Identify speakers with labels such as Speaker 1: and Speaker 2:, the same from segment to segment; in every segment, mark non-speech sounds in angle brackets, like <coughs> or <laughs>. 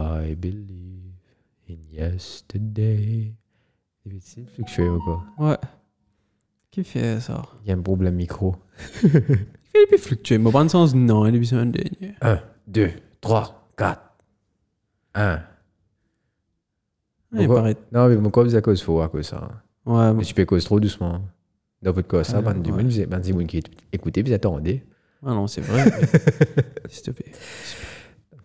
Speaker 1: I believe in yesterday. Des bêtises que je fais ou quoi?
Speaker 2: Ouais. Qui fait ça?
Speaker 1: Il y a un problème micro.
Speaker 2: Qui fait les plus fluctuer? Mon bon sens, non, depuis la semaine dernière.
Speaker 1: 1, 2, 3, 4. 1.
Speaker 2: Ouais, il
Speaker 1: Pourquoi?
Speaker 2: paraît.
Speaker 1: Non, mais mon corps, c'est à cause faux, à cause ça. hein.
Speaker 2: Ouais,
Speaker 1: Mais
Speaker 2: bon.
Speaker 1: tu peux cause trop doucement. Dans votre cas, ça,
Speaker 2: Ah,
Speaker 1: ben, du
Speaker 2: ouais.
Speaker 1: moins, vous êtes- ben, c'est vous qui écoutez, vous attendez. <laughs>
Speaker 2: Ah non, c'est vrai. <laughs> S'il te plaît.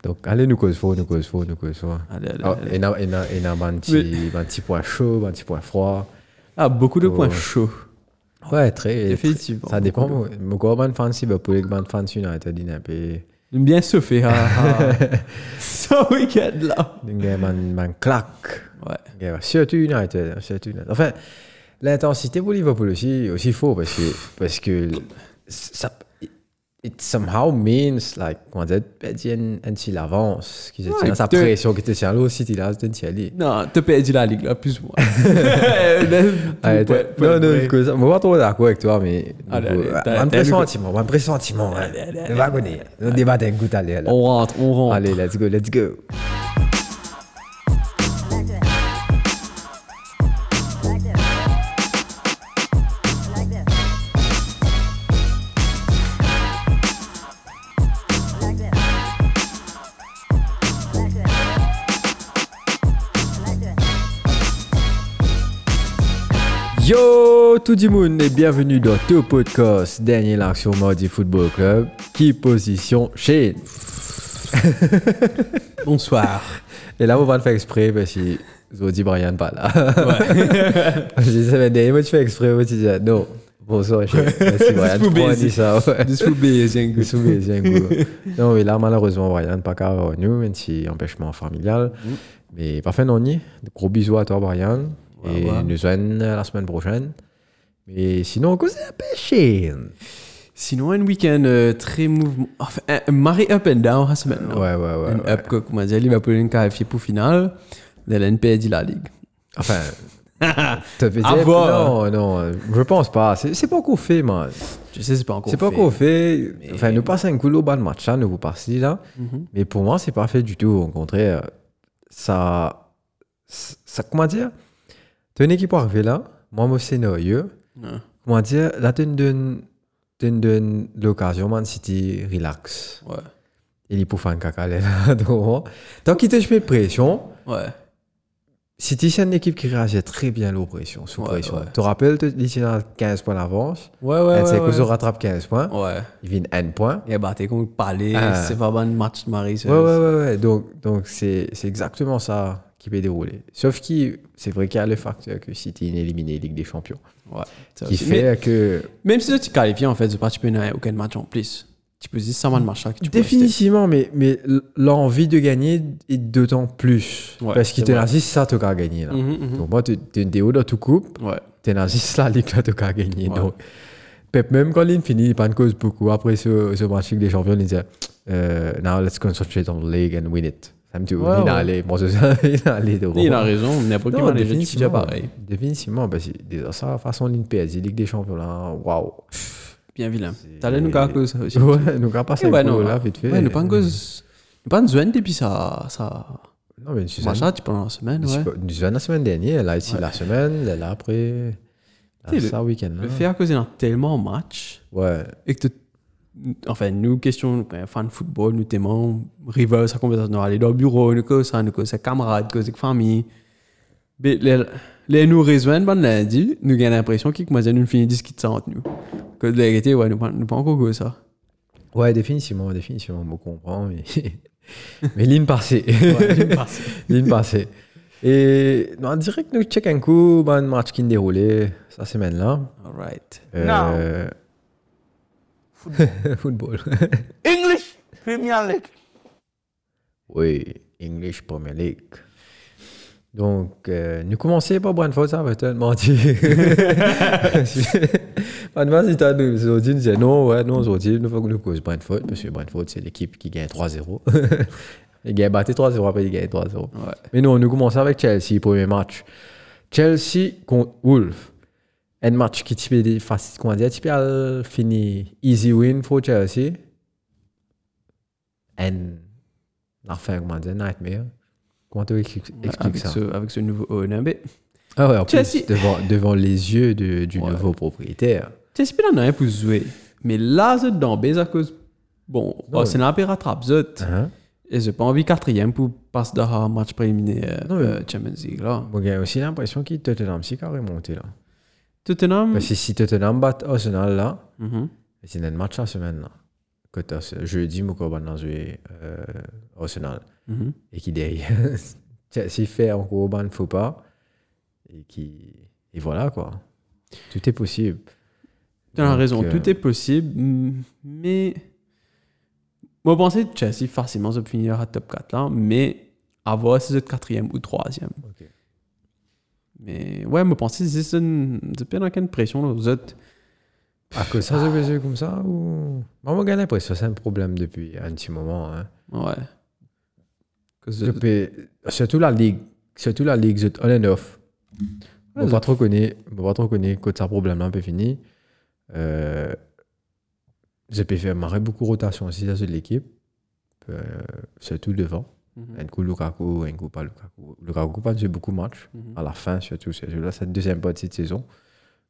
Speaker 1: Donc, allez, nous cause faux, nous cause faux, nous cause faux.
Speaker 2: Allez, allez,
Speaker 1: Ah,
Speaker 2: allez.
Speaker 1: et là, et là, et là, ben, petit, ben, petit point chaud, ben, petit point froid.
Speaker 2: Ah, beaucoup de points
Speaker 1: Oh.
Speaker 2: chauds.
Speaker 1: Ouais, très. très-
Speaker 2: Définitivement.
Speaker 1: Ça dépend.
Speaker 2: beaucoup de-
Speaker 1: Mon corps, ben, fancy, ben, pour les ben, fancy, on a été dîner un peu.
Speaker 2: J'aime bien surfer. Ah, ah. <laughs> Ce week-end-là.
Speaker 1: Donc, euh, ben, ben, claque.
Speaker 2: Ouais.
Speaker 1: Ok, ouais. Surtout United, hein, surtout United. Enfin, l'intensité pour Liverpool aussi, aussi faux parce que, parce que ça, it, it somehow means, like, comment dire, perdu une, une petite avance. Qui
Speaker 2: Ouais,
Speaker 1: ouais, sa
Speaker 2: peut-être.
Speaker 1: pression qui était sur l'eau, si tu l'as, tu t'y allais.
Speaker 2: Non, t'as perdu la ligue, là, plus ou <laughs> moins. Ouais,
Speaker 1: Ouais,
Speaker 2: t'as-
Speaker 1: t'as- Non, non, je ne pas trop d'accord avec toi, mais.
Speaker 2: Allez,
Speaker 1: donc,
Speaker 2: allez,
Speaker 1: euh,
Speaker 2: t'as-
Speaker 1: un
Speaker 2: t'as-
Speaker 1: pressentiment, un pressentiment. hein. Le wagonnet. Le débat d'un goût à l'air. là.
Speaker 2: On rentre, on rentre.
Speaker 1: Allez, let's go, let's go. Yo tout le monde et bienvenue dans le podcast Dernier Lac sur Mardi Football Club qui position Shane.
Speaker 2: Bonsoir.
Speaker 1: <laughs> Et là on va le faire exprès parce que Zodi Brian pas là.
Speaker 2: Ouais.
Speaker 1: <laughs> Je disais mais dernier moi tu fais exprès moi tu disais non. Bonsoir Shane. Merci Brian.
Speaker 2: Just for
Speaker 1: Pourquoi on
Speaker 2: basic.
Speaker 1: dit ça ouais.
Speaker 2: Just for being
Speaker 1: Sous les yeux, quoi. Non mais là malheureusement Brian pas qu'à nous même si empêchement familial.
Speaker 2: Mm.
Speaker 1: Mais parfait on y est. Gros bisous à toi Brian.
Speaker 2: Ouais,
Speaker 1: et
Speaker 2: ouais.
Speaker 1: nous sommes la semaine prochaine. Mais sinon on cause un peu Shane.
Speaker 2: Sinon, un week-end euh, très mouvement. Enfin, un, un marée up and down Ben, la semaine. là.
Speaker 1: Ouais ouais ouais.
Speaker 2: un
Speaker 1: ouais.
Speaker 2: up, quoi, comment dire, Liverpool est qualifié pour finale. De la NPD la ligue. <laughs>
Speaker 1: Enfin. t'as fait
Speaker 2: À
Speaker 1: dire-
Speaker 2: voir.
Speaker 1: Non, non, je pense pas. C'est c'est pas qu'on fait, man.
Speaker 2: Je sais, c'est pas encore.
Speaker 1: C'est pas
Speaker 2: fait.
Speaker 1: qu'on fait. Enfin, nous passons un coup bas de match, là, nous vous passez là.
Speaker 2: Mhm.
Speaker 1: Mais pour moi, c'est pas fait du tout. Au contraire, ça. Ça, comment dire T'as une équipe arrivée là, moi, mon scénario.
Speaker 2: Ouais.
Speaker 1: Comment dire Là, tu me donnes- tu me donnes l'occasion, Man City, relax.
Speaker 2: Ouais.
Speaker 1: Et il peut faire un caca là. <laughs> donc, Tant qu'il te met pression.
Speaker 2: Ouais.
Speaker 1: City, c'est une équipe qui réagit très bien aux pressions, sous
Speaker 2: Ouais,
Speaker 1: pression.
Speaker 2: ouais.
Speaker 1: Tu te rappelles, tu dis qu'il a 15 points d'avance.
Speaker 2: Ouais, ouais.
Speaker 1: c'est
Speaker 2: ouais,
Speaker 1: que
Speaker 2: ouais.
Speaker 1: se rattrape 15 points.
Speaker 2: Ouais.
Speaker 1: Il vient N points.
Speaker 2: Et bah, t'es con, parler,
Speaker 1: Ah.
Speaker 2: c'est pas bon match de Marie.
Speaker 1: Ouais, ouais, ouais. ouais. Donc, donc c'est, c'est exactement ça qui peut dérouler. Sauf que c'est vrai qu'il y a le facteur que City est éliminé Ligue des Champions.
Speaker 2: Ouais. Ça
Speaker 1: Qui
Speaker 2: aussi.
Speaker 1: fait que.
Speaker 2: Mais- même si toi, tu te qualifies, en fait, de participer à aucun match en plus. Tu peux dire ça, man, match là que tu peux rester.
Speaker 1: Définitivement, mais, mais l- l'envie de gagner est d'autant plus.
Speaker 2: Ouais,
Speaker 1: parce qu'il
Speaker 2: c'est
Speaker 1: te
Speaker 2: vrai.
Speaker 1: dit ça, tu as gagné. Là.
Speaker 2: Mhm, mhm.
Speaker 1: Donc, moi, tu es une déo dans tout coupe.
Speaker 2: Ouais.
Speaker 1: t'es dans juste la ligue là tu as gagné
Speaker 2: Ouais.
Speaker 1: donc Pep même quand il finit il pas de cause beaucoup après ce, ce match Ligue des champions il disait euh, now let's concentrate on the league and win it ça me dit
Speaker 2: Ouais,
Speaker 1: il
Speaker 2: ouais.
Speaker 1: a allé bon c'est ça il a allé de
Speaker 2: Il a raison, n'importe quel
Speaker 1: non
Speaker 2: manager, tu fais déjà
Speaker 1: définitivement
Speaker 2: pareil.
Speaker 1: définitivement bah, parce que déjà ça façon ligne PSG Ligue des champions là waouh
Speaker 2: Bien vilain.
Speaker 1: C'est-
Speaker 2: T'allais nous calculer ça aussi.
Speaker 1: ouais nous on passe
Speaker 2: Eh
Speaker 1: un
Speaker 2: ouais,
Speaker 1: coup,
Speaker 2: non,
Speaker 1: là
Speaker 2: ouais.
Speaker 1: vite fait
Speaker 2: Ouais, nous pas en cause. Nous pas en besoin depuis ça. ça...
Speaker 1: non mais Suzanne
Speaker 2: Moi, ça, tu prends la semaine, ouais.
Speaker 1: nous sommes la semaine dernière là ici la semaine là, là après
Speaker 2: Tu
Speaker 1: là,
Speaker 2: sais,
Speaker 1: ça week-end là
Speaker 2: Le fait à cause d'un tellement match
Speaker 1: ouais
Speaker 2: et que tu- Enfin, nous, question, ben, fan de football, nous t'aimons, River, sa conversation, nous aller dans le bureau, nous cause ça, nous cause ses camarades, cause ses familles. Mais les, les nous rejoignent, bon lundi, nous avons l'impression qu'ils commencent à nous finir discuter entre nous. Que de la vérité, ouais, nous pas nous pas encore comme ça.
Speaker 1: Ouais, définitivement, définitivement, on comprend, mais, <laughs> mais ligne passée. <laughs>
Speaker 2: <laughs>
Speaker 1: ligne passée. Et en direct, nous check un coup, ben, le match qui est déroulé cette semaine-là.
Speaker 2: Alright.
Speaker 1: Euh, <laughs> Football.
Speaker 3: English Premier League.
Speaker 1: oui, English Premier League. Donc, euh, nous commençons par Brentford, ça va être
Speaker 2: <laughs>
Speaker 1: mardi. Maintenant, si tu as nous aujourd'hui, nous disons non, ouais, non, aujourd'hui, nous faut que nous cause Brentford, parce que Brentford, c'est l'équipe qui gagne
Speaker 2: <laughs>
Speaker 1: 3-0. il gagne bah, battu 3-0, après il gagne 3-0.
Speaker 2: Ouais.
Speaker 1: Mais non, nous commençons avec Chelsea, premier match. Chelsea contre Wolves. Un match qui type des facile, comment dire, type al- fini easy win pour Chelsea. Et la fin, comment dire, nightmare. Comment tu expliques expliques
Speaker 2: avec,
Speaker 1: ça
Speaker 2: ce, avec ce nouveau ONB.
Speaker 1: Ah ouais, en
Speaker 2: Tu as
Speaker 1: plus,
Speaker 2: dit-
Speaker 1: devant, devant les yeux de- du
Speaker 2: Ouais.
Speaker 1: nouveau propriétaire.
Speaker 2: Tu sais, c'est rien pour jouer. Mais là, c'est dans base à cause. Bon,
Speaker 1: Non.
Speaker 2: c'est un peu rattrape, zut.
Speaker 1: Hein?
Speaker 2: Et j'ai pas envie quatrième pour passer dans un ah, match préliminaire
Speaker 1: Non, mais-
Speaker 2: euh, Champions League. Là.
Speaker 1: Bon, j'ai aussi l'impression que Tottenham, c'est carrément monté là.
Speaker 2: Tottenham.
Speaker 1: Parce que si Tottenham bat Arsenal là,
Speaker 2: Mhm.
Speaker 1: c'est un match la semaine là. Côté Arsenal. jeudi, Moukoban a joué euh, Arsenal.
Speaker 2: Mhm.
Speaker 1: Et qui derrière, <laughs> Chelsea fait encore ban faut pas. Et, qui... et voilà quoi. Tout est possible.
Speaker 2: Tu as
Speaker 1: Donc,
Speaker 2: raison,
Speaker 1: euh,
Speaker 2: tout est possible, m- mais. Moi, je pensais que Chelsea, facilement, ça finir à top 4 là, mais avoir ces autres quatrième ou troisième.
Speaker 1: Ok.
Speaker 2: Mais ouais, je pensais que c'est une. C'est pas dans quelle pression, là, aux autres.
Speaker 1: À cause de ça, c'est besoin comme ça ou... Moi, moi, j'ai l'impression que c'est un problème depuis un petit moment. Hein.
Speaker 2: Ouais. Que
Speaker 1: Je
Speaker 2: c'est-
Speaker 1: peux- Surtout la Ligue. Surtout la Ligue, c'est on and off. On
Speaker 2: Ouais,
Speaker 1: pas trop connaît, on pas trop connaît quand ça problème là, un peu fini. Euh, je peux faire marrer beaucoup de rotation aussi dans cette l'équipe. Euh, surtout devant.
Speaker 2: Mhm.
Speaker 1: Un coup Lukaku, un coup pas Lukaku. Lukaku pas joué beaucoup de matchs.
Speaker 2: Mhm.
Speaker 1: à la fin surtout. C'est là cette deuxième partie de saison,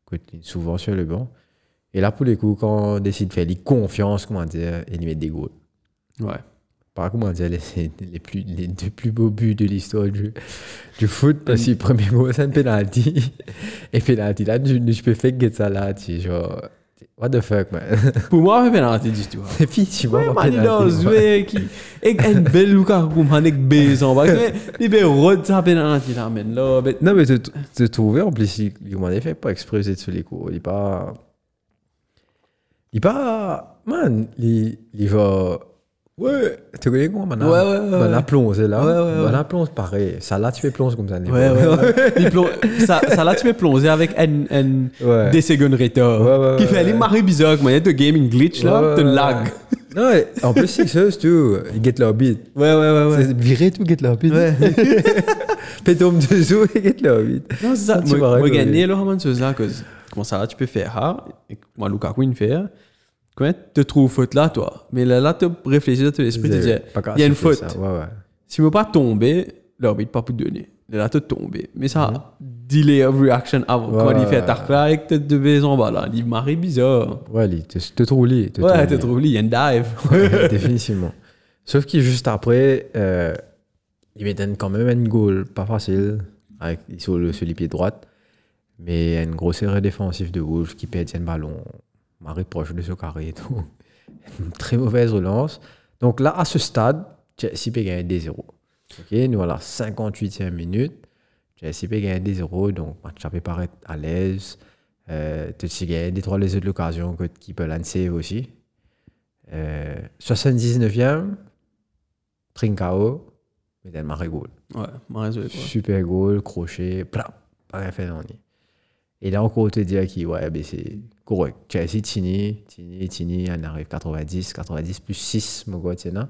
Speaker 1: qu'on est souvent sur le banc. Et là, pour les coups, quand on décide de faire les confiance, comment dire, et lui mettre des goals.
Speaker 2: Ouais.
Speaker 1: Par comment dire, les, les, plus, les deux plus beaux buts de l'histoire du, du foot, parce que le premier goal, c'est un penalty. Et penalty, là, je, je peux faire que ça là, tu sais, genre, what the fuck, man. <laughs>
Speaker 2: Pour moi, c'est pénalité du tout. hein.
Speaker 1: Et puis, tu vois,
Speaker 2: Ouais,
Speaker 1: ma
Speaker 2: man, il a
Speaker 1: penalty, ouais.
Speaker 2: joué qui. Et un bel Lukaku, man, avec Bézan. Il est rod sa pénalité là, man. Là, mais-
Speaker 1: Non, mais te trouver en plus, il il m'en a fait pas exprès de se les cours. Il est pas. Il est pas. Man, il, il va. Ouais, tu connais comment maintenant
Speaker 2: Ouais, ouais, ouais,
Speaker 1: Dans la
Speaker 2: ouais.
Speaker 1: plonge, c'est là.
Speaker 2: Ouais, ouais, ouais.
Speaker 1: Dans la plonge, pareil. Ça là, tu fais plonge comme ça. n'est-ce
Speaker 2: Ouais,
Speaker 1: pas
Speaker 2: ouais, ouais. Il plon- ça, ça là, tu peux plonger avec un, un
Speaker 1: Ouais.
Speaker 2: des secondes retard.
Speaker 1: Ouais, ouais, ouais,
Speaker 2: qui fait
Speaker 1: ouais.
Speaker 2: aller marrer bizarre, comme il y a de gaming glitch là,
Speaker 1: Ouais,
Speaker 2: te
Speaker 1: ouais, ouais.
Speaker 2: lag.
Speaker 1: Non, et en plus, c'est ça, c'est tout. Il get leur beat.
Speaker 2: Ouais, ouais, ouais.
Speaker 1: C'est Virer tout, get leur beat. <laughs> Ouais. Pétome de zoo et get leur beat.
Speaker 2: Non, c'est ça.
Speaker 1: Tu vas
Speaker 2: Moi, moi
Speaker 1: rigoler.
Speaker 2: gagner là, man, c'est ça, cause comment ça là, tu peux faire ah, et moi, Lukaku, il me fait ah. Comment te trouves faute là, toi Mais là, là, tu réfléchis dans ton esprit, tu dis,
Speaker 1: Pas grave,
Speaker 2: il y a une
Speaker 1: tu fais
Speaker 2: faute.
Speaker 1: ça. Ouais, ouais.
Speaker 2: Si vous pas tomber, l'arbitre pas pour te donner. Là, tu tombé. Mais ça, delay of reaction avant.
Speaker 1: Ouais,
Speaker 2: Quand il
Speaker 1: ouais,
Speaker 2: fait
Speaker 1: Mhm. ouais.
Speaker 2: ta avec tête de baise en bas là, il marre bizarre.
Speaker 1: Ouais, il te, te trouve lié. te
Speaker 2: Ouais,
Speaker 1: trouve
Speaker 2: t'es
Speaker 1: lié.
Speaker 2: trop oublié, il y a une dive.
Speaker 1: <laughs> Ouais, définitivement. Sauf que juste après, euh, il mettait quand même un goal, pas facile, avec, sur, le, sur les pieds droite, mais une grosse erreur défensive de Wolves qui perd un ballon, Marie proche de ce carré et tout. <laughs> Une très mauvaise relance. Donc là, à ce stade, Chelsea peut gagner 2-0. Ok, nous voilà, 58e minute. Chelsea peut gagner 2-0, donc match peut paraître à l'aise. Euh, Chelsea gagne des trois les autres l'occasion que- qui peut lancer aussi. Euh, 79e, Trincao, mais tellement goal.
Speaker 2: Ouais, marre quoi.
Speaker 1: Super goal, crochet, plat, pas fait dans le nid. Et là encore, te dire qui, ouais, ben c'est correct. Chelsea, Tini, Tini, Tini, on arrive 90, 90 plus 6, mon gars, tiens, là.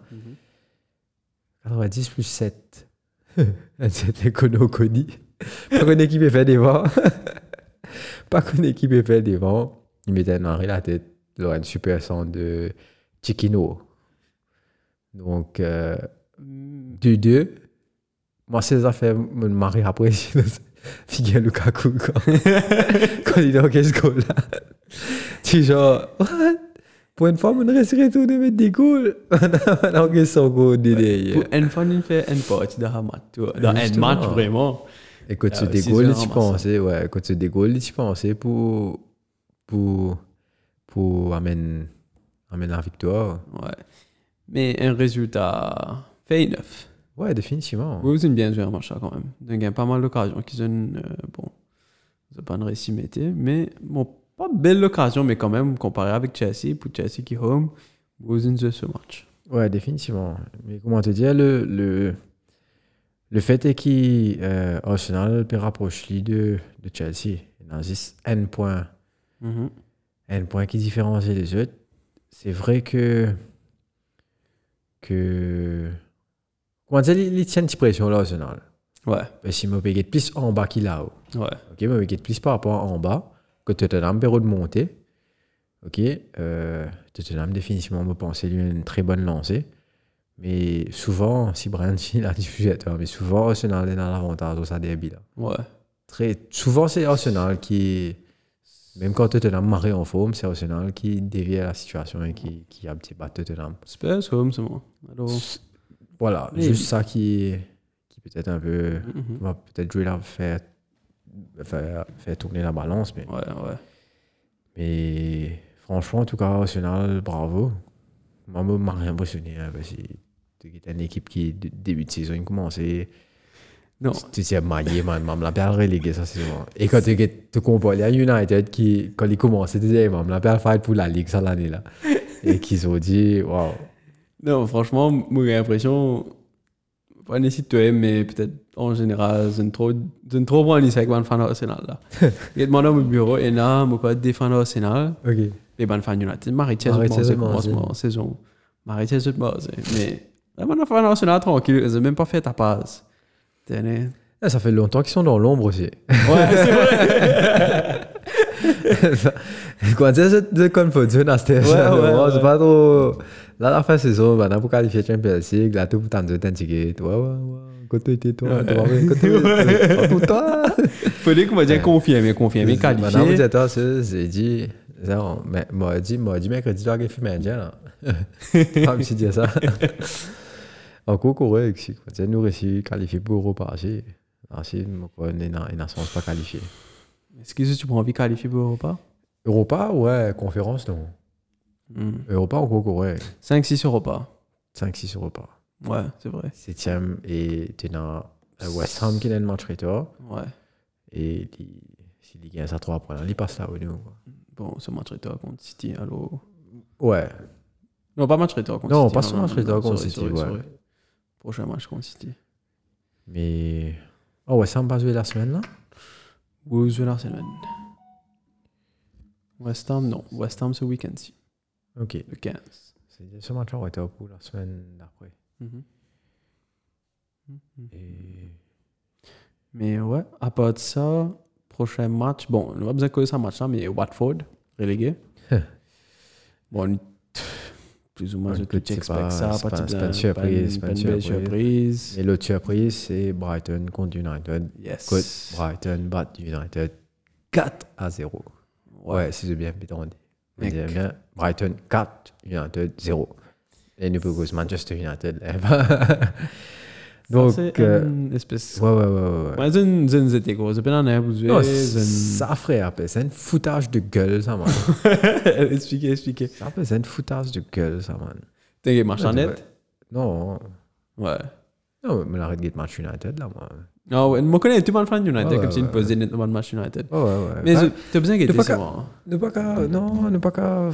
Speaker 1: 90 plus <laughs> 7. C'était Kono Koni. Pas qu'une équipe est fait devant. <laughs> Pas qu'une équipe est fait devant. Il mettait un arrêt la tête. Il aurait une super centre de Chiquino. Donc, euh, du 2. Moi, c'est ça fait mon mari après. <laughs> Figure Lukaku
Speaker 2: <laughs>
Speaker 1: quand, quand il est dans ce goal-là. Tu es genre, what? Pour une fois, on reste retourné mettre des goals. <laughs> On a on a encaissé son goal, Dédé.
Speaker 2: Pour une fois, il fait une partie dans un match, tu vois. Dans un
Speaker 1: Justement.
Speaker 2: match, vraiment.
Speaker 1: Et quand tu
Speaker 2: Ah, six
Speaker 1: dégoules,
Speaker 2: heures
Speaker 1: tu
Speaker 2: en
Speaker 1: penses, ouais, quand tu dégoules, tu penses pour, pour, pour amener, amener la victoire.
Speaker 2: Ouais. Mais un résultat fait enough.
Speaker 1: Ouais, définitivement.
Speaker 2: Vous avez bien joué un match, là, quand même. Donc, il y a pas mal d'occasions qui donnent. euh, bon, vous n'avez pas de récit métier, mais bon, pas belle occasion, mais quand même, comparé avec Chelsea, pour Chelsea qui home, vous avez joué ce match.
Speaker 1: Ouais, définitivement. Mais comment te dire, le, le, le fait est qu'Arsenal peut rapprocher de, de Chelsea. Dans juste un point,
Speaker 2: Mhm.
Speaker 1: un point qui différencie les autres. C'est vrai que, que, comment dire, ils ils tiennent une pression là, Arsenal.
Speaker 2: Ouais,
Speaker 1: Parce qu'ils m'ont payé plus en bas qu'il là-haut.
Speaker 2: ouais.
Speaker 1: Ok, mais avec plus par rapport en bas, que Tottenham peut remonter. Ok, euh, Tottenham définitivement me pensait lui une très bonne lancée. Mais souvent, si Brian <laughs> Hill a diffusé, tu vois, mais souvent Arsenal est dans l'avantage au sein derby. Là.
Speaker 2: Ouais.
Speaker 1: Très, souvent, c'est Arsenal qui, même quand Tottenham marré en forme, c'est Arsenal qui dévie la situation et qui, qui a petit bat Tottenham.
Speaker 2: Spurs, home, c'est bon. Alors,
Speaker 1: Voilà,
Speaker 2: Oui.
Speaker 1: juste ça qui, qui peut-être un peu
Speaker 2: mhm.
Speaker 1: va peut-être jouer la faire, faire, faire tourner la balance, mais,
Speaker 2: ouais, ouais.
Speaker 1: mais franchement, en tout cas, Arsenal, bravo. Moi, moi, m'a rien impressionné hein, parce que c'est une équipe qui, d- début de saison, il commençait.
Speaker 2: Non,
Speaker 1: Tu t'es maillé, man, maman l'a perdu relégué, ça c'est bon. Et quand tu te compares à United, qui, quand ils commençaient, tu disais, maman l'a perdu fight pour la Ligue, ça l'année là. Et qu'ils ont dit, waouh.
Speaker 2: non, franchement, moi j'ai l'impression, pas nécessairement toi, mais peut-être en général, je ne trouve je ne trouve pas un avec un fan d'Arsenal là. J'ai demandé à mon bureau, et là, moi pas des fans d'Arsenal,
Speaker 1: Ok.
Speaker 2: les bonnes fans United, m'arrêtez à
Speaker 1: M'arrêtez à
Speaker 2: ce
Speaker 1: ce
Speaker 2: moment,
Speaker 1: moment,
Speaker 2: en ce moment, en saison. M'arrêtez à ce moment, c'est- mais la bonne fan d'Arsenal tranquille, ils ont même pas fait ta passe. Tenez.
Speaker 1: Ah, Ça fait longtemps qu'ils sont dans l'ombre aussi.
Speaker 2: Ouais, c'est vrai.
Speaker 1: Quand tu sais, c'est confusion à cette
Speaker 2: ouais, ouais.
Speaker 1: C'est pas trop. Là, la fin de saison, maintenant, pour qualifier Champions League, là, tout pour t'en donner un ticket. Ouais, ouais, ouais. Côté, tais-toi. toi, ouais, Côté, toi.
Speaker 2: Fallait qu'on va dire confirmé, confirmé,
Speaker 1: Maintenant, vous
Speaker 2: qualifié.
Speaker 1: êtes là, c'est c'est dit. Non, mais mardi, mardi, mercredi, là, il fait manger, là. Pas me suis dit ça. <laughs> Encore correct, si. quoi. Tu sais, nous, réussi qualifié pour Europa, si. Alors, si, on est dans une sens pas qualifié.
Speaker 2: Est-ce que tu prends envie de qualifier pour Europa
Speaker 1: Europa, ouais, conférence, non. Europa, encore correct.
Speaker 2: 5-6 Europa.
Speaker 1: 5-6 Europa.
Speaker 2: Ouais, c'est vrai.
Speaker 1: septième et tu as West Ham qui est le match retour
Speaker 2: Ouais.
Speaker 1: et il- s'il gagne ça 3 points, il passe là au nous. quoi.
Speaker 2: Bon, ce match retour contre City, alors.
Speaker 1: Ouais,
Speaker 2: Non, pas match retour contre
Speaker 1: Non,
Speaker 2: City.
Speaker 1: pas ce match
Speaker 2: non,
Speaker 1: retour
Speaker 2: non,
Speaker 1: contre
Speaker 2: sorry,
Speaker 1: City,
Speaker 2: sorry,
Speaker 1: ouais.
Speaker 2: sorry. Prochain match contre City.
Speaker 1: mais oh West Ham va jouer la semaine là
Speaker 2: Wolves ou l'Arsenal West Ham, non. West Ham ce week-end, si.
Speaker 1: OK.
Speaker 2: Le 15.
Speaker 1: C'est déjà ce match là retour pour la semaine d'après.
Speaker 2: Mhm. Mhm.
Speaker 1: Et
Speaker 2: Mais ouais, à part de ça, prochain match, bon, on n'a pas besoin de ça match-là, mais Watford, relégué. bon, on- plus ou moins,
Speaker 1: On
Speaker 2: je
Speaker 1: peut-
Speaker 2: te
Speaker 1: c'est
Speaker 2: expecte
Speaker 1: pas-
Speaker 2: ça.
Speaker 1: c'est pas-
Speaker 2: partir
Speaker 1: c'est pas
Speaker 2: d'un-
Speaker 1: une surprise,
Speaker 2: une-
Speaker 1: pas
Speaker 2: pas
Speaker 1: une
Speaker 2: une belle
Speaker 1: surprise.
Speaker 2: surprise.
Speaker 1: et l'autre surprise c'est Brighton contre United.
Speaker 2: Yes.
Speaker 1: Côte Brighton bat United 4 à 0. Ouais, si j'ai bien entendu. On
Speaker 2: Mec.
Speaker 1: dirait bien Brighton 4, United 0. Et nous pouvons Manchester United. <laughs> là. Donc,
Speaker 2: c'est
Speaker 1: euh,
Speaker 2: une espèce.
Speaker 1: ouais, ouais, ouais. ouais. Oh,
Speaker 2: Ouais, zone, zone, c'était gros. C'est pas un air, vous
Speaker 1: Non,
Speaker 2: avez. Zone.
Speaker 1: ça ferait appel. C'est un foutage de gueule, ça, <laughs> man.
Speaker 2: <laughs> expliquez, expliquez.
Speaker 1: ça appelle, c'est un foutage de gueule, ça, man.
Speaker 2: T'inquiète, marche en
Speaker 1: Ouais,
Speaker 2: net.
Speaker 1: Non,
Speaker 2: Ouais.
Speaker 1: non, mais l'arrêt de Gate Match United, là, moi.
Speaker 2: Non, ouais, moi, connais tout le monde fan United,
Speaker 1: Ouais,
Speaker 2: comme
Speaker 1: ouais,
Speaker 2: si une
Speaker 1: ouais.
Speaker 2: pose net dans le match United.
Speaker 1: Ouais, ouais, ouais.
Speaker 2: Mais
Speaker 1: Bah,
Speaker 2: je- t'as besoin
Speaker 1: t'es
Speaker 2: d'être
Speaker 1: pas ca-
Speaker 2: souvent. hein.
Speaker 1: ne pas
Speaker 2: Mmh.
Speaker 1: qu'à. Non, ne pas qu'à.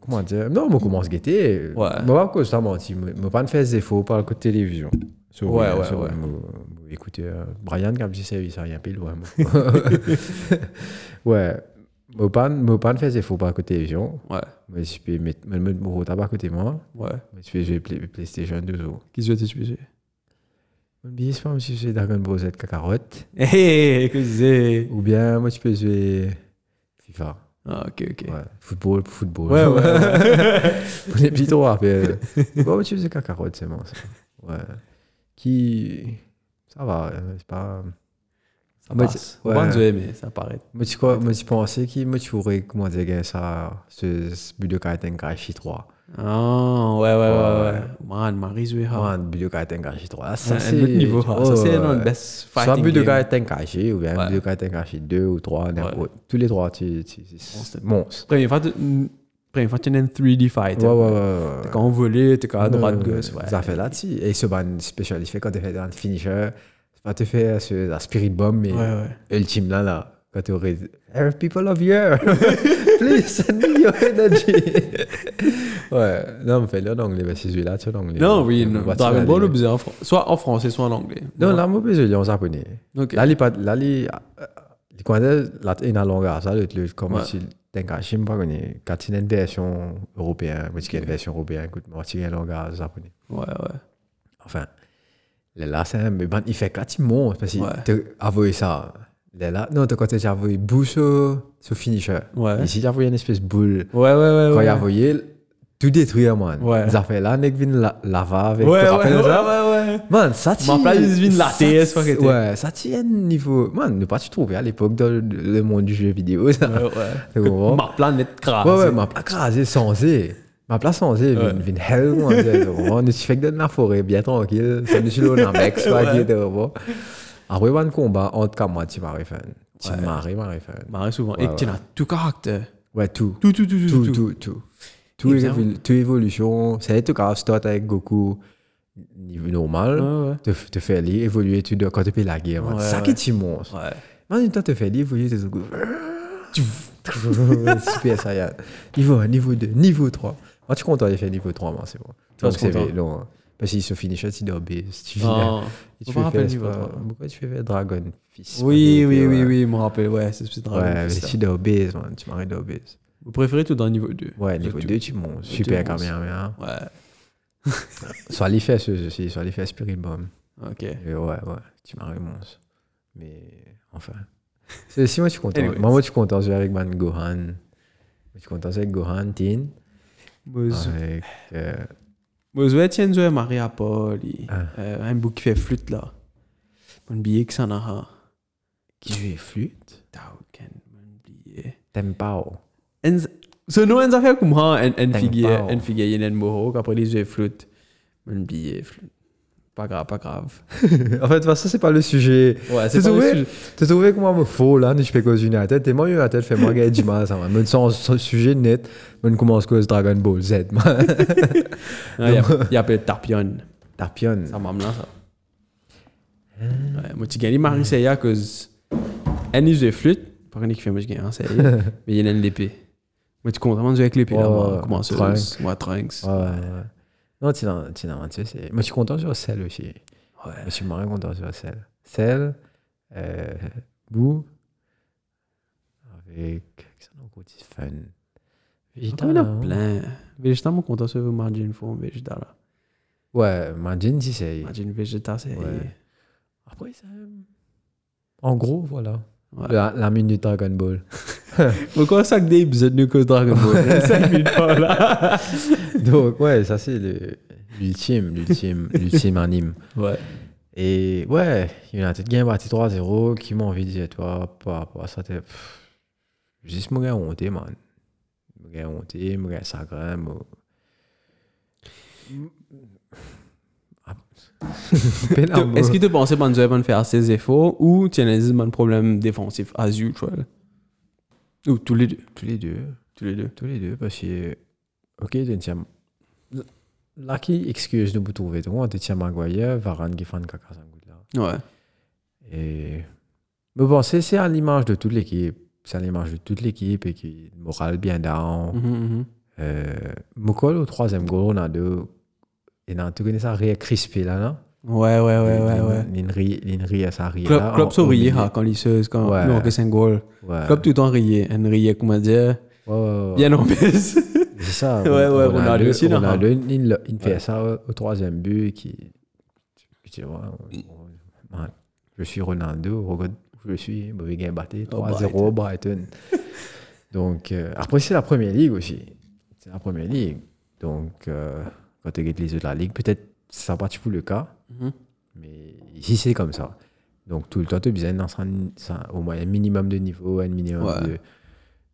Speaker 1: Comment dire Non, on commence à guetter.
Speaker 2: Ouais.
Speaker 1: Moi, pas que ça menti. Moi, pas me faire défaut par le côté télévision. Sur-
Speaker 2: Ouais, ouais,
Speaker 1: sur-
Speaker 2: ouais.
Speaker 1: moi- moi, Écoutez, euh, Brian, quand j'ai servi, ça rien pile. Ouais. moi. <laughs> ouais. Moi, pas moi, pas me faire défaut par le côté télévision.
Speaker 2: Ouais,
Speaker 1: Moi, je peux mettre me mettre mon tabac à côté de moi.
Speaker 2: ouais.
Speaker 1: Moi, Je peux jouer Play- PlayStation 2 euros.
Speaker 2: Qui se veut t'expliquer
Speaker 1: Moi, bien sûr, moi, je suis Dragon Ball Z cacarotte.
Speaker 2: Hé, hé, hé, eh, que je disais.
Speaker 1: Ou bien, moi, je peux jouer FIFA.
Speaker 2: Ah, ok, ok.
Speaker 1: Ouais. Football, football.
Speaker 2: Ouais, ouais.
Speaker 1: <laughs> Pour les petits droits. Puis, euh,
Speaker 2: <laughs>
Speaker 1: bon, tu faisais qu'un carotte, c'est bon. Ça. Ouais. Qui. Ça va, euh, c'est pas.
Speaker 2: Ça
Speaker 1: Moi,
Speaker 2: passe.
Speaker 1: ouais.
Speaker 2: Ouais. Bonne jouée, mais ça paraît.
Speaker 1: Moi, tu crois, moi, tu pensais qui, moi, tu aurais, comment dire, gagné ça, ce, ce Budokai Tenkaichi 3.
Speaker 2: Ah, ouais, ouais, ouais,
Speaker 1: Ouais.
Speaker 2: ouais. Man, Marie Zouéha.
Speaker 1: Man, Budokai Tenkaichi 3.
Speaker 2: C'est
Speaker 1: Ça,
Speaker 2: Ah.
Speaker 1: euh,
Speaker 2: un autre niveau.
Speaker 1: Ouais,
Speaker 2: hein. Ça, c'est
Speaker 1: ouais,
Speaker 2: dans le
Speaker 1: ouais.
Speaker 2: best
Speaker 1: Soit
Speaker 2: fighting game.
Speaker 1: Budokai Tenkaichi, ou bien
Speaker 2: Ouais.
Speaker 1: Budokai Tenkaichi 2 ou 3, n'importe.
Speaker 2: Ouais.
Speaker 1: Tous les trois, tu, tu, tu-
Speaker 2: Monstre.
Speaker 1: monstre.
Speaker 2: Première fois, tu- une- première fois, tu es un 3D fight.
Speaker 1: Ouais, ouais, ouais. ouais.
Speaker 2: T'es quand volé, t'es quand à droite,
Speaker 1: Ouais,
Speaker 2: gauche. Ouais.
Speaker 1: Ça fait là, tu Et ce ban spécial, il fait quand tu fais un finisher, c'est pas te faire euh, ce, la spirit bomb, mais
Speaker 2: Ouais, ouais.
Speaker 1: ultime là, là, quand tu aurais Arab people of year, <laughs> please send me your energy. <laughs> ouais, non, mais fais-le en anglais, parce que celui-là, tu es en anglais.
Speaker 2: Non, oui, non.
Speaker 1: Bah, tu
Speaker 2: Dragon
Speaker 1: l'as
Speaker 2: Ball
Speaker 1: dit.
Speaker 2: obligé en fran- soit en français, soit en anglais.
Speaker 1: Non, là, moi, je l'ai en japonais.
Speaker 2: Ok.
Speaker 1: Là, il est pas. Là, il. Il connaît la il a langue, ça, le truc, comme
Speaker 2: Ouais.
Speaker 1: si. Tenkachi, je ne sais pas, connaît. quand il y a une version européenne, moi, tu as une version européenne, écoute, moi, tu as une langue japonaise.
Speaker 2: Ouais, ouais.
Speaker 1: Enfin, les là, c'est un mais bon, il fait quatre mots parce qu'il
Speaker 2: Ouais.
Speaker 1: t'a avoué ça. Les là, non, t'as quand t'as avoué boule sur, sur finisher.
Speaker 2: Ouais.
Speaker 1: Ici, t'as avoué une espèce de boule.
Speaker 2: Ouais, ouais, ouais.
Speaker 1: Quand il
Speaker 2: ouais.
Speaker 1: a avoué, tout détruire, man.
Speaker 2: Ouais.
Speaker 1: Des affaires là, nèg vin la- lava avec
Speaker 2: Ouais,
Speaker 1: te
Speaker 2: ouais,
Speaker 1: rappelles
Speaker 2: ouais,
Speaker 1: de ça?
Speaker 2: ouais, ouais.
Speaker 1: Man, ça tient.
Speaker 2: Ma place, ils viennent la
Speaker 1: ça-
Speaker 2: TS, fuck it.
Speaker 1: Ouais, ça tient niveau. Man, ne pas tu trouver à l'époque dans le- le monde du jeu vidéo, ça. <laughs>
Speaker 2: Ouais,
Speaker 1: Tu
Speaker 2: ouais.
Speaker 1: comprends?
Speaker 2: Que Ma planète crasse.
Speaker 1: Ouais, ouais, ma place crasée, sensée. Ma place sensée,
Speaker 2: Ah, Ouais.
Speaker 1: vin vin hell, man. tu comprends? On oh, ne suffit que de la forêt, bien tranquille. Ça
Speaker 2: <laughs>
Speaker 1: nous suit le Namex, fuck it, tu comprends? euh, Après, un combat entre Kamwa, Tim Marifan. Tim Marie, Marifan.
Speaker 2: Marie Bah, souvent.
Speaker 1: Ouais,
Speaker 2: Et que tu as tout caractère.
Speaker 1: Ouais, tout.
Speaker 2: Tout, tout, tout,
Speaker 1: tout,
Speaker 2: tout. tout.
Speaker 1: tout, tout. Tout,
Speaker 2: Et bien.
Speaker 1: évolu- tout évolution, c'est tout grave, start avec Goku, niveau normal,
Speaker 2: Ouais, ouais.
Speaker 1: te, te fait aller évoluer, tu dois quand tu fais la guerre. man.
Speaker 2: Ouais,
Speaker 1: ça qui est immense.
Speaker 2: Ouais.
Speaker 1: En même temps, te fait aller évoluer, tes Goku. <laughs> Super Saiyan. Niveau 1, niveau 2, niveau 3. Moi, tu comptes, il fait niveau 3, moi, c'est bon.
Speaker 2: Toi,
Speaker 1: Donc,
Speaker 2: tu
Speaker 1: c'est
Speaker 2: content.
Speaker 1: vrai, non. hein. Parce qu'ils se finissent, ils doivent B. Si tu viens,
Speaker 2: Non.
Speaker 1: et
Speaker 2: on
Speaker 1: tu
Speaker 2: me
Speaker 1: fais
Speaker 2: rappelle
Speaker 1: faire,
Speaker 2: niveau
Speaker 1: c'est pas-
Speaker 2: 3.
Speaker 1: Pourquoi tu fais faire Dragon Fist
Speaker 2: Oui,
Speaker 1: man,
Speaker 2: oui,
Speaker 1: ouais.
Speaker 2: oui, oui, je me rappelle, ouais, c'est ce dragon.
Speaker 1: Ouais, mais
Speaker 2: c'est ça.
Speaker 1: tu dois obèse, man. Tu m'arrêtes d'obèse.
Speaker 2: Vous préférez tout dans le niveau 2
Speaker 1: Ouais, niveau 2, tu montes. Super hein.
Speaker 2: montes.
Speaker 1: Kamehameha.
Speaker 2: Ouais,
Speaker 1: Soit les fesses aussi, soit les fesses Spirit Bomb.
Speaker 2: ok.
Speaker 1: Et ouais, ouais, tu m'as réponse. Mais enfin. <laughs> C'est- Si moi, tu suis content.
Speaker 2: Anyways.
Speaker 1: Moi, moi, je suis content. Je vais avec Man Gohan. Je suis content c'est avec Gohan, Tin.
Speaker 2: Moi,
Speaker 1: Avec. euh,
Speaker 2: je tiens à Maria Paul, euh,
Speaker 1: Ah.
Speaker 2: un bouc qui fait flûte là. Mon billet que ça n'a pas.
Speaker 1: qui joue les flûtes
Speaker 2: Tauken, mon billet.
Speaker 1: Tempao.
Speaker 2: Ce nom, une affaire comme ça, une
Speaker 1: Thank
Speaker 2: figure,
Speaker 1: Pao.
Speaker 2: une figure, il y a une moro, après les yeux flûte. Mon billet flûte. Pas grave, pas grave.
Speaker 1: <laughs> en fait, ça, c'est pas le sujet.
Speaker 2: Ouais,
Speaker 1: Tu
Speaker 2: c'est pas le
Speaker 1: trouvé
Speaker 2: sujet.
Speaker 1: Tu trouvé que moi, me faux, là, je fais cause une à la tête. Et moi, une à la tête, fais moi gagner du mal, ça, hein, man. Même sans sans sujet net, même commence cause Dragon Ball Z, man.
Speaker 2: Ah, Il y a- il y a appelé Tarpion.
Speaker 1: Tarpion.
Speaker 2: Ça m'a amené ça. Ouais, moi, tu gagnes Marie Seya, cause. Elle use de flûte. Par contre, qui fait, moi, je gagne
Speaker 1: <laughs>
Speaker 2: en Seya. Mais il y en a une l'épée. Moi, tu comptes vraiment jouer avec l'épée, là,
Speaker 1: Ouais,
Speaker 2: moi,
Speaker 1: ouais,
Speaker 2: comment ça
Speaker 1: Trunks.
Speaker 2: use? Ouais, Trunks.
Speaker 1: Ouais, ouais, ouais. Non, tu l'as tu l'as inventé, c'est- Moi, je suis content sur Cell aussi. Ouais. Je suis marrant content sur Cell. Cell, euh, Boo, avec. Ça n'a pas de fun. Vegeta.
Speaker 2: Encore, il y en
Speaker 1: non?
Speaker 2: a plein. Vegeta, mon compte sur Margin Form, Vegeta, là.
Speaker 1: Ouais, Majin, si c'est.
Speaker 2: Margin Vegeta, c'est.
Speaker 1: Ouais. Après, ça. euh, En gros, voilà.
Speaker 2: Ouais.
Speaker 1: La, la minute Dragon Ball. <laughs>
Speaker 2: Pourquoi ça que des épisodes de cause Dragon Ball? 5 minutes
Speaker 1: <laughs>
Speaker 2: pas, là.
Speaker 1: Donc, ouais, ça, c'est le- l'ultime, l'ultime, l'ultime anime.
Speaker 2: Ouais.
Speaker 1: Et ouais, United Game parti 3-0, qui m'a envie de dire, toi, par rapport à ça, t'es. pff, Juste mon gars honté, man. Mon gars honté, mon gars sacré, mon. Ah. <laughs> Peine à
Speaker 2: Est-ce
Speaker 1: mot.
Speaker 2: qu'il te pensait que Banzai va faire ses efforts ou tu analyses mon problème défensif as usual? Ou tous les deux.
Speaker 1: Tous les deux,
Speaker 2: Tous les deux.
Speaker 1: tous les deux, parce que. Ok, tu tiens. Là, qui excuse de vous trouver, tu vois, tu tiens Maguire, Varane, Giffan, Kaka, Sangoula.
Speaker 2: Ouais.
Speaker 1: Et... Mais bon, c'est c'est à l'image de toute l'équipe. C'est à l'image de toute l'équipe et qui morale bien down.
Speaker 2: Mhm, mhm.
Speaker 1: Euh, Mokol au troisième goal, on a deux. Et non, tu connais ça, Ria crispé là, non
Speaker 2: Ouais, ouais, ouais, ouais. ouais.
Speaker 1: L'inri, l'inri, ça ria.
Speaker 2: Club,
Speaker 1: là,
Speaker 2: club
Speaker 1: en-
Speaker 2: sur
Speaker 1: au
Speaker 2: riait
Speaker 1: milieu.
Speaker 2: hein, quand il se quand
Speaker 1: Ouais.
Speaker 2: nous on casse un goal.
Speaker 1: Ouais.
Speaker 2: Club tout le temps riait, un riait comment dire,
Speaker 1: Ouais, ouais, ouais.
Speaker 2: bien en baisse.
Speaker 1: C'est ça.
Speaker 2: Ouais, ouais, Ronaldo
Speaker 1: Ronaldo
Speaker 2: aussi, là,
Speaker 1: Ronaldo, il, il fait ça au, au troisième but. Qui, tu vois, man, je suis Ronaldo, regarde, je suis mauvais gain batté,
Speaker 2: Oh,
Speaker 1: 3-0 Brighton. Donc, euh, après, c'est la première ligue aussi. C'est la première ligue. Donc, euh, quand tu regardes les autres de la ligue, peut-être ça parti pour le cas,
Speaker 2: Mhm.
Speaker 1: mais ici, c'est comme ça. Donc, tout le temps, tu as besoin d'un d'un- au moins un minimum de niveau, un minimum
Speaker 2: Ouais.
Speaker 1: de,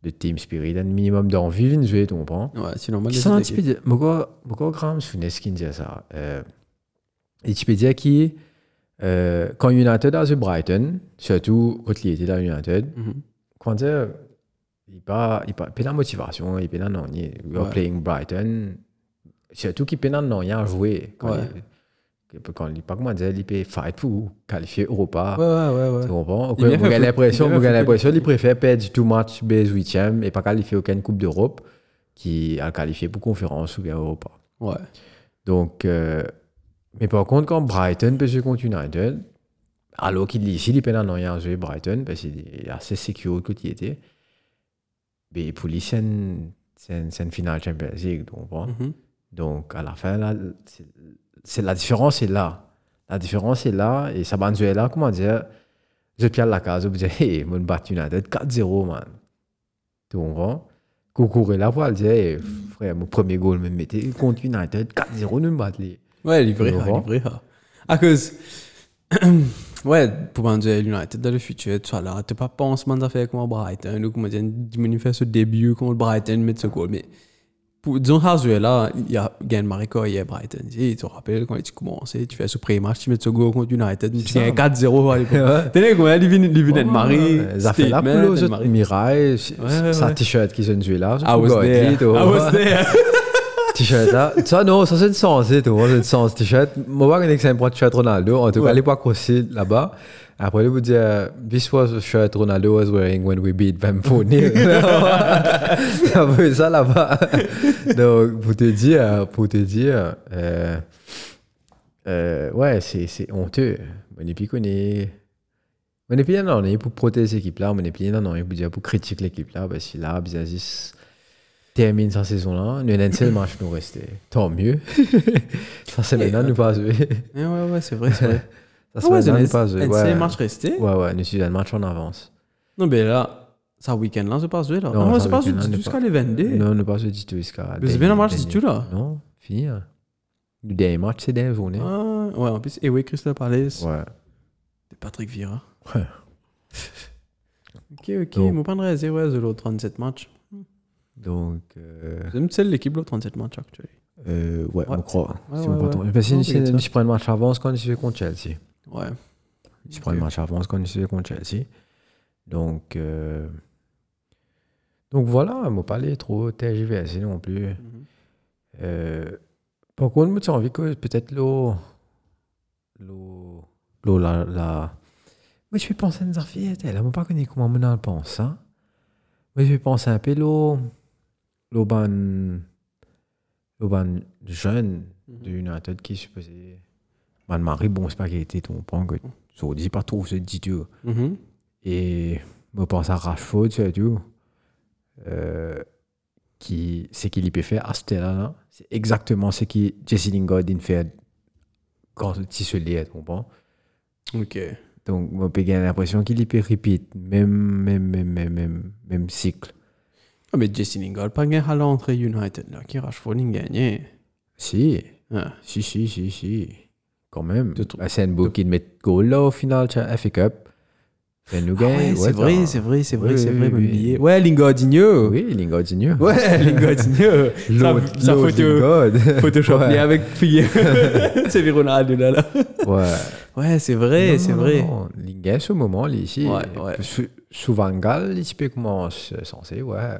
Speaker 1: de team spirit, un minimum d'envie de jouer, tu comprends?
Speaker 2: <laughs> Ouais, c'est normal.
Speaker 1: Qui sont un petit peu de- Pourquoi pourquoi Graham Souness qui dit ça euh, Et tu peux dire qui euh, quand United a The Brighton, surtout quand il était dans United,
Speaker 2: Mhm.
Speaker 1: quand dire, il pas il pas peine la motivation, il peine non, il we are
Speaker 2: Ouais.
Speaker 1: playing Brighton, surtout qu'il peine non, il a joué quand
Speaker 2: Ouais.
Speaker 1: il quand il pas comment dire, il peut fight pour qualifier Europa.
Speaker 2: Ouais, ouais, ouais.
Speaker 1: Tu
Speaker 2: ouais.
Speaker 1: comprends?
Speaker 2: Il a
Speaker 1: Moi,
Speaker 2: fait
Speaker 1: j'ai l'impression,
Speaker 2: foot- il a
Speaker 1: moi, j'ai
Speaker 2: fait
Speaker 1: l'impression,
Speaker 2: foot-
Speaker 1: il préfère perdre tout match base 8 et pas qualifier aucune Coupe d'Europe qui a le qualifié pour conférence ou bien Europa.
Speaker 2: Ouais.
Speaker 1: Donc, euh, mais par contre, quand Brighton peut jouer contre United, alors qu'il dit ici, il peut non, il a joué Brighton parce qu'il est assez secure que il était. Mais pour lui, c'est une, c'est une- c'est une finale Champions League, donc, bon.
Speaker 2: Mhm.
Speaker 1: Donc, à la fin, là, c'est- c'est la différence est là. La différence est là. Et Sabanzuela, comment dire, je pierre la case, je dis, hey, mon bat United 4-0, man. Tu comprends? coucourait la poêle, disait, hey, frère, mon premier goal me mettait contre United, 4-0, nous me battre. les.
Speaker 2: Ouais, livré,
Speaker 1: Au revoir.
Speaker 2: livré. À cause. <clears throat> ouais, pour me dire United dans le futur, tu vois là, tu pas pensé à faire comme Brighton, ou comme diminuer ce début, comme Brighton, mettre ce goal. Mais pour, disons, Hazard là, il y a Gain Marico, il y a Brighton. Tu te rappelles quand tu commences, tu fais ce premier match, tu mets ce goal contre United, tu
Speaker 1: ça.
Speaker 2: gagnes 4-0 à
Speaker 1: <laughs>
Speaker 2: l'époque.
Speaker 1: Ouais.
Speaker 2: T'es né, quoi, il vient il vient de Marie.
Speaker 1: Euh, Ça fait la
Speaker 2: statement,
Speaker 1: poule aux
Speaker 2: de
Speaker 1: autres.
Speaker 2: Marie.
Speaker 1: Mirai,
Speaker 2: ouais, Ah,
Speaker 1: sa
Speaker 2: ouais.
Speaker 1: t-shirt qu'ils ont joué là.
Speaker 2: I was there. <laughs> I was there.
Speaker 1: T-shirt
Speaker 2: <laughs>
Speaker 1: là. Ça, non, ça c'est une sens, c'est tout. C'est une sens, t-shirt. Moi, je connais que c'est un point de shirt Ronaldo. En tout cas,
Speaker 2: Ouais.
Speaker 1: à l'époque aussi, là-bas. Après, il vous dit, euh, This was the shirt Ronaldo was wearing when we beat Bamford.
Speaker 2: <laughs>
Speaker 1: Ça fait <laughs> ça là-bas. Donc, pour te dire, pour te dire, euh, euh, ouais, c'est c'est honteux. On est piconné. On est bien on est pour protéger cette équipe-là. On est bien on est pour dire, pour critiquer l'équipe-là. Parce que là, Bizazis termine sa saison-là. Nous, un seul match nous restait. Tant mieux. <laughs> ça, c'est maintenant, nous pas jouer.
Speaker 2: Ouais, ouais, ouais, c'est vrai, c'est vrai.
Speaker 1: Ça,
Speaker 2: euh, Ah ouais,
Speaker 1: maintenant, nous
Speaker 2: c'est
Speaker 1: pas
Speaker 2: un
Speaker 1: jouer.
Speaker 2: c'est
Speaker 1: Ouais,
Speaker 2: un match resté.
Speaker 1: ouais, ouais, nous suivons le match en avance.
Speaker 2: Non, mais là, ça week-end là, c'est pas joué là.
Speaker 1: Non,
Speaker 2: Non,
Speaker 1: ça
Speaker 2: c'est pas
Speaker 1: week-end
Speaker 2: joué
Speaker 1: là, n'est
Speaker 2: jusqu'à
Speaker 1: pas-
Speaker 2: les 22.
Speaker 1: Non, nous pas jouer du tout jusqu'à.
Speaker 2: Mais c'est bien un match du tout là.
Speaker 1: Non, fini. hein. Le dernier match, c'est dernière journée.
Speaker 2: Ah, Ouais, en plus, et oui, Crystal Palace,
Speaker 1: Ouais.
Speaker 2: c'est Patrick Vieira.
Speaker 1: Ouais.
Speaker 2: ok, ok,
Speaker 1: Donc.
Speaker 2: mon pan de raison, ouais, de l'autre 37 matchs.
Speaker 1: Donc, euh,
Speaker 2: C'est une seule équipe, l'autre 37 matchs, actually.
Speaker 1: euh, ouais,
Speaker 2: Ouais.
Speaker 1: on croit.
Speaker 2: Ouais,
Speaker 1: si
Speaker 2: ouais,
Speaker 1: on pas
Speaker 2: ouais.
Speaker 1: tomber. Parce que
Speaker 2: Non,
Speaker 1: si
Speaker 2: t'inquiète, ça.
Speaker 1: si je prends le match avance quand je suis contre Chelsea.
Speaker 2: Ouais.
Speaker 1: Je prends le match avance quand je suis contre Chelsea. Donc, euh, donc voilà, on ne pas aller trop TGVSC non plus.
Speaker 2: Mhm.
Speaker 1: Euh, par contre, moi, j'ai envie que peut-être l'eau. L'eau. L'eau, la. la... Moi, je vais penser à une affaire, elle ne pas connu comment on pense. Hein. Moi, je vais penser un peu l'eau. L'eau ban. L'eau ban jeune de
Speaker 2: Mhm.
Speaker 1: United qui est supposé. Ban Marie, bon spaghetti, ton pan, que tu ne dis pas trop, c'est dit Dieu.
Speaker 2: Mhm.
Speaker 1: Et je pense à Rashford, tu vois, tu vois, euh, qui, c'est qu'il peut faire à ce là C'est exactement ce que Jesse Lingard a fait quand il se lie, tu comprends?
Speaker 2: Ok.
Speaker 1: Donc, on peut gagner l'impression qu'il peut répéter même, même, même, même, même, même cycle.
Speaker 2: Ah, mais Jesse Lingard, pas gagné à l'entrée United, là, qui Rashford, il gagné.
Speaker 1: Si,
Speaker 2: Ouais.
Speaker 1: si, si, si, si. Quand même.
Speaker 2: De tr-
Speaker 1: Bah, c'est un beau qui met goal là au final, tu vois, FA Cup. C'est nous
Speaker 2: Ah ouais,
Speaker 1: gagner.
Speaker 2: c'est vrai, c'est vrai, c'est vrai,
Speaker 1: Oui,
Speaker 2: c'est
Speaker 1: oui,
Speaker 2: vrai,
Speaker 1: oui.
Speaker 2: m'oublier. Ouais, Lingardinho.
Speaker 1: Oui, Lingard c'est mieux.
Speaker 2: Ouais, <laughs> Lingardinho.
Speaker 1: L'autre,
Speaker 2: Ça- ça
Speaker 1: l'autre
Speaker 2: photo-
Speaker 1: Lingard.
Speaker 2: Photoshop
Speaker 1: Ouais.
Speaker 2: né avec <laughs> fille. c'est Ronaldo là, là.
Speaker 1: Ouais.
Speaker 2: Ouais, c'est vrai,
Speaker 1: Non,
Speaker 2: Eh, c'est
Speaker 1: non,
Speaker 2: vrai.
Speaker 1: non, Il gagne ce moment, là, ici.
Speaker 2: Ouais, ouais.
Speaker 1: Sou- Souvent, Gal, il peut commencer censé, ouais.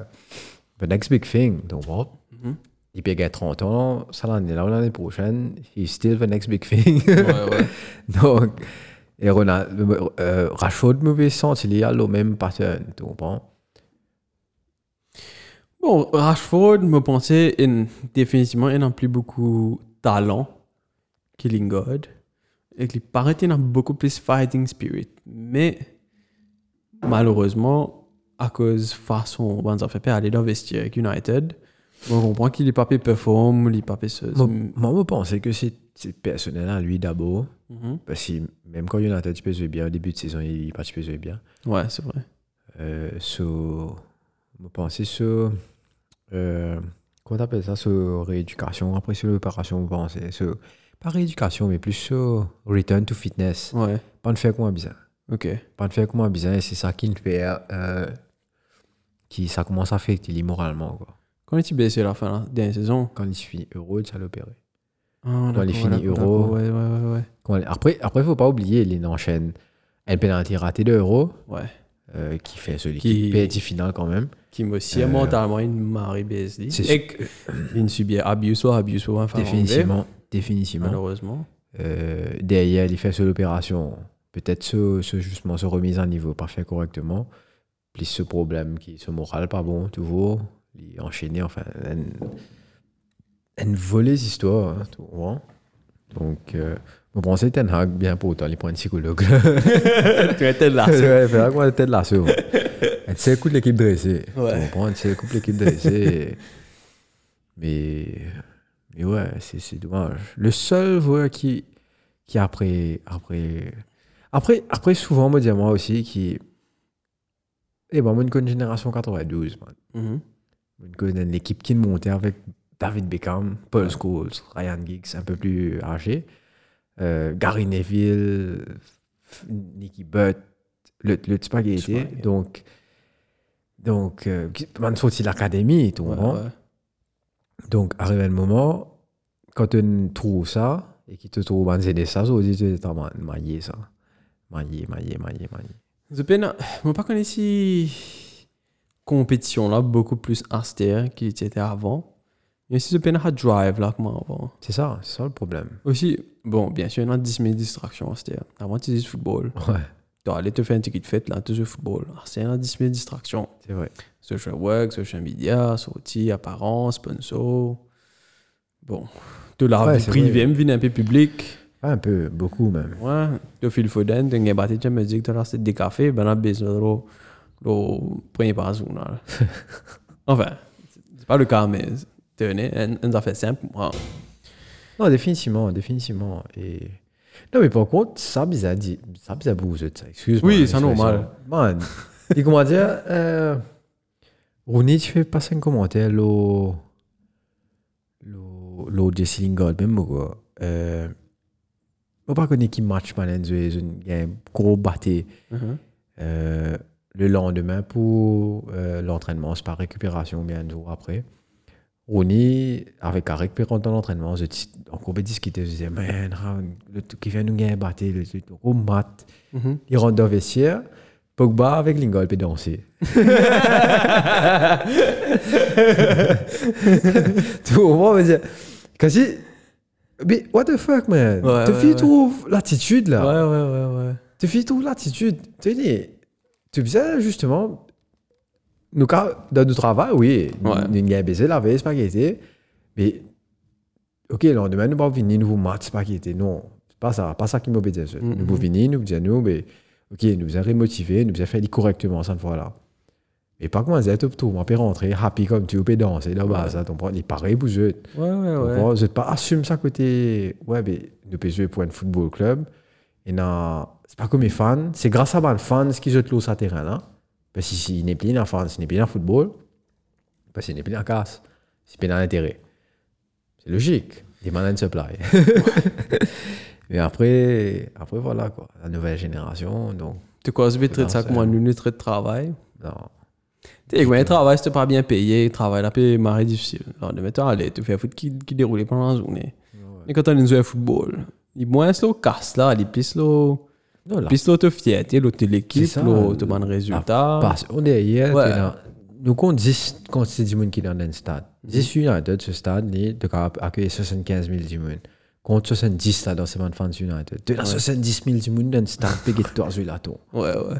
Speaker 1: The next big thing, donc bon.
Speaker 2: Mhm.
Speaker 1: Il peut gagner 30 ans, ça l'année là, ou l'année prochaine, he's still the next big thing. <laughs> donc, et Ronald, euh, Rashford, mauvais sens, il y a le même pattern, tu comprends?
Speaker 2: Bon, Rashford me pensait in- définitivement il n'a plus beaucoup talent que Lingard. Et qu'il paraît qu'il a beaucoup plus fighting spirit. Mais malheureusement, à cause façon dont ça fait peur aller dans le vestiaire avec United, on comprend qu'il n'est pas plus perform, il n'est pas plus... ce-
Speaker 1: Moi, Mm. moi, je pensais que c'est c'est personnel à lui d'abord,
Speaker 2: Mhm.
Speaker 1: parce que même quand United peut jouer bien, au début de saison, il participe jouer bien.
Speaker 2: Ouais, c'est vrai.
Speaker 1: euh, sur. Je pensais sur. Euh, comment t'appelles ça Sur rééducation. Après, sur l'opération, je pensais. Sur, pas rééducation, mais plus sur return to fitness.
Speaker 2: Ouais,
Speaker 1: Pas de faire comment bizarre.
Speaker 2: ok.
Speaker 1: Pas de faire comment bizarre. C'est ça qui nous fait. euh, qui, ça commence à affecter lui moralement. Quoi.
Speaker 2: Quand est-il blessé à la fin, la dernière saison
Speaker 1: Quand il finit euro, ça l'opérer.
Speaker 2: Ah,
Speaker 1: Quand il
Speaker 2: d'accord,
Speaker 1: finit
Speaker 2: d'accord,
Speaker 1: Euro.
Speaker 2: d'accord, Ouais, ouais, ouais. ouais.
Speaker 1: Comment- Après, après, faut pas oublier, il enchaîne un penalty raté de euro.
Speaker 2: Ouais.
Speaker 1: euh, qui fait celui
Speaker 2: Qui-
Speaker 1: qui perd final quand même.
Speaker 2: Qui me aussi
Speaker 1: Euh,
Speaker 2: mentalement une marée BSD.
Speaker 1: c'est
Speaker 2: Et qu'il subit abus ou abus ou enfin. anglais,
Speaker 1: définitivement. Définitivement.
Speaker 2: Malheureusement.
Speaker 1: Euh, derrière il fait sur l'opération, peut-être ce, ce- justement ce remise à niveau pas fait correctement, plus ce problème qui ce moral pas bon toujours, il est enchaîné enfin une, une volée histoire hein, tu vois. Donc euh, on pensait Ten Hag bien pour autant les points de psychologue. <laughs>
Speaker 2: tu étais là. c'est-
Speaker 1: Ouais, Ten Hag, moi, Ten là
Speaker 2: <laughs>
Speaker 1: c'est bon. Elle sait écoute l'équipe dressée.
Speaker 2: Ouais.
Speaker 1: Tu comprends, elle sait écoute l'équipe dressée. mais mais ouais, c'est c'est dommage. Le seul joueur qui qui après après après après souvent moi dis moi aussi qui eh ben moi une génération 92 man.
Speaker 2: Mhm.
Speaker 1: Une dans l'équipe qui montait avec David Beckham, Paul Scholes, Ryan Giggs, un peu plus âgé, euh, Gary Neville, F- Nicky Butt, le, le spaghetti.
Speaker 2: Spaghetti.
Speaker 1: Donc, donc, euh, man sorti de l'académie, tout
Speaker 2: Ouais,
Speaker 1: hein.
Speaker 2: ouais.
Speaker 1: Donc, arrive un moment, quand tu trouves ça, et qu'il te trouve un CD, ça, on dit, tu maillé ça. Maillé, maillé, maillé, maillé.
Speaker 2: The Pen, moi, par contre, ici, compétition là, beaucoup plus austère qu'il était avant. Et aussi, The Pen a drive là, comme avant.
Speaker 1: C'est ça, c'est ça le problème.
Speaker 2: Aussi, bon, bien sûr, il y en a 10 000 distractions austères. Avant, tu dis football.
Speaker 1: Ouais,
Speaker 2: Tu allais te faire un ticket de fête là, tu joues football. Alors, c'est il y en a 10 000 distractions.
Speaker 1: c'est vrai.
Speaker 2: Social work, social media, sortie, apparence, sponsor. Bon, de la
Speaker 1: Ouais,
Speaker 2: vie
Speaker 1: c'est
Speaker 2: privée, me vient un peu public.
Speaker 1: Ouais, un peu, beaucoup même.
Speaker 2: Ouais, de Phil Foden, de Ngabati, tu me dis que tu as des cafés, ben là, besoin de le- le premier pas journal. <laughs> Enfin, c'est pas le cas, mais tenez, une une affaire simple. moi.
Speaker 1: Non, définitivement, définitivement. Et... Non, mais par contre, ça, ils a dit, ça, ils a bougé de ça. Excuse-moi.
Speaker 2: Oui,
Speaker 1: hein,
Speaker 2: c'est
Speaker 1: l'expression.
Speaker 2: normal.
Speaker 1: Man, et comment dire, euh, Rooney, tu fais passer un commentaire, l'eau, l'eau, l'eau Jesse Lingard, même quoi. Euh, moi, par contre, qui match, man, il y a un gros batté
Speaker 2: Mhm.
Speaker 1: euh, le lendemain pour euh, l'entraînement, c'est par récupération, bien un jour après. Rooney, avec un récupérant dans l'entraînement, je dis- en compétition, qui te disait, man, ah, le truc qui vient nous gagner, battre, le truc, au mat. <laughs>
Speaker 2: Mhm.
Speaker 1: Il rentre dans le vestiaire, Pogba avec Lingol peut danser. <laughs> Tout au moment, on va dire, quasi, mais what the fuck, man?
Speaker 2: Ouais,
Speaker 1: Te
Speaker 2: ouais,
Speaker 1: fille
Speaker 2: ouais.
Speaker 1: trouve l'attitude là.
Speaker 2: <laughs> Ouais, ouais, ouais, ouais.
Speaker 1: Tu fais toute l'attitude. Tu dis, tu faisais justement, nous, quand- dans notre travail, oui,
Speaker 2: Ouais.
Speaker 1: nous nous avons baisé la veille, spaghetti, mais, ok, le lendemain, nous ne pouvons pas venir, nous vous match spaghetti. Non, c'est pas ça, pas ça qui m'a baisé. ça.
Speaker 2: Mhm.
Speaker 1: Nous pouvons venir, nous disons, nous, mais, ok, nous avons remotivé, nous avons fait correctement cette fois-là. Et par contre, c'est tout, on peut rentrer happy comme tu peux danser là-bas,
Speaker 2: Ouais.
Speaker 1: ça, ton point, il est pareil pour eux.
Speaker 2: Ouais, ouais, ouais.
Speaker 1: Vous n'êtes pas assume ça côté. Ouais, mais nous pouvons jouer pour un football club. Et non, c'est pas comme les fans. C'est grâce à les fans qui jouent l'eau sur le terrain là. Parce que s'il n'est plus dans les fans, s'il n'est plus dans le football, parce qu'il n'est plus dans la casse, s'il n'est plus dans l'intérêt. C'est logique. Demand and supply. <laughs> Mais après, après, voilà quoi. La nouvelle génération, donc,
Speaker 2: Tu quoi, je vais traiter ça
Speaker 1: danser.
Speaker 2: comme un unité de travail.
Speaker 1: non.
Speaker 2: Tu sais, quand il travaille, c'était pas bien payé, il travaille là, puis marée difficile. Alors, de mettre aller, tu fais un foot qui, qui déroulait pendant la journée. Et quand on joue au football, il moins le casse là, il pisse le.
Speaker 1: Non, la
Speaker 2: Puis l'autre fierté, l'autre l'équipe,
Speaker 1: C'est ça,
Speaker 2: l'autre demande résultat.
Speaker 1: Parce qu'on est hier,
Speaker 2: Ouais.
Speaker 1: t'es dans- nous compte 10 quand c'est 10 personnes qui sont dans le stade. 10 United, ce stade, il est de capable d'accueillir 75 000 personnes. Contre 70 là dans ces fans United. De la 70 000 personnes dans le stade, puis il y a 3 là tout.
Speaker 2: Ouais, ouais.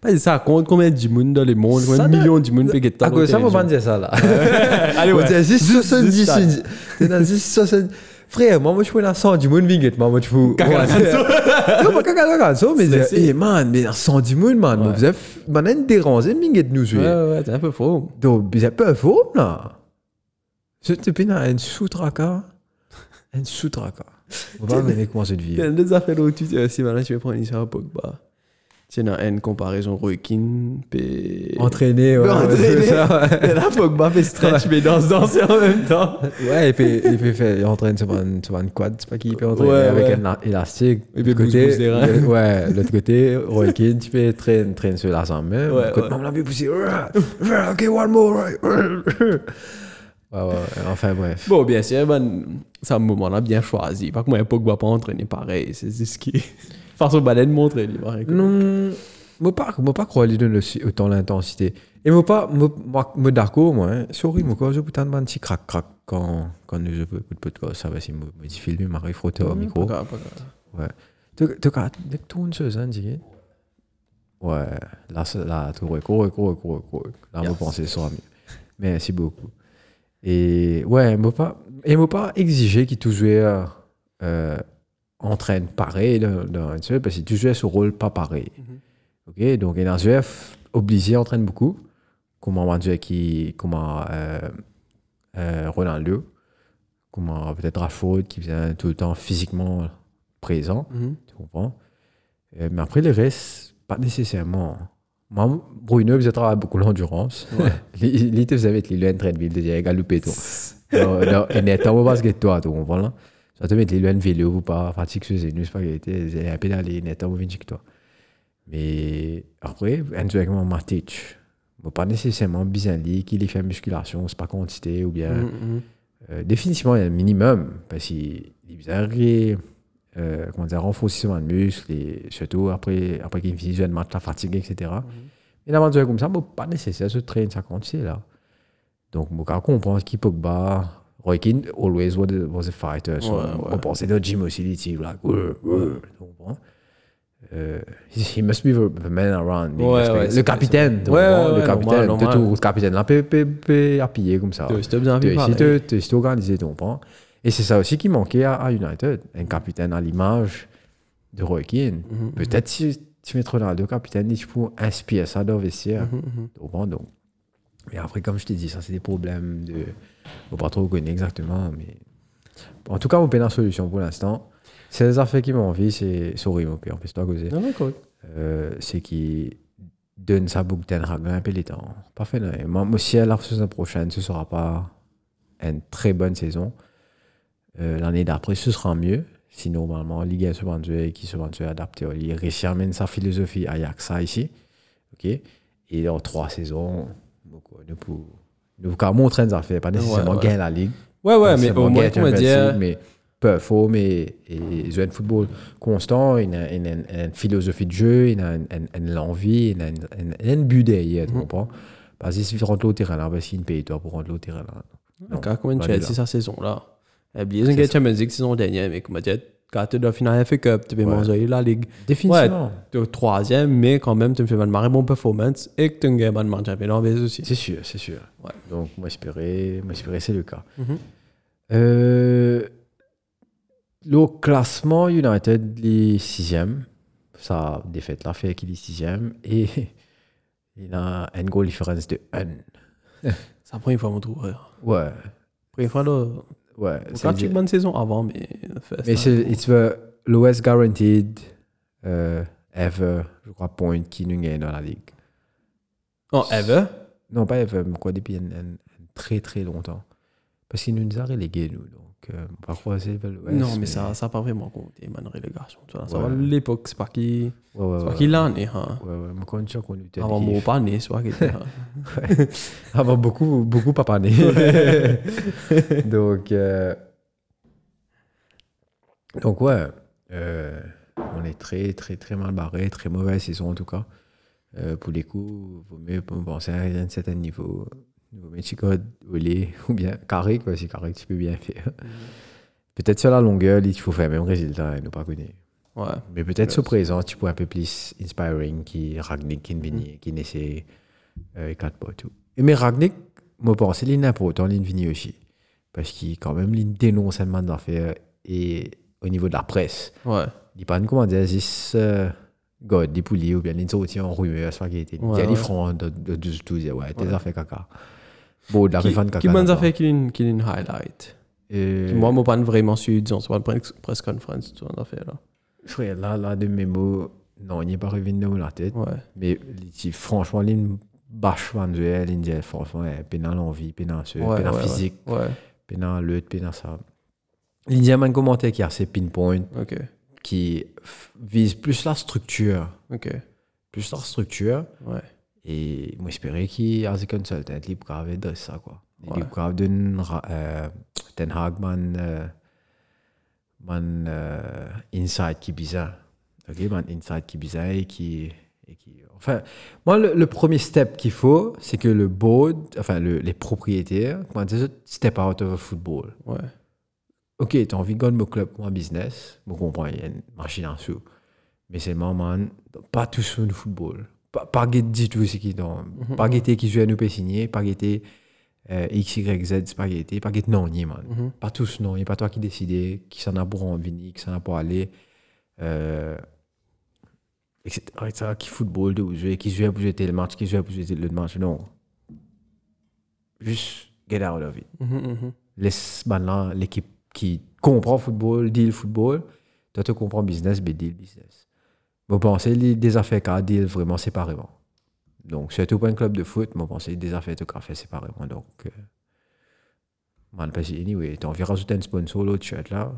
Speaker 2: Pas que ça compte combien de monde dans le monde, combien
Speaker 1: Ça
Speaker 2: de
Speaker 1: ne-
Speaker 2: millions de monde peut guetter
Speaker 1: À
Speaker 2: dans
Speaker 1: cause de ça,
Speaker 2: la
Speaker 1: vous
Speaker 2: télévision.
Speaker 1: vendez ça là.
Speaker 2: Allez,
Speaker 1: Vous
Speaker 2: ouais.
Speaker 1: dites 10 70
Speaker 2: stades.
Speaker 1: une- t'es dans 10 70 Frère, moi, moi, je suis dans 100 du monde, vingt, moi, moi, je vous.
Speaker 2: Caca la
Speaker 1: Ouais. Non, pas caca la canso, mais
Speaker 2: C'est-
Speaker 1: dire,
Speaker 2: c'est-
Speaker 1: eh, man, mais dans 100 du monde, man, moi, vous avez, man, un dérangé, vingt, nous,
Speaker 2: Ouais,
Speaker 1: jouer.
Speaker 2: ouais, c'est un peu faux.
Speaker 1: Donc, c'est un peu un faux, là. Je te pine un sous-tracas. Un sous-tracas. On
Speaker 2: <laughs>
Speaker 1: va regarder comment cette
Speaker 2: Il y
Speaker 1: vie.
Speaker 2: a des affaires où tu dis aussi, voilà, tu vais prendre l'histoire à Pogba. Tu sais, dans une comparaison Roy Keane, puis.
Speaker 1: Entraîner, ouais.
Speaker 2: Entraîner.
Speaker 1: ouais, c'est ça, ouais.
Speaker 2: Et là, Pogba fait stretch, mais danse, danser en même temps.
Speaker 1: Ouais, et puis il peut faire, il entraîne sur un, sur un quad, c'est pas qui, il peut entraîner
Speaker 2: Ouais,
Speaker 1: avec
Speaker 2: ouais.
Speaker 1: un la- élastique.
Speaker 2: Et puis
Speaker 1: L'autre
Speaker 2: bouge, bouge les reins.
Speaker 1: le- ouais, l'autre côté, Roy Keane, tu peux traîner, traîner sur l'argent même.
Speaker 2: Ouais,
Speaker 1: Côté,
Speaker 2: ouais.
Speaker 1: on l'a vu pousser. Ok, one more. right. ouais, ouais, enfin bref.
Speaker 2: Bon, bien sûr, ben, c'est un moment-là bien choisi. Par contre, moi, Pogba pas entraîné pareil, c'est c'est ce qui. Face aux baleines montrées, lui, par exemple.
Speaker 1: Non, moi pas, moi pas croire les deux aussi- autant l'intensité. Et moi pas, moi, moi, moi d'accord, moi, hein. sorry, moi quand je putain de un petit crac crac quand, quand nous je peux écouter podcast, ça va si moi, moi, je filme, m'arrive frotter au micro.
Speaker 2: Mm, Pas grave, pas grave.
Speaker 1: Ouais. Tu tu as des tournes sur un dis Ouais, là, c'est- là, tout ouais, court, court, court, court. Là,
Speaker 2: Yes.
Speaker 1: vous pensez, ça sera mieux. Merci beaucoup. Et ouais, moi pas, et moi pas exiger qu'il tout joueur euh, entraîne pareil dans, dans une seule, parce que tu joues ce rôle pas pareil. Ok, donc, et dans un obligé entraîne beaucoup. Comment on dit qui, comment euh, euh, Ronaldo, comment peut-être Rashford qui vient tout le temps physiquement présent.
Speaker 2: Mhm.
Speaker 1: Mm-hmm. Tu comprends Euh, Mais après, le reste, pas nécessairement. Moi, Bruno, je travaille beaucoup l'endurance. <laughs> Il était avec les lunes treadmill, il était galopé tout. Non, non, il n'est pas parce que toi, tu comprends là. Ça te met les lunes vélo ou pas, fatigue sur les nous, pas qu'il était, il a pédalé, il n'est pas mauvais que toi. Mais après, un truc avec mon match, pas nécessairement bien dit qu'il fait musculation, c'est pas quantité ou
Speaker 2: Mm-hmm.
Speaker 1: bien. Euh, définitivement, il y a un minimum, parce qu'il est bizarre, euh, comment dire, renforcement de muscles, et surtout après, après qu'il finit le match, la fatigue, etc.
Speaker 2: Mhm.
Speaker 1: Mais la manière comme ça, bon, pas nécessaire se traîner sa quantité, là. Donc, bon, quand on pense qu'il peut battre, Roy Keane always was a, was a fighter. So,
Speaker 2: Ouais, ouais.
Speaker 1: On pensait dans le gym aussi, il était like, ouais, ouais, tu comprends? Euh, he he must be the the man around.
Speaker 2: Ouais,
Speaker 1: Parce que
Speaker 2: ouais,
Speaker 1: le
Speaker 2: c'est-
Speaker 1: capitaine,
Speaker 2: c'est-
Speaker 1: tu
Speaker 2: ouais,
Speaker 1: comprends?
Speaker 2: ouais,
Speaker 1: le
Speaker 2: ouais,
Speaker 1: capitaine,
Speaker 2: normal,
Speaker 1: tout-
Speaker 2: normal.
Speaker 1: le capitaine, là, peut- peut- peut appuyer comme ça.
Speaker 2: T'as- t'as bien vu
Speaker 1: T'es ici,
Speaker 2: pareil.
Speaker 1: t'es- t'es ici au grand disait ton pan. Et c'est ça aussi qui manquait à, à United. Un capitaine à l'image de Roy Keane.
Speaker 2: Mm-hmm.
Speaker 1: Peut-être si tu mets Ronaldo capitaine, tu peux inspirer ça dans le vestiaire.
Speaker 2: Mm-hmm.
Speaker 1: Au banc, donc. Mais après, comme je t'ai dit, ça, c'est des problèmes de. On pas trop connaît exactement. Mais... En tout cas, on peine la solution pour l'instant. C'est les affaires qui m'ont envie, c'est Sorry, mon père, en plus, toi, causer.
Speaker 2: Non, mais correct.
Speaker 1: Euh, c'est qui donne sa boucle d'un un peu les temps. Parfait. non. Et Moi, moi, si à la saison prochaine, ce sera pas une très bonne saison, euh, l'année d'après, ce sera mieux. Si normalement, Ligue 1 se vendait, qui se vendait adapté au lit, réussir à amener sa philosophie à Yaxa ici. ok Et en trois saisons, beaucoup, nous pouvons. Nous, quand on train de faire, pas nécessairement
Speaker 2: ouais.
Speaker 1: gagner la Ligue.
Speaker 2: Ouais, ouais,
Speaker 1: Parce
Speaker 2: mais
Speaker 1: que
Speaker 2: au
Speaker 1: Morgan
Speaker 2: moins,
Speaker 1: est
Speaker 2: on
Speaker 1: un
Speaker 2: va
Speaker 1: petit,
Speaker 2: dire.
Speaker 1: Mais peu faux, mais ils jouent un football constant, il a une, une- une philosophie de jeu, il a une, une, une envie, il a une, une, une but derrière, tu
Speaker 2: Mhm.
Speaker 1: comprends Parce que si tu rentres au terrain là, parce qu'il paye toi pour rentrer au terrain là. Non,
Speaker 2: Quand combien de
Speaker 1: pas de
Speaker 2: Chelsea sa saison là Eh bien, ils ont gagné Champions League saison dernière, mais comme on dit, quand tu es dans la finale FA Cup, tu peux manger la Ligue.
Speaker 1: Définitivement.
Speaker 2: Tu es au troisième, mais quand même, tu me fais mal marrer mon performance et que tu as un bon match championnat en baisse aussi.
Speaker 1: C'est sûr, c'est sûr.
Speaker 2: Ouais.
Speaker 1: Donc, moi, j'espérais, moi, j'espérais c'est le cas.
Speaker 2: Mhm.
Speaker 1: Euh, le classement United, les sixième. Sa défaite l'a fait qu'il est sixième. Et <laughs> il a une goal difference de 1.
Speaker 2: C'est la première fois, mon trou. ouais.
Speaker 1: Ouais,
Speaker 2: Première fois, là.
Speaker 1: ouais. ça
Speaker 2: Quand
Speaker 1: veut
Speaker 2: tu
Speaker 1: dire-
Speaker 2: une bonne saison avant, mais. euh,
Speaker 1: mais c'est it's the lowest guaranteed euh, ever, je crois, point qui nous gagne dans la ligue.
Speaker 2: Non, ever.
Speaker 1: Non, pas ever, mais quoi, depuis un, un- un très très longtemps. Parce qu'il nous a relégués, nous. Donc, euh, on va croiser le lowest,
Speaker 2: non, mais ça n'a pas vraiment compté, man, relégation. tu vois. Ça
Speaker 1: Ouais.
Speaker 2: va, L'époque, c'est pas qui.
Speaker 1: Ouais, ouais,
Speaker 2: C'est pas
Speaker 1: ouais.
Speaker 2: qui l'a né, hein.
Speaker 1: Ouais, ouais, mais quand on dit qu'on était
Speaker 2: Avant
Speaker 1: des
Speaker 2: mon
Speaker 1: kiffs.
Speaker 2: pas né, c'est pas qui.
Speaker 1: <laughs>
Speaker 2: était, hein.
Speaker 1: Avant beaucoup, beaucoup papa né. <laughs> Donc, euh, donc ouais, euh, on est très, très, très mal barré, très mauvaise saison en tout cas. Euh, pour les coups, vaut mieux penser à un certain niveau. Vaut mieux Chico Olé ou bien Carré, quoi, si Carré tu peux bien faire. Peut-être sur la longueur, il faut faire le même résultat et ne pas connaître.
Speaker 2: Ouais.
Speaker 1: Mais peut-être
Speaker 2: Euh,
Speaker 1: sur présent, tu pourrais un peu plus inspiring qui Ragnik, qui
Speaker 2: Mm.
Speaker 1: Nvini, qui Nessé, euh, et quatre pas tout. Et mais Ragnik, moi, pense c'est l'important, Nvini aussi. Parce qu'il, quand même, il dénonce un man d'affaires et au niveau de la presse,
Speaker 2: Ouais.
Speaker 1: il parle, comment dire, this, euh, God, des poulies ou bien une sortie en rumeur, c'est pas qu'il était. Il y
Speaker 2: Ouais,
Speaker 1: a des
Speaker 2: ouais.
Speaker 1: francs de de- de tout, dire, ouais, tes affaires caca. Bon, de la
Speaker 2: Qui-
Speaker 1: référence caca.
Speaker 2: Qui m'a
Speaker 1: là-bas.
Speaker 2: fait qu'il y ait une- qu'il y ait une highlight
Speaker 1: Euh,
Speaker 2: Moi, moi, pas vraiment su, disons, c'est pas une press- press conference, tu vois, fait là.
Speaker 1: Frère, là, là, de mes mots, non, il n'est pas revenu de la tête.
Speaker 2: Ouais.
Speaker 1: Mais si, franchement, l'une bâche van de elle, l'une dit franchement, eh, pénal envie, pénal ce,
Speaker 2: Ouais,
Speaker 1: pénal
Speaker 2: ouais, ouais.
Speaker 1: physique,
Speaker 2: Ouais.
Speaker 1: pénal lutte, pénal ça. L'une dit un commentaire qui est assez pinpoint,
Speaker 2: Ok.
Speaker 1: qui f- vise plus la structure,
Speaker 2: Ok.
Speaker 1: plus la structure.
Speaker 2: Ouais.
Speaker 1: Et moi, j'espérais qu'il y a des consultants, il grave de ça, quoi. Il
Speaker 2: Ouais.
Speaker 1: est grave d'un ra- euh, Ten Hag, man, euh, man euh, insight qui est bizarre. Ok, man, insight qui est bizarre et qui. Et qui enfin, moi, le, le premier step qu'il faut, c'est que le board, enfin, le- les propriétaires, comment dire, ça, step out of football.
Speaker 2: Ouais.
Speaker 1: Ok, tu as envie de gagner mon club, mon business. Je comprends, il y a une machine en dessous. Mais c'est moi, man, pas tout sur le football. Pas, pas guetter du tout ce qui est dans. Pas guetter qui joue à nous peut signer, pas guetter euh, X, Y, Z, c'est pas guetter, pas guetter non, ni, man.
Speaker 2: Mhm.
Speaker 1: Pas tous non, il a pas toi qui décidais, qui s'en a pour en venir, qui s'en a pour aller. Euh, etc. etc., qui football, de où jouer, qui joue pour jeter le match, qui joue pour jeter le match. Non. Juste get out of it
Speaker 2: Mhm, mhm.
Speaker 1: laisse maintenant l'équipe qui comprend football, dit le football, toi tu comprends business, mais dit le business. Vous pensez les- des affaires qu'à deal vraiment séparément. Donc, surtout pour un club de foot, moi, penser des affaires tout café séparément. Donc, euh, moi, le passé, anyway, t'en verras tout un sponsor, l'autre shirt là.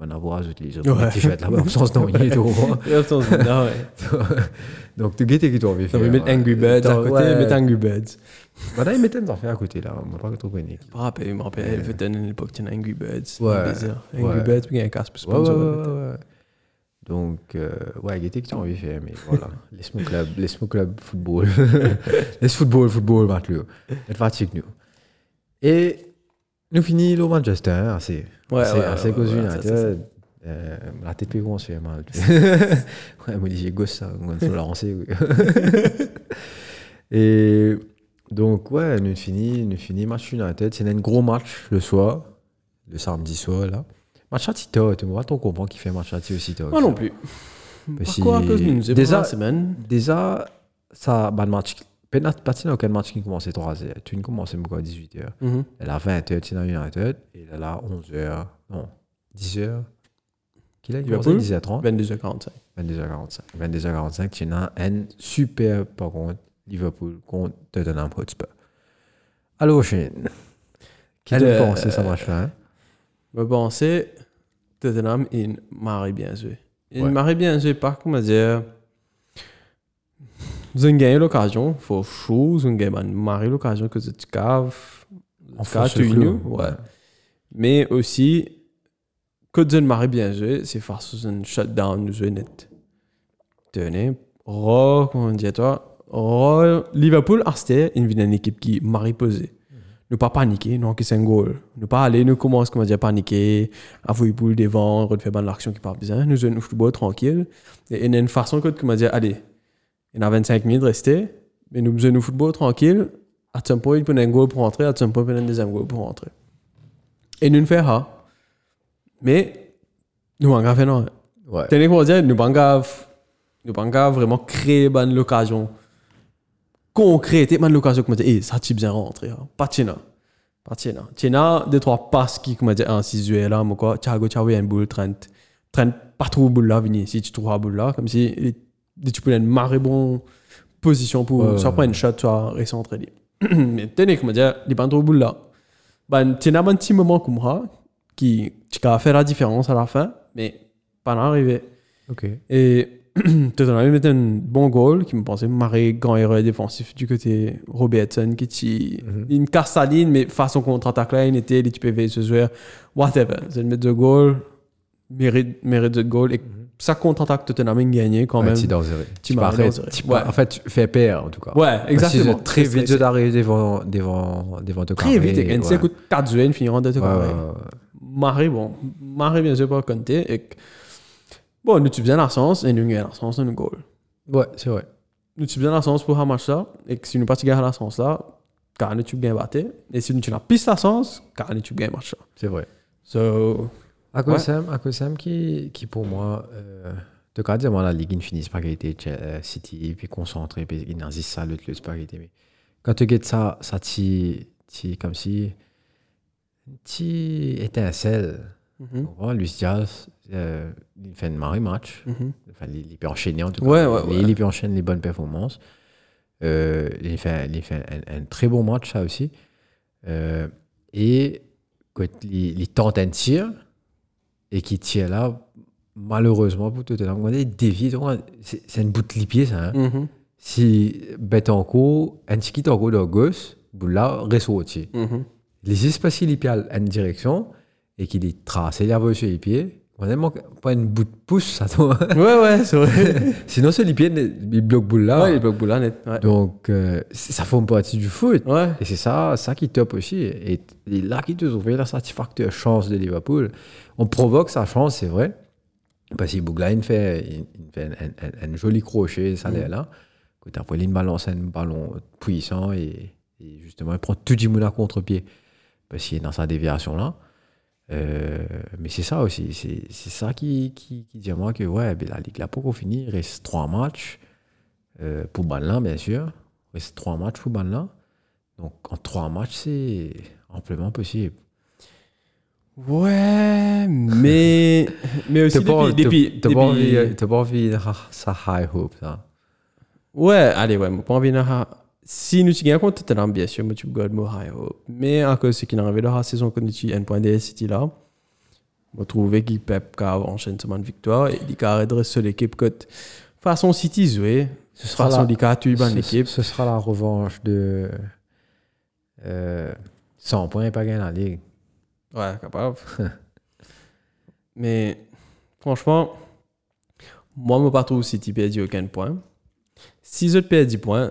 Speaker 1: On en verra tout les autres
Speaker 2: Ouais.
Speaker 1: t-shirts là, en sens non, il est au
Speaker 2: <laughs>
Speaker 1: moins.
Speaker 2: Non, ouais. Euh,
Speaker 1: Donc, tu guettes qui t'en hein. envie
Speaker 2: <laughs> Non, mais mettre Angry Birds à côté, mettre Angry Birds.
Speaker 1: Maintenant, ils mettent un affaire à côté là, on m'a pas trop connu.
Speaker 2: Je me rappelle, je me rappelle, il était à l'époque, il y a Angry Birds.
Speaker 1: Ouais.
Speaker 2: Bizarre.
Speaker 1: Ouais.
Speaker 2: Angry Birds, puis il y a un casque pour
Speaker 1: Ouais, ouais,
Speaker 2: sponsor.
Speaker 1: ouais, ouais, ouais. Donc, euh, ouais, guetter qui t'en envie faire, mais voilà. <laughs> Laisse-moi club, laisse-moi club football. <laughs> Laisse football, football, Matlou. Elle fatigue nous. Et nous finit le Manchester, hein, c'est.
Speaker 2: Ouais,
Speaker 1: c'est
Speaker 2: ouais,
Speaker 1: assez
Speaker 2: ouais,
Speaker 1: cousu,
Speaker 2: ouais,
Speaker 1: hein,
Speaker 2: ça,
Speaker 1: tu
Speaker 2: ça,
Speaker 1: vois.
Speaker 2: ça.
Speaker 1: Euh, la tête plus grosse, c'est mal.
Speaker 2: <laughs>
Speaker 1: ouais, moi, j'ai gosse ça, on se l'a lancé. oui. <laughs> Et donc, ouais, nous finit, nous finit match United. C'est un gros match le soir, le samedi soir, là. Match à Tito, tu vois, ton comprend qui fait match à Tito aussi, toi.
Speaker 2: Moi non plus.
Speaker 1: Parce
Speaker 2: Pourquoi à cause
Speaker 1: qu'il-
Speaker 2: de nous
Speaker 1: Déjà-
Speaker 2: Bah, Déjà, la semaine.
Speaker 1: Déjà, ça, bah, le match, Penat, pas tu n'as aucun match qui commençait 3h. Tu ne commençais pas à 18h.
Speaker 2: Mhm.
Speaker 1: Elle a 20h, tu n'as United. Et elle a 11h, non, 10h. Qu'il a commencé
Speaker 2: Liverpool
Speaker 1: 10h30.
Speaker 2: 22h45.
Speaker 1: 22h45. 22h45, tu as un super, par contre, Liverpool contre Tottenham Hotspur. Allô, Shane. Qu'est-ce que
Speaker 2: Elle,
Speaker 1: tu penses de ce
Speaker 2: euh,
Speaker 1: match-là hein
Speaker 2: Mais bon, c'est Tottenham, il m'aurait bien joué. Il
Speaker 1: Ouais.
Speaker 2: m'aurait bien joué par, comment dire, ils ont gagné l'occasion, faut chose, ils ont gagné ils m'auraient bah, l'occasion que tu caves.
Speaker 1: En
Speaker 2: cas,
Speaker 1: force
Speaker 2: tu
Speaker 1: clos,
Speaker 2: nous, ouais. Mais aussi, que ils m'auraient bien joué, c'est face à un shutdown, nous jouer net. Tenez, oh, comment dire toi, oh, Liverpool, Arster, ils viennent une équipe qui m'aurait posé ne pas paniquer, non, qui c'est un goal. Ne pas aller, nous commence, comment dire, paniquer, avouer boule devant, refaire ban l'action qui part bien. Nous jouons au football tranquille. Et il y a une façon que, comment dire, allez, il y en a 25 minutes restées, mais nous jouons au football tranquille. À un point, il prend un goal pour rentrer, à un point, il prend un deuxième goal pour rentrer. Et nous ne faisons rien. Mais, nous n'en faisons rien.
Speaker 1: Ouais.
Speaker 2: Tenez comment dire, nous n'avons pas vraiment créé une l'occasion concrète, et l'occasion comme dire, eh, ça tu bien rentré, hein. pas Tchena. Pas Tchena. Tchena, deux, trois passes qui, comme dire, un 6 là, mais quoi, Thiago, Thiago, il y a une boule, 30. 30, pas trop boule là, venir, si tu trouves la boule là, comme si et tu peux aller une marée bonne position pour
Speaker 1: Ouais,
Speaker 2: soit prendre une shot, soit recentrer. lui. <clears throat> Mais tenez comment dire, il n'y a pas trop boule là. Ben, Tchena, un petit moment comme ça, qui, qui a fait la différence à la fin, mais pas l'arrivée.
Speaker 1: Ok.
Speaker 2: Et <clears throat> Tottenham mettait un bon goal qui me pensait marrer grand erreur défensif du côté Robertson qui t'y-
Speaker 1: Mhm.
Speaker 2: une casse à ligne mais façon contre-attaque là il était les types éveillés ce joueur whatever c'est le mettre de goal mérite mérite de goal et ça contre-attaque Tottenham il gagnait quand
Speaker 1: Mhm. Ouais,
Speaker 2: même
Speaker 1: tu danserais.
Speaker 2: Tu
Speaker 1: Tu
Speaker 2: m'as
Speaker 1: parais-
Speaker 2: danserais.
Speaker 1: tu pas-
Speaker 2: Ouais.
Speaker 1: En fait, tu fais peur, en tout cas.
Speaker 2: ouais exactement
Speaker 1: Parce que Très vite,
Speaker 2: Très,
Speaker 1: je d'arriver devant, devant, devant te
Speaker 2: très vite et
Speaker 1: carrer,
Speaker 2: gagne
Speaker 1: ouais.
Speaker 2: 5 4 joueurs finir en deux
Speaker 1: Ouais, ouais,
Speaker 2: carrés. Marie, bon, Marie, bien sûr, pas compter. Et... que- Bon, nous, tu faisais la sens et nous, gagnons la sens dans le goal.
Speaker 1: ouais. Ouais, c'est vrai.
Speaker 2: nous tu bien la sens pour un match là et que si nous pas tu gagnes la sens là car nous tu gagnes battre et si nous tu n'as piste la sens car nous tu gagnes match là
Speaker 1: C'est vrai.
Speaker 2: so
Speaker 1: Akosam, Akosam qui, qui pour moi, euh, de quand même, la Ligue, ils finissent par gagner euh, City, puis concentré, puis ils n'en disent ça, l'autre, l'autre, c'est pas gagner. Mais quand tu gagnes ça, ça t'y, t'y- comme si, t'y étincelle.
Speaker 2: Mhm.
Speaker 1: On voit Luis Diaz, euh, il fait un marré match.
Speaker 2: Mm-hmm.
Speaker 1: Enfin, il, il peut enchaîner en tout cas.
Speaker 2: Ouais, ouais,
Speaker 1: il,
Speaker 2: ouais.
Speaker 1: il peut enchaîner les bonnes performances. Euh, il fait, il fait un, un très bon match, ça aussi. Euh, et quand il, il tente un tir, et qui tire là, malheureusement pour Tottenham, on est dévié. donc, C'est c'est une bout de lipier, ça. hein.
Speaker 2: Mhm.
Speaker 1: Si Betancourt, un petit qui encore de gosse, là, ressorti.
Speaker 2: Mhm.
Speaker 1: Les espaces il y a une direction, et qu'il est tracé, il a sur les pieds. On a manqué- pas une bout de pouce, ça hein. doit.
Speaker 2: <laughs> ouais ouais c'est vrai
Speaker 1: Sinon, c'est les pieds, ils bloquent boule là.
Speaker 2: Ah ouais il peut bouler net ouais
Speaker 1: Donc, euh, c- ça forme partie du foot.
Speaker 2: ouais
Speaker 1: Et c'est ça, ça qui top aussi. Et, et là, qui te trouve la satisfacteur chance de Liverpool. On provoque sa chance, c'est vrai. Parce que Bouglain fait, il- il fait un, un- un- un joli crochet, ça l'est là. Quand après, il balance un ballon puissant et, et justement, il prend tout du monde à contre-pied. Parce qu'il est dans sa déviation-là. Euh, mais c'est ça aussi. C'est c'est ça qui, qui, qui dit à moi que ouais, ben, la Ligue là, pour finir, il reste trois matchs euh, pour Banlin, bien sûr. Il reste trois matchs pour Banlin. Donc en trois matchs, c'est amplement possible.
Speaker 2: ouais mais mais aussi
Speaker 1: T'as pas,
Speaker 2: depuis depuis
Speaker 1: t'as- t'as pas
Speaker 2: depuis-
Speaker 1: hein. envie- t'as pas envie de ha- ça high hope, ça.
Speaker 2: Ouais, allez, ouais, moi, pas envie de ha- Si nous t'y gagnons contre Tottenham, bien sûr, mais tu peux gagner Ohio. Mais encore ce qui est arrivé la saison quand tu as un point de City là, on trouvé qu'il peut enchaîner semaine de victoire et il a redressé seule équipe que façon City jouer.
Speaker 1: Ce sera
Speaker 2: Façon
Speaker 1: la-
Speaker 2: il a tué
Speaker 1: ce-
Speaker 2: l'équipe.
Speaker 1: Ce sera la revanche de. Euh, 100 points et pas gagné la ligue.
Speaker 2: Ouais, capable. Mais franchement, moi, je ne pas trouve City perdu aucun point. Si je perds 10 points,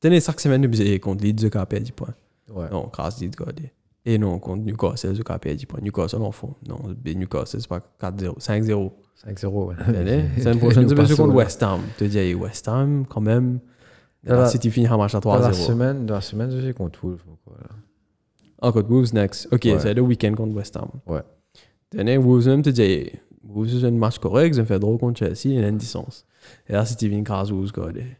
Speaker 2: tenez chaque semaine, nous faisons contre Leeds, je perds 10 points.
Speaker 1: Ouais.
Speaker 2: Non, grâce à Leeds, regardez. Et non, contre Newcastle, je perds 10 points. Newcastle, en fond. Non, mais Newcastle, c'est pas 4-0,
Speaker 1: <laughs>
Speaker 2: 5-0.
Speaker 1: 5-0. ouais. <laughs>
Speaker 2: Allez, C'est une
Speaker 1: Nous
Speaker 2: prochaine semaine
Speaker 1: passons
Speaker 2: contre
Speaker 1: là.
Speaker 2: West Ham. Te dis, hey, West Ham, quand même.
Speaker 1: Dans
Speaker 2: la
Speaker 1: la-
Speaker 2: City finit un match à
Speaker 1: Dans la
Speaker 2: 3-0.
Speaker 1: semaine, dans la semaine, je suis contre Wolves. donc voilà.
Speaker 2: Ah, contre Wolves next. Ok,
Speaker 1: Ouais.
Speaker 2: c'est le week-end contre West Ham.
Speaker 1: Ouais.
Speaker 2: Tenez, Wolves même te dit, Wolves c'est un match correct, ils ont fait drôle contre Chelsea, il a une distance. Et là, c'est une grâce Wolves, quoi. les-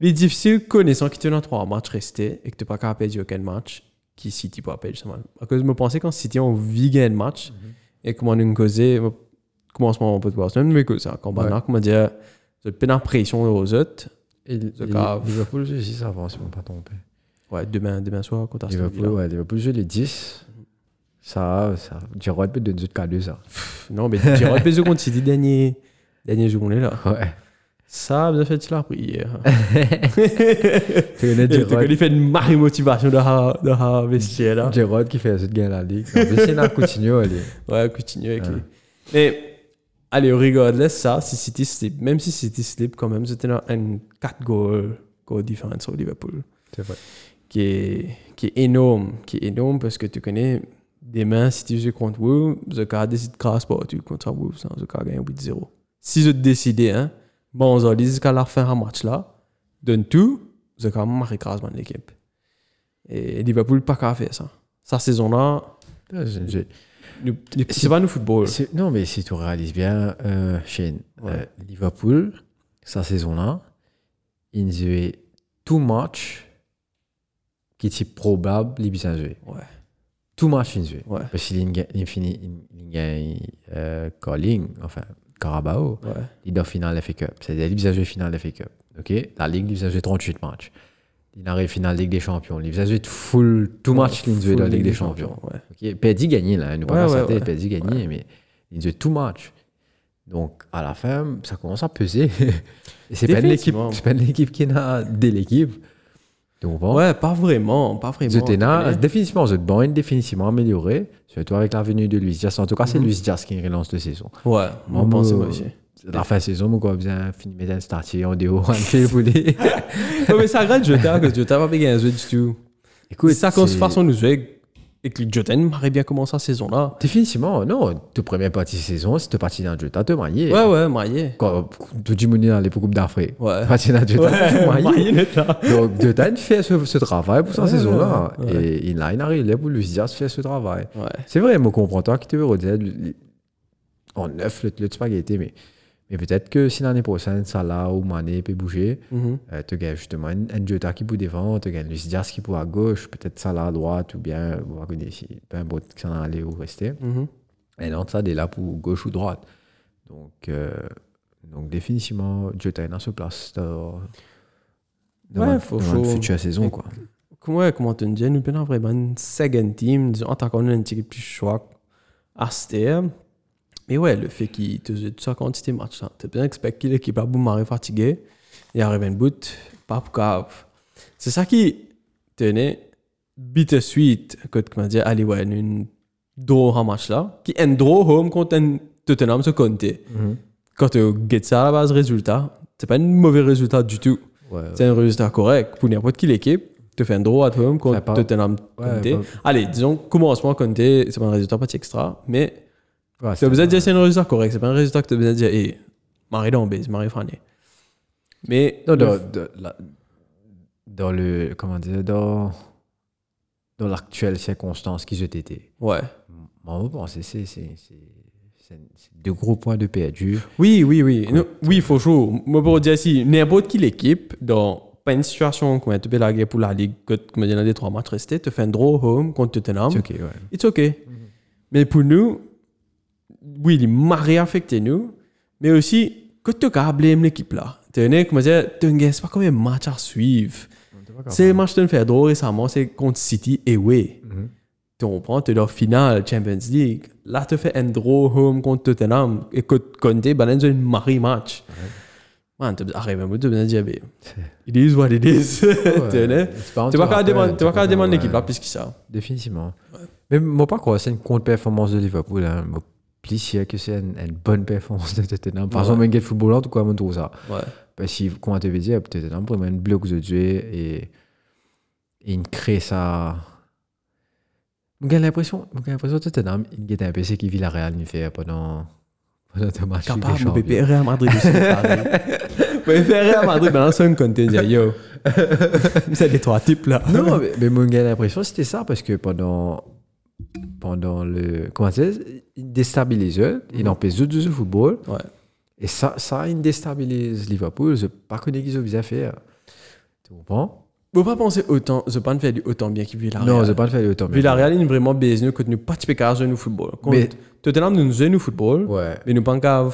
Speaker 2: Les difficiles connaissant qui tenant trois matchs restés et que tu n'as pas qu'à perdre aucun match, qui City pas perdre seulement. À cause de me penser quand City ont vigé un match
Speaker 1: Mhm.
Speaker 2: et comment nous causer, commencement on peut voir, c'est même mieux que ça. Quand on
Speaker 1: Ouais.
Speaker 2: a, comment dire, de peine en euh, pression aux autres.
Speaker 1: Et, et
Speaker 2: cas-
Speaker 1: Liverpool, je suis avant, si on ne pas trompé.
Speaker 2: Ouais, demain, demain soir, contre Aston
Speaker 1: Liverpool,
Speaker 2: Villa.
Speaker 1: ouais, Liverpool, je les 10. Ça, ça. Giroud peut donner 2 ça.
Speaker 2: Non, mais j'ai repêché contre City dernier, dernier journée là.
Speaker 1: Ouais.
Speaker 2: Ça, bien fait, tu l'as appris <laughs> hier.
Speaker 1: <laughs> Tu connais
Speaker 2: Et
Speaker 1: Giroud.
Speaker 2: il fait une marée motivation dans la- dans la vestiaire là.
Speaker 1: Giroud qui fait la suite gagner la ligue. En plus, c'est là Coutinho, allez.
Speaker 2: <laughs> Ouais, continue avec
Speaker 1: Ouais.
Speaker 2: lui. Mais, allez, regardless, ça, si City slip, même si City slip, quand même, c'était un- un 4 goal, goal difference au Liverpool.
Speaker 1: C'est vrai.
Speaker 2: qui est, qui est énorme, qui est énorme parce que tu connais demain, si tu joues contre Wolves, The Car décide grâce pas tu contre Wolves, hein, The Car gagne 8-0. Si je te décidais, hein, bon, on dit jusqu'à la fin un match là, donne tout, The Car marque grâcement l'équipe. Et Liverpool pas qu'à faire ça. Sa saison là,
Speaker 1: Là, je- je-
Speaker 2: nous- nous- c'est pas nous football.
Speaker 1: Ah, c'est- Non, mais si tu réalises bien, euh, Shane,
Speaker 2: Ouais.
Speaker 1: euh, Liverpool, sa saison-là, ils jouaient tout match qui était probable, les Bissans jouaient.
Speaker 2: Ouais.
Speaker 1: Tout match, ils jouaient.
Speaker 2: Ouais.
Speaker 1: Parce qu'il gagne- il finit, il gagne euh, Calling, enfin, Carabao.
Speaker 2: Ouais.
Speaker 1: leader final de la FA Cup. C'est-à-dire, il a joué finale de la FA Cup. OK La Ligue, il a joué 38 matchs. Il arrive finale Ligue des Champions. Il a joué full, tout match, il a joué
Speaker 2: Full
Speaker 1: dans la Ligue des Champions.
Speaker 2: ouais.
Speaker 1: OK Perdi gagné, là. Nous
Speaker 2: Ouais,
Speaker 1: pas
Speaker 2: ouais,
Speaker 1: ouais,
Speaker 2: ouais.
Speaker 1: Perdi gagné, mais il a joué tout match. Donc, à la fin, ça commence à
Speaker 2: <laughs>
Speaker 1: peser. Et c'est pas une équipe,
Speaker 2: Définitivement.
Speaker 1: c'est pas une équipe qui n'a dès l'équipe. Donc, bon.
Speaker 2: Ouais, pas vraiment, pas vraiment.
Speaker 1: The Tena,
Speaker 2: tu connais.
Speaker 1: définitivement, The Bond, définitivement amélioré, surtout avec la venue de Luis Diaz. En tout cas,
Speaker 2: Mhm.
Speaker 1: c'est Luis Diaz qui relance de saison.
Speaker 2: Ouais, moi, je pense moi aussi.
Speaker 1: La fin de saison, mon gars, bien fini mes un startier en déo, en fil
Speaker 2: <laughs>
Speaker 1: poulet.
Speaker 2: Ouais, mais ça regrette Jota, parce que Jota va pas gagner un jeu du tout.
Speaker 1: Écoute,
Speaker 2: ça, quand
Speaker 1: c'est-
Speaker 2: façon nous jouer, et que Jotten m'aurait bien commencé la saison là.
Speaker 1: Définitivement, non. Toute première partie de saison, c'était partie d'un jeu. T'as te marié.
Speaker 2: Ouais, ouais, marié.
Speaker 1: Quand tout du monde est dans les coupes d'Afrique.
Speaker 2: Ouais. <laughs>
Speaker 1: Partie d'un jeu. t'as te marié.
Speaker 2: net là.
Speaker 1: Donc, Dotan fait ce, ce travail pour sa saison-là. Et il a une arrivée pour lui dire fait ce travail.
Speaker 2: Ouais.
Speaker 1: C'est vrai, moi, comprends toi qui te veux redire en neuf le, le spaghetti, mais, mais peut-être que si l'année prochaine, Salah ou Mané peut bouger,
Speaker 2: Mhm.
Speaker 1: Euh, tu gagnes justement un un Jota qui peut devant, tu gagnes Luis Diaz qui peut à gauche, peut-être ça là à droite, ou bien, euh, on va connaître si- peu importe qui s'en allait ou rester.
Speaker 2: Mhm.
Speaker 1: Et non, ça, il est là pour gauche ou droite. Donc, euh, donc définitivement, Jota est dans ce place dans, dans,
Speaker 2: Ouais,
Speaker 1: un-
Speaker 2: faut-
Speaker 1: dans
Speaker 2: faut-
Speaker 1: une future saison. Quoi.
Speaker 2: Comment, ouais, comment tu nous dis, nous avons vraiment une second team, disons, en tant qu'on a un petit peu plus choix à c'était. Mais ouais, le fait qu'il te joue tout ça quand tu match là, tu bien expecté que l'équipe a beau marrer fatigué, il arrive un bout, pas pour cave. C'est ça qui tenait bittersweet, que comment dire, allez ouais, une draw en match là, qui est un draw home contre un Tottenham se compter. Quand tu get ça à la base résultat, c'est pas un mauvais résultat du tout.
Speaker 1: Ouais, ouais.
Speaker 2: C'est un résultat correct pour n'importe quelle équipe. Tu fais un draw à toi-même contre
Speaker 1: Fait pas-
Speaker 2: Tottenham
Speaker 1: Ouais,
Speaker 2: Conte.
Speaker 1: pas-
Speaker 2: Allez, disons, commencement Conte, c'est pas un résultat pas extra, mais
Speaker 1: Ouais,
Speaker 2: tu as
Speaker 1: c'est-
Speaker 2: besoin de dire c'est un résultat correct. C'est pas un résultat que tu as besoin de dire, hé, Marie Dombé, Marie Frané. Mais.
Speaker 1: Non,
Speaker 2: le-
Speaker 1: dans, dans la- dans le. Comment dire Dans, dans l'actuelle circonstance qu'ils ont été.
Speaker 2: Ouais.
Speaker 1: Moi, je pense que c'est- c'est c'est- c'est- c'est deux gros points de perdu.
Speaker 2: Oui, oui, oui. Non, oui, faut chaud. Moi, pour dire si n'importe quelle équipe, dans pas une situation comme tu peux la guerre pour la Ligue, que- comme il y en a des trois matchs restés, tu fais un draw home contre Tottenham.
Speaker 1: C'est ok, ouais.
Speaker 2: It's okay. Mais pour nous, oui, il m'a réaffecté nous, mais aussi, que tu as blâmé l'équipe là. Tu tenez, comment dire, tenez, c'est pas combien de matchs à suivre.
Speaker 1: Ah
Speaker 2: C'est le match de Fedor récemment, c'est contre City et oui. <laughs>
Speaker 1: Mhm.
Speaker 2: Tu comprends, tu es leur finale Champions League. Là, tu fais Andro home contre Tottenham et que Conte, ben, dans une marie match. Man, tu arrives à me dire, ben, it is what it is. Tenez. <laughs> Tu vas quand même demander l'équipe là, puisqu'il ça.
Speaker 1: Définitivement. Mais moi, pas quoi, c'est une contre-performance de Liverpool. Hein. Moi, plus si que c'est une, une bonne performance de Tottenham. Par
Speaker 2: Ouais.
Speaker 1: exemple, un gars de footballeur, tout quoi, on trouve ça.
Speaker 2: Ouais.
Speaker 1: Parce que, comment tu veux dire, Tottenham prend un bloc de Dieu et et il crée ça. J'ai l'impression j'ai l'impression que Tottenham, il est un PC qui vit la Real il fait pendant pendant un
Speaker 2: Ah,
Speaker 1: match. Ligue des
Speaker 2: Capable, mais
Speaker 1: Champions.
Speaker 2: bébé, Real Madrid aussi. pareil. <laughs> Mais bébé, Real Madrid, ben, là, c'est un Conte, dire, yo. <laughs> C'est des trois types là.
Speaker 1: Non, mais, mais moi, j'ai l'impression que c'était ça parce que pendant, pendant le. Comment ça s'appelle Il déstabilise eux, il empêche eux de jouer au football.
Speaker 2: Ouais.
Speaker 1: Et ça, ça il déstabilise Liverpool. Je ne pas connais qu'ils ont visé à faire. Tu comprends
Speaker 2: Faut pas penser autant, The Pan fait du autant bien qu'il vit la
Speaker 1: Non, je ne pas le faire autant. mais-
Speaker 2: Villarreal est vraiment business que nous pas de pécage de nous football.
Speaker 1: Mais-
Speaker 2: Mais Tottenham nous joue nous football,
Speaker 1: Ouais.
Speaker 2: mais nous pas qu'à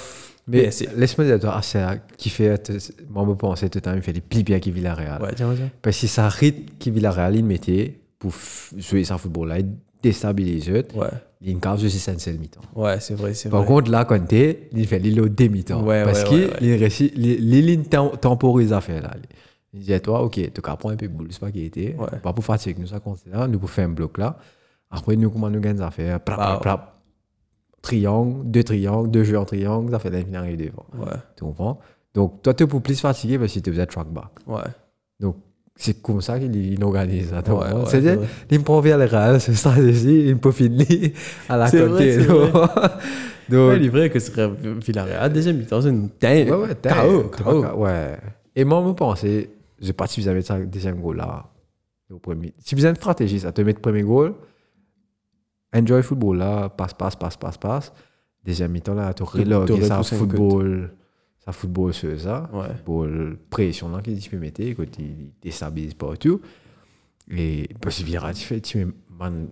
Speaker 1: Mais
Speaker 2: BSC.
Speaker 1: laisse-moi dire, toi, ah, c'est ça qui fait. te- Moi, je pense que Tottenham il fait des plis bien qu'il vit la Real.
Speaker 2: Ouais, Ah, tiens, tiens.
Speaker 1: Parce que ça rythme qu'il vit la Real, il mettait pour f- jouer sa football-là. Il déstabilise eux.
Speaker 2: Ouais,
Speaker 1: Il y a une carte, je sais, c'est le mi-temps.
Speaker 2: ouais, c'est vrai, c'est
Speaker 1: Par
Speaker 2: vrai.
Speaker 1: contre, là, quand t'es, il fait l'île au demi-temps.
Speaker 2: Ouais,
Speaker 1: parce
Speaker 2: ouais,
Speaker 1: qu'il
Speaker 2: ouais, ouais.
Speaker 1: réussit, l'île il tem- temporise à faire là. Il dit à toi, ok, tu prends un peu de boule, c'est pas qui était.
Speaker 2: Ouais.
Speaker 1: Pas pour fatiguer, nous ça compte là, nous pour faire un bloc là. Après, nous, comment nous gagnons ça fait plap, plap,
Speaker 2: Wow.
Speaker 1: plap. Triangle, deux triangles, deux jeux en triangle, ça fait la finale arrive devant.
Speaker 2: Ouais,
Speaker 1: Tu comprends? Donc, toi, tu es pour plus fatiguer parce que tu faisais track back.
Speaker 2: ouais.
Speaker 1: Donc, c'est comme ça qu'il il organise ça. tu
Speaker 2: Ouais,
Speaker 1: comprends?
Speaker 2: ouais,
Speaker 1: C'est-à-dire,
Speaker 2: c'est vrai.
Speaker 1: il me prend vers le Real, cette stratégie, il me peaufine <laughs> à la
Speaker 2: C'est vrai,
Speaker 1: côté.
Speaker 2: c'est vrai.
Speaker 1: donc. Donc,
Speaker 2: Ouais, il est vrai que ce serait Villarreal. Deuxième mi-temps, c'est une dingue.
Speaker 1: Ouais, ouais, t'as-
Speaker 2: KO,
Speaker 1: t'as-
Speaker 2: KO.
Speaker 1: Ouais. Et moi, je pensais, j'ai pas suffisamment de ça, deuxième goal là. Au premier. Suffisamment de stratégie, ça. Te mettre premier goal, enjoy football là, passe, passe, passe, passe, passe. Deuxième mi-temps là, tu relogues
Speaker 2: t'aurais
Speaker 1: ça,
Speaker 2: poussé un
Speaker 1: football, ça, football, ce, ça.
Speaker 2: Ouais.
Speaker 1: Football, pression là, qu'il peut mettre, quand il déstabilise partout. Et, parce que Villarreal, tu fais, tu mets, man,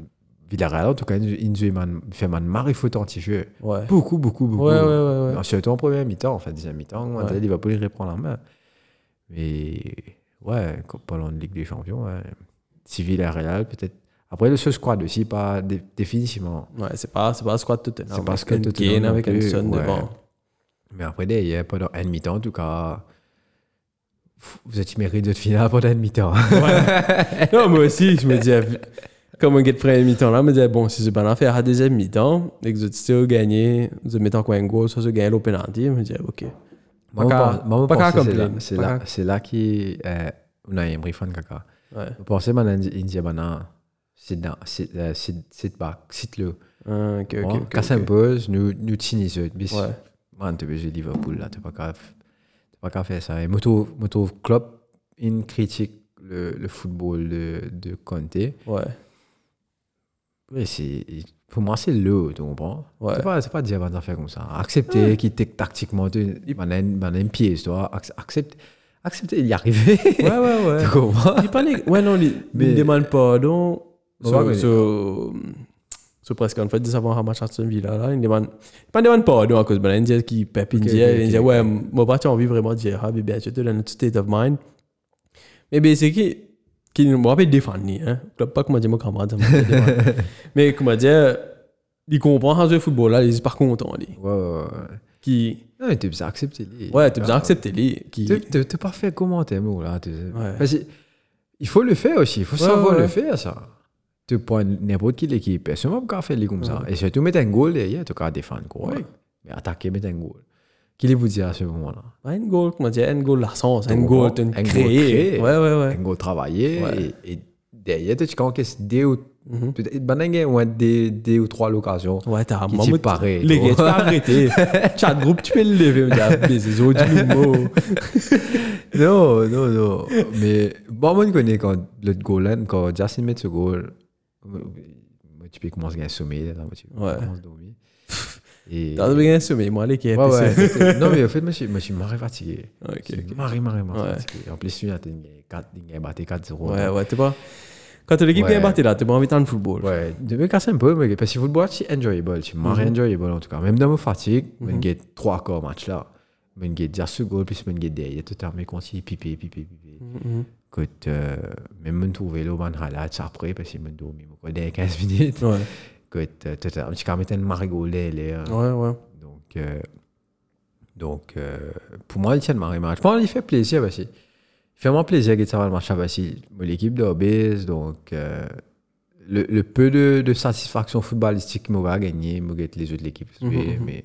Speaker 1: Villarreal, en tout cas, il il- il fait man, marre, il faut tant jeu.
Speaker 2: Ouais.
Speaker 1: Beaucoup, beaucoup, beaucoup.
Speaker 2: Ouais, ouais, ouais, ouais.
Speaker 1: Mais Surtout en première mi-temps, en fait, deuxième mi-temps, on va
Speaker 2: Ouais.
Speaker 1: Liverpool il reprend la main. Mais ouais, quand- parlant de Ligue des Champions, ouais. Civil et Real, peut-être. Après, le seul squad aussi, pas dé- définitivement.
Speaker 2: Ouais, c'est pas, c'est pas un squad Tottenham.
Speaker 1: C'est pas un
Speaker 2: Avec
Speaker 1: squad
Speaker 2: une
Speaker 1: Tottenham
Speaker 2: Kane
Speaker 1: non
Speaker 2: avec
Speaker 1: plus,
Speaker 2: Henson
Speaker 1: ouais.
Speaker 2: devant.
Speaker 1: Mais après, derrière, pendant une mi-temps, en tout cas, pff, vous êtes mérité de finale pendant une
Speaker 2: <laughs>
Speaker 1: mi-temps.
Speaker 2: <laughs> Non, moi aussi, je me disais,
Speaker 1: <laughs>
Speaker 2: comme on get premier mi-temps là, je me disais, bon, si je pas en faire à deuxième mi-temps, et que je still gagné, je mets en quoi un goal, soit je gagne l'eau penalty, je me disais, ok.
Speaker 1: Moi, je
Speaker 2: Pas
Speaker 1: pense- moi, je pense
Speaker 2: pas qu'à
Speaker 1: que c'est là-
Speaker 2: complain,
Speaker 1: C'est
Speaker 2: pas
Speaker 1: là,
Speaker 2: qu'à-
Speaker 1: c'est là qui. euh, on a un brief en caca.
Speaker 2: Ouais.
Speaker 1: Je pensais, man, il disait, man, ah, sit down, sit, euh, sit- sit back, sit-le.
Speaker 2: Ah, ok, ok.
Speaker 1: Bon,
Speaker 2: ok,
Speaker 1: Quand
Speaker 2: ok.
Speaker 1: ça me pose, nous, nous tinisons. Mais
Speaker 2: Ouais.
Speaker 1: Man, t'es obligé de Liverpool, là, t'es pas grave. T'es pas grave faire ça. Et Moto, Moto Klopp, il critique le, le football de, de Conte.
Speaker 2: Ouais,
Speaker 1: Ouais, c'est, pour moi, c'est le, tu comprends?
Speaker 2: ouais.
Speaker 1: C'est pas, c'est pas dire bah, faire comme ça. Accepter qu'il était tactiquement, tu man, un pièce, toi. Ac- Accepte, accepter, il y arriver.
Speaker 2: Ouais, ouais, <laughs>
Speaker 1: <laughs>
Speaker 2: ouais.
Speaker 1: tu comprends?
Speaker 2: Il parlait. Ouais, non, il
Speaker 1: Mais- Oh,
Speaker 2: mais... me demande pardon.
Speaker 1: On va
Speaker 2: sur-
Speaker 1: revenir.
Speaker 2: sur- sur presque en fait de savoir un match à Aston Villa là il demande il pas demande pardon à cause de l'Indien qui pépine
Speaker 1: Ok,
Speaker 2: dire
Speaker 1: ok,
Speaker 2: il
Speaker 1: ok,
Speaker 2: dit
Speaker 1: ok.
Speaker 2: ouais moi pas tu as envie vraiment de dire ah bébé tu te dans notre state of mind mais ben c'est qui qui nous m'a pas défendu hein Je sais pas comment dire mon camarade ça m'a pas défendu.
Speaker 1: <laughs>
Speaker 2: mais comment dire il comprend en jeu football là il est pas content lui
Speaker 1: Ouais, ouais, ouais.
Speaker 2: qui
Speaker 1: Non, mais t'es obligé d'accepter. les-
Speaker 2: ouais t'es besoin
Speaker 1: Ah.
Speaker 2: d'accepter lui qui
Speaker 1: T'es- T'es t'es pas fait comment tes mots là. t'es-
Speaker 2: Ouais.
Speaker 1: Parce que il faut le faire aussi, il faut
Speaker 2: Ouais,
Speaker 1: savoir
Speaker 2: ouais,
Speaker 1: le
Speaker 2: ouais.
Speaker 1: faire ça. Tu prends n'importe quelle équipe, et seulement pour faire les comme ça. Et surtout mettre un goal derrière, tu peux défendre correct.
Speaker 2: Ouais.
Speaker 1: Mais attaquer, mettre un goal. Qui les vous dit à ce moment-là
Speaker 2: un goal comment dire un goal la sens un
Speaker 1: Donc,
Speaker 2: goal
Speaker 1: un
Speaker 2: t'as
Speaker 1: goal
Speaker 2: créé
Speaker 1: créé.
Speaker 2: ouais ouais ouais
Speaker 1: Un goal travaillé,
Speaker 2: Ouais.
Speaker 1: et, et derrière, tu encaisses deux ou,
Speaker 2: Mhm.
Speaker 1: peut-être- ben, un, ouais, deux, deux ou trois occasions.
Speaker 2: Ouais, t'as un
Speaker 1: Qui t'y paraît,
Speaker 2: Les
Speaker 1: toi.
Speaker 2: gars, tu peux
Speaker 1: <laughs>
Speaker 2: arrêter. Chat groupe, tu peux le lever. Mais t'as baisé, zo, dis-nous
Speaker 1: Non, non, non. Mais bon, moi, je connais quand le goal, là, quand Justin met ce goal, moi, tu peux commencer à gagner un sommeil, là, moi, tu
Speaker 2: Ouais.
Speaker 1: commences à dormir. Et...
Speaker 2: T'as bien sommeil, moi, les
Speaker 1: Ouais,
Speaker 2: gars. puis
Speaker 1: ouais,
Speaker 2: c'est-
Speaker 1: c'était- non, mais en fait, moi, je suis- moi, je suis marré fatigué. Je
Speaker 2: Ok,
Speaker 1: suis
Speaker 2: ok.
Speaker 1: Marré, marré, marré
Speaker 2: Ouais.
Speaker 1: fatigué. En plus, celui-là, t'as gagné 4 il a battu 4-0.
Speaker 2: Ouais, ouais, t'es pas. Quand t'as l'équipe
Speaker 1: Ouais.
Speaker 2: bien battue, là, t'es pas envie de le football.
Speaker 1: Ouais, je vais casser un peu, mais parce que le football, c'est enjoyable. C'est marré enjoyable, en tout cas. Même dans ma fatigue, on gagne 3 corps match là. Mon get dire ce goal, plus mon get derrière, tout armé, continue, pipi, pipi, pipi.
Speaker 2: Mm-hmm.
Speaker 1: Écoute, euh, même mon trouver le bon halat, ça après, parce que mon dormi, oh, mon collègue, 15 minutes.
Speaker 2: Ouais.
Speaker 1: Écoute, euh, tout armé, tu peux mettre un marigot là, là.
Speaker 2: Ouais, ouais.
Speaker 1: Donc, euh, donc euh, pour moi, il tient le marré match. Pour moi, il fait plaisir, parce que- il fait vraiment plaisir que ça va le match, parce que moi, l'équipe d'Obis, donc euh, le, le peu de, de satisfaction footballistique qu'il va gagner, il va être les autres l'équipe.
Speaker 2: Mhm,
Speaker 1: mais,
Speaker 2: mhm.
Speaker 1: mais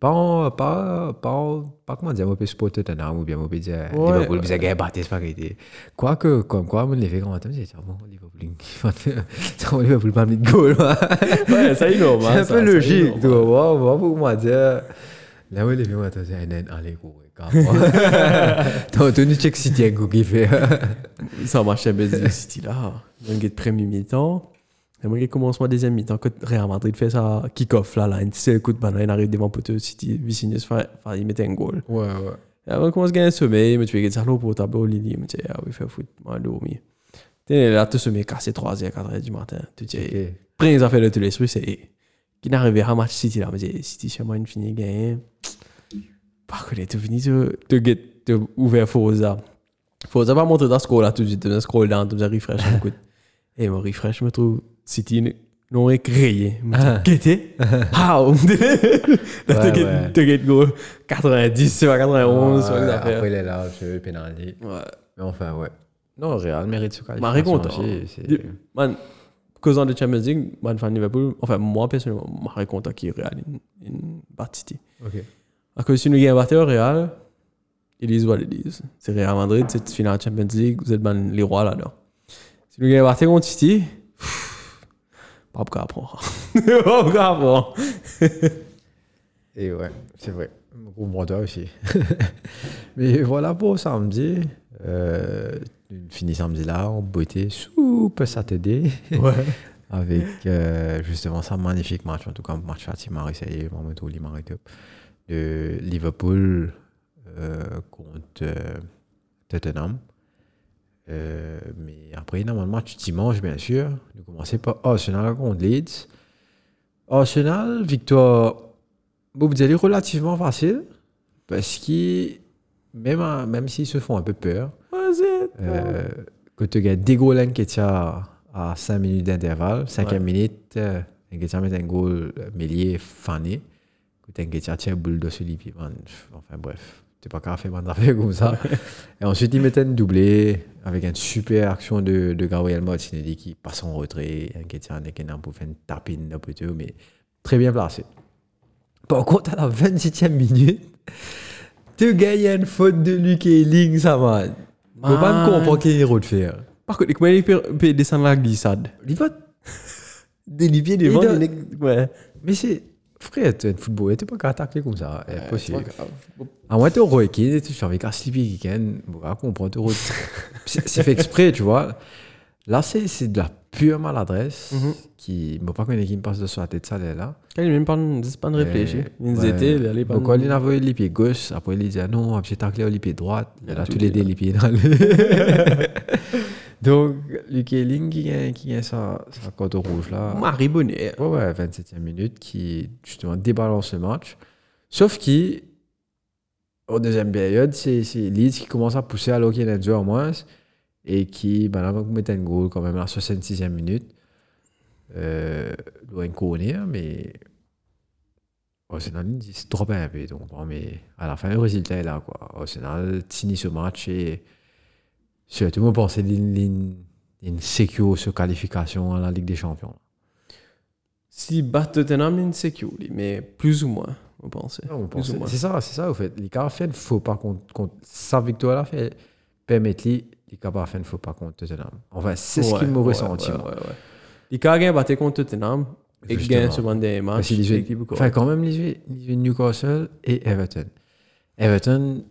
Speaker 1: pas, en- pas, pas, en- pas comment dire, on peut supporter Tottenham ou bien on peut dire
Speaker 2: Ouais,
Speaker 1: Liverpool,
Speaker 2: ouais.
Speaker 1: ils ont gagné battu, c'est pas gagné. Quoique, comme quoi, on les fait comment dire, c'est bon, Liverpool, <laughs> ils vont- c'est bon, <laughs> Liverpool, pas mis de goal. hein. ouais.
Speaker 2: Ouais, ça est normal.
Speaker 1: C'est un
Speaker 2: ça,
Speaker 1: peu
Speaker 2: ça est
Speaker 1: logique, tu
Speaker 2: normal.
Speaker 1: vois. Wow, wow, pour moi, dire. Là, oui, les vieux, attends, c'est un nain, allez, gros, ouais, <laughs> calme. T'as entendu Check City, un gros qui fait.
Speaker 2: Ça marchait bien, Zero City là. Donc, il premier mi-temps. Et moi, il commence mon deuxième mi-temps. Quand Real Madrid fait ça, kick-off là, là, un seul coup de ballon, il arrive devant Poteau City, Vicinus, il mettait un goal.
Speaker 1: Ouais, ouais.
Speaker 2: Et avant, il commence à gagner un sommeil, mais tu fais ça l'eau pour tableau, Lily, mais tu dis, ah oui, fait foot, moi, dormi. Et là, tout sommeil cassé 3h, 4h du matin. Tu dis,
Speaker 1: Ok.
Speaker 2: après, ils ont fait le tout l'esprit, c'est qui n'arrivait à match City là, mais c'est City, sûrement, il finit gagner. Par contre, tu finis, tu get, tu ouvert Forza. Forza va monter dans scroll là tout de suite, dans scroll down, tu
Speaker 1: <laughs>
Speaker 2: refresh, écoute. Et mon refresh, je me trouve City n- non récréé.
Speaker 1: Ah. <laughs>
Speaker 2: Guetté How <laughs> Là,
Speaker 1: Ouais,
Speaker 2: tu
Speaker 1: ouais.
Speaker 2: get, tu get go 90, c'est pas
Speaker 1: Ah,
Speaker 2: 91, c'est pas les affaires.
Speaker 1: Après, il est là, je veux pénalité.
Speaker 2: Ouais.
Speaker 1: Mais enfin, ouais. Non, Real mérite ce hein, cas.
Speaker 2: Marie content. Man, causant de Champions League, man, fan Liverpool, enfin, moi, personnellement, Marie content qu'il Real in, in Bad City.
Speaker 1: Ok.
Speaker 2: Parce que si nous gagnons au Real, ils disent what ils disent. C'est Real Madrid, c'est finale Champions League, vous êtes ben les rois là-dedans. Si nous gagnons Barthé contre City, pff, pas pour apprendre. <laughs> pas pour apprendre.
Speaker 1: Et ouais, c'est vrai. Gros moteur aussi. <laughs> Mais voilà pour samedi. Euh, fini samedi là, en beauté, super Saturday.
Speaker 2: Ouais.
Speaker 1: avec euh, justement ça magnifique match en tout cas match à Timari c'est vraiment tout Limari top de Liverpool euh, contre euh, Tottenham Euh, mais après normalement match dimanche bien sûr nous commençons par Arsenal contre Leeds Arsenal victoire vous allez relativement facile parce que même à- même s'ils se font un peu peur
Speaker 2: Was it?
Speaker 1: euh, quand tu as des goals qui étaient à à 5 minutes d'intervalle, 5
Speaker 2: Ouais.
Speaker 1: minutes, euh, tu as mis un goal euh, mêlé fané, tu as tiré une boule de celui puis man, pff, enfin bref, tu pas capable de faire une affaire comme ça. Et ensuite, ils mettent un doublé avec une super action de, de Gabriel Martinelli qui passe en retrait, un qui tient un équerre pour faire une tapine d'un peu tôt, mais très bien placé. Par contre, à la 27e minute, tu gagnes une faute de Luke Elling, ça man. Je ne pas
Speaker 2: Man.
Speaker 1: comprendre qu'il est de faire.
Speaker 2: Par contre, comment il peut peut descendre la glissade
Speaker 1: Il va-
Speaker 2: Délivier
Speaker 1: devant, il
Speaker 2: Ouais.
Speaker 1: Mais c'est. Frère, tu es un footballeur, tu n'es pas qu'à attaquer comme ça. C'est possible.
Speaker 2: Ouais,
Speaker 1: À moins que tu es au Roy Keane, tu es avec un Sleepy Weekend, bon, bah, on comprend, tu roules.
Speaker 2: <laughs>
Speaker 1: C'est c'est fait exprès, tu vois. Là, c'est c'est de la pure maladresse
Speaker 2: Mhm.
Speaker 1: qui. Je ne pas qu'on qui me passe de sur la tête, ça, elle est là.
Speaker 2: Il même pas c'est pas de réfléchir. Ils étaient, ils allaient pas.
Speaker 1: Eh, Donc, quand il avait les pieds gauche, après il disait non, j'ai taclé les pieds droite, il a
Speaker 2: tout
Speaker 1: tous les deux
Speaker 2: dit,
Speaker 1: les pieds dans le. Donc, Luke Elling qui gagne, qui gagne sa, sa carte rouge là.
Speaker 2: Marie Bonnet.
Speaker 1: Ouais, ouais, 27e minute, qui justement débalance le match. Sauf qui, en deuxième période, c'est c'est Leeds qui commence à pousser alors qu'il y en a deux en moins et qui, ben là, va mettre un goal quand même à la 66e minute. Euh, loin de courir, mais. Arsenal, il se droppe un peu, donc, bon, mais à la fin, le résultat est là, quoi. Arsenal finit ce match et. Surtout, moi, penser d'une sécure sur qualification à la Ligue des Champions.
Speaker 2: Si bat Tottenham, il sécurité, mais plus ou moins, on pensait.
Speaker 1: Non, on
Speaker 2: Plus
Speaker 1: pense-
Speaker 2: ou moins.
Speaker 1: C'est ça, c'est ça, au fait. Les caras fait ne faut pas contre, contre sa victoire là fait permettre-lui, les caras fait ne faut pas contre Tottenham. Enfin, c'est ce qui
Speaker 2: Ouais,
Speaker 1: me
Speaker 2: ouais,
Speaker 1: ressenti.
Speaker 2: ouais,
Speaker 1: moi.
Speaker 2: ouais, ouais. Les Cagins battaient contre Tottenham et
Speaker 1: Justement.
Speaker 2: gagnent sur un des
Speaker 1: Parce
Speaker 2: matchs.
Speaker 1: que les
Speaker 2: c'est
Speaker 1: yeux-
Speaker 2: l'équipe, quoi.
Speaker 1: Enfin, quand même, les yeux- les yeux Newcastle et Everton. Everton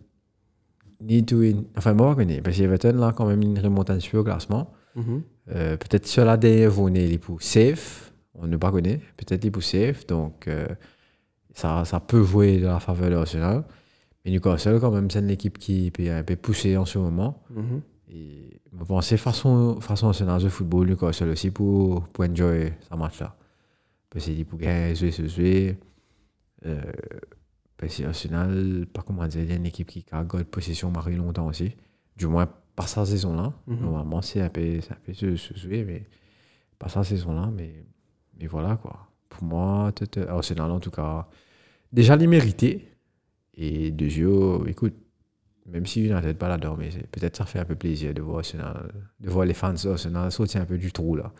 Speaker 1: need to win. Enfin, moi, je connais. Parce que Everton, là, quand même, une remonte sur au classement.
Speaker 2: Mhm.
Speaker 1: Euh, peut-être sur la dernière journée, les pour safe, on ne pas connaît, peut-être les pour safe, donc euh, ça, ça peut jouer de la faveur de Arsenal. Mais Newcastle, quand même, c'est une équipe qui est un peu poussée en ce moment.
Speaker 2: Mhm.
Speaker 1: Et je pense que façon, façon Arsenal de football, Newcastle aussi pour, pour enjoy ce match-là. Parce qu'il dit pour gagner, jouer, jouer, jouer. Euh, Parce que Arsenal, par comment dire, il y a une équipe qui garde possession marquée longtemps aussi. Du moins, par sa saison-là.
Speaker 2: Mhm.
Speaker 1: Normalement, c'est un peu, c'est un peu ce, ce souhait, mais par sa saison-là. Mais, mais voilà, quoi. Pour moi, tout- tout- Arsenal, en tout cas, déjà les méritait. Et De Gio, écoute, même si United pas là-dedans, mais c'est- peut-être ça fait un peu plaisir de voir Arsenal, de voir les fans d'Arsenal sortir un peu du trou, <laughs> là.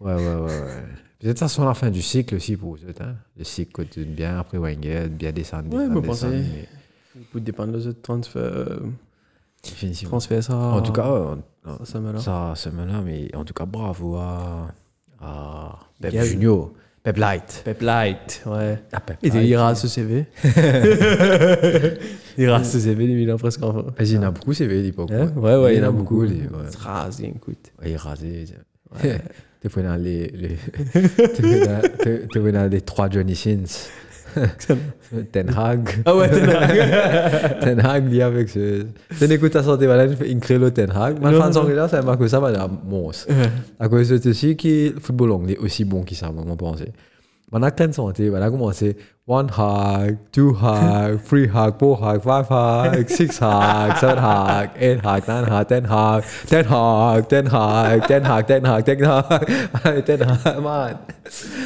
Speaker 1: Ouais, ouais, ouais. ouais. Peut-être ça sera la fin du cycle aussi pour eux autres. Hein. Le cycle continue bien après Wenger, bien descendre.
Speaker 2: Ouais,
Speaker 1: descendre,
Speaker 2: bah,
Speaker 1: descendre,
Speaker 2: pensez-
Speaker 1: mais
Speaker 2: Tout dépend de ce transfert, euh,
Speaker 1: définitivement.
Speaker 2: transfert ça.
Speaker 1: En tout cas, ouais, on- on-
Speaker 2: ça, ça me l'a.
Speaker 1: ça, ce là mais en tout cas, bravo à, à Pep
Speaker 2: Gary.
Speaker 1: Junior, Pep Light.
Speaker 2: Pep Light, ouais.
Speaker 1: Ah, Pep
Speaker 2: Et
Speaker 1: Light.
Speaker 2: il ira à
Speaker 1: <laughs>
Speaker 2: ce CV. il ira à ce CV, il est presque en
Speaker 1: Parce qu'il y en a beaucoup, c'est vrai, l'époque.
Speaker 2: Hein? Ouais, ouais,
Speaker 1: il y en a beaucoup. les- ouais.
Speaker 2: Rasé, écoute.
Speaker 1: Ouais, Il est rasé. <laughs> Tu prenais dans les. les tu prenais dans- tu- tu prenais dans les trois Johnny Sins.
Speaker 2: <laughs>
Speaker 1: Ten Hag.
Speaker 2: Ah ouais, t'es là.
Speaker 1: <laughs> Ten Hag lié avec ce. Tu n'écoutes ta santé, voilà, il crée le Ten Hag. Ma
Speaker 2: Non,
Speaker 1: fan
Speaker 2: non,
Speaker 1: santé là, ça m'a que ça, madame, monstre. À cause de ceci, qui le football anglais est aussi bon qu'il ça, à mon penser. On a ten santé, on a commencé one hag, two hag,
Speaker 2: <laughs>
Speaker 1: three hag, four hag, five hag, six hag, seven hag, eight hag, nine hag, ten hag, ten hag, ten hag, ten hag, ten hag, ten hag, Allez, <laughs> ten hag, man.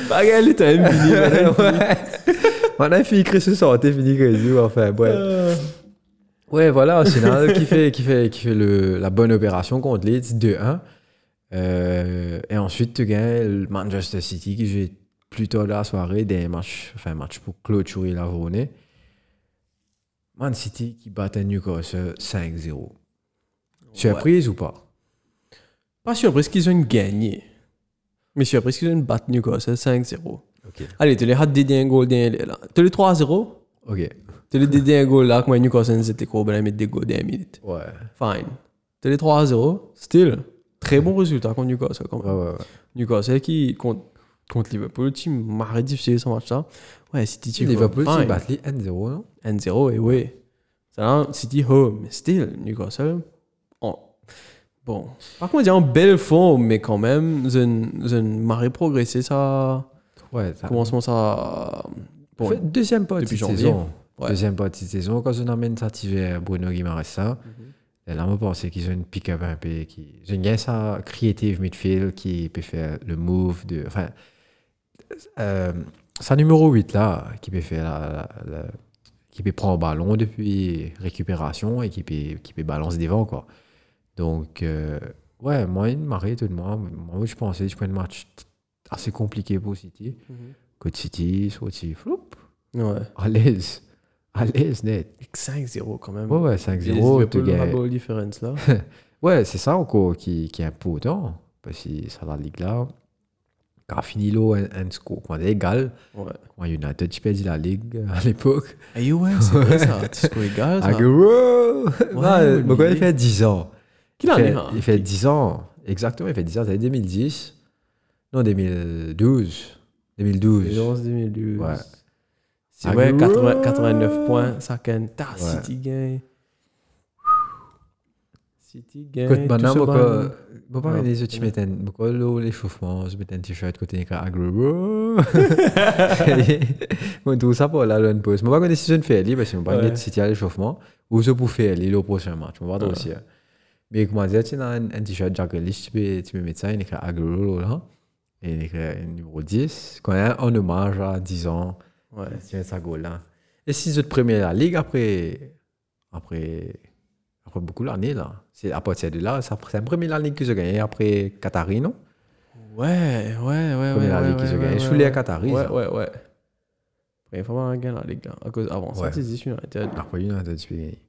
Speaker 2: Bagal, t'as
Speaker 1: <laughs>
Speaker 2: même fini.
Speaker 1: Ouais. On a fini créer ce santé, fini créer du, enfin, bref.
Speaker 2: Euh.
Speaker 1: Ouais, voilà, Arsenal qui fait, qui fait, qui fait le, la bonne opération contre Leeds 2-1. Euh, et ensuite, tu gagnes le Manchester City qui joue plus tôt la soirée, des matchs, enfin, match pour clôturer la journée. Man City qui battait Newcastle 5-0. Surprise ou pas
Speaker 2: Pas surprise qu'ils ont gagné. Mais surprise qu'ils ont battu Newcastle 5-0.
Speaker 1: Ok.
Speaker 2: Allez, tu les hâte dédié un goal d'un là. Tu les 3-0.
Speaker 1: Ok.
Speaker 2: Tu les dédié un goal là, que moi, Newcastle, c'était quoi, ben, ils mettent des goals d'un minute.
Speaker 1: Ouais.
Speaker 2: Fine. Tu les 3-0. Still. Très bon résultat contre Newcastle quand même.
Speaker 1: Ouais, ouais, ouais.
Speaker 2: Newcastle qui contre, contre Liverpool, team marre difficile ce match-là. Ouais, City tu
Speaker 1: Liverpool, bah.
Speaker 2: vois,
Speaker 1: ils
Speaker 2: fine.
Speaker 1: battent les 1-0, non
Speaker 2: 1-0 et oui. C'est là, City home, mais still, Newcastle. en- Bon, par contre, il y a en belle forme, mais quand même, ils ont- ils ont marée progressé ça.
Speaker 1: Ouais, ça-
Speaker 2: Commencement ça.
Speaker 1: Bah.
Speaker 2: Bon,
Speaker 1: En fait, deuxième partie
Speaker 2: depuis
Speaker 1: de
Speaker 2: janvier.
Speaker 1: saison.
Speaker 2: Ouais.
Speaker 1: Deuxième partie de saison, quand on amène ça, tu verras euh, Bruno Guimaraes ça.
Speaker 2: Mhm.
Speaker 1: Et là, on pense qu'ils ont une pick-up un peu. Qui... J'aime bien ça, hein, creative midfield qui peut faire le move de. Enfin, euh, sa numéro 8 là, qui peut faire la- la- la- qui peut prendre le ballon depuis récupération et qui peut, qui peut balancer des vents, quoi. Donc, euh, ouais, moi, il marée tout de moi. Moi, je pensais, je prends un match t- assez compliqué pour City. Côte City, soit City, floup,
Speaker 2: ouais.
Speaker 1: à l'aise. À l'aise, net.
Speaker 2: 5-0 quand même.
Speaker 1: Ouais, ouais,
Speaker 2: Et
Speaker 1: 5-0. tu
Speaker 2: Liverpool, la
Speaker 1: gagnes.
Speaker 2: ball
Speaker 1: <laughs>
Speaker 2: difference là.
Speaker 1: Ouais, c'est ça encore qui, qui est important. Parce que ça, la ligue là, quand fini l'eau, un, un score quand est égal,
Speaker 2: Ouais.
Speaker 1: quand United, tu perds la ligue à l'époque.
Speaker 2: Ah et ouais, c'est vrai ça. Tu scores égal.
Speaker 1: Ah,
Speaker 2: ça.
Speaker 1: Aguero
Speaker 2: Ouais,
Speaker 1: Ouais, mon gars, il fait 10 ans.
Speaker 2: Qu'il en
Speaker 1: Il fait-
Speaker 2: est, hein.
Speaker 1: Il fait 10 ans. Exactement, il fait 10 ans. C'était 2010. Non, 2012. 2012.
Speaker 2: 2011, 2012.
Speaker 1: Ouais.
Speaker 2: C'est ouais,
Speaker 1: Aguero.
Speaker 2: 80 89 points, ça gagne. Ta
Speaker 1: Ouais.
Speaker 2: City gagne. City gagne.
Speaker 1: Côte Banane,
Speaker 2: tout ce
Speaker 1: moi,
Speaker 2: gagne.
Speaker 1: quand pas
Speaker 2: Ah, Ouais.
Speaker 1: les autres, tu mets un, moi, quand l'eau, l'échauffement, je mets un t-shirt côté ah, avec
Speaker 2: <laughs>
Speaker 1: Aguero. Bon, tout ça pour la longue pause. Moi, quand décision de faire, lui, parce que moi,
Speaker 2: Ouais.
Speaker 1: pas si tu as l'échauffement, ou ce pour faire, lui, le prochain match, on va voir aussi. hein. Mais comment dire, tu as un, un t-shirt Jack Grealish, tu peux, tu peux mettre ça, il écrit Aguero, là, et il écrit euh, numéro 10, quand même, en hommage à 10 ans,
Speaker 2: Ouais.
Speaker 1: tu mets ça goal hein. là. Et si autres premiers la ligue après, après, après beaucoup d'années là, c'est à partir de là, ça- c'est la première la ligue qu'ils ont gagnée après Qatari, non
Speaker 2: Ouais, ouais, ouais. ouais,
Speaker 1: Première
Speaker 2: ouais,
Speaker 1: ligue qu'ils
Speaker 2: ouais,
Speaker 1: ont gagnée
Speaker 2: ouais,
Speaker 1: sous
Speaker 2: ouais,
Speaker 1: les
Speaker 2: ouais.
Speaker 1: Qataris.
Speaker 2: Ouais,
Speaker 1: hein.
Speaker 2: ouais, ouais. Première fois qu'on a gagné la Ligue là. À cause, avant ça,
Speaker 1: Ouais.
Speaker 2: c'était juste United.
Speaker 1: Après United, tu peux gagner.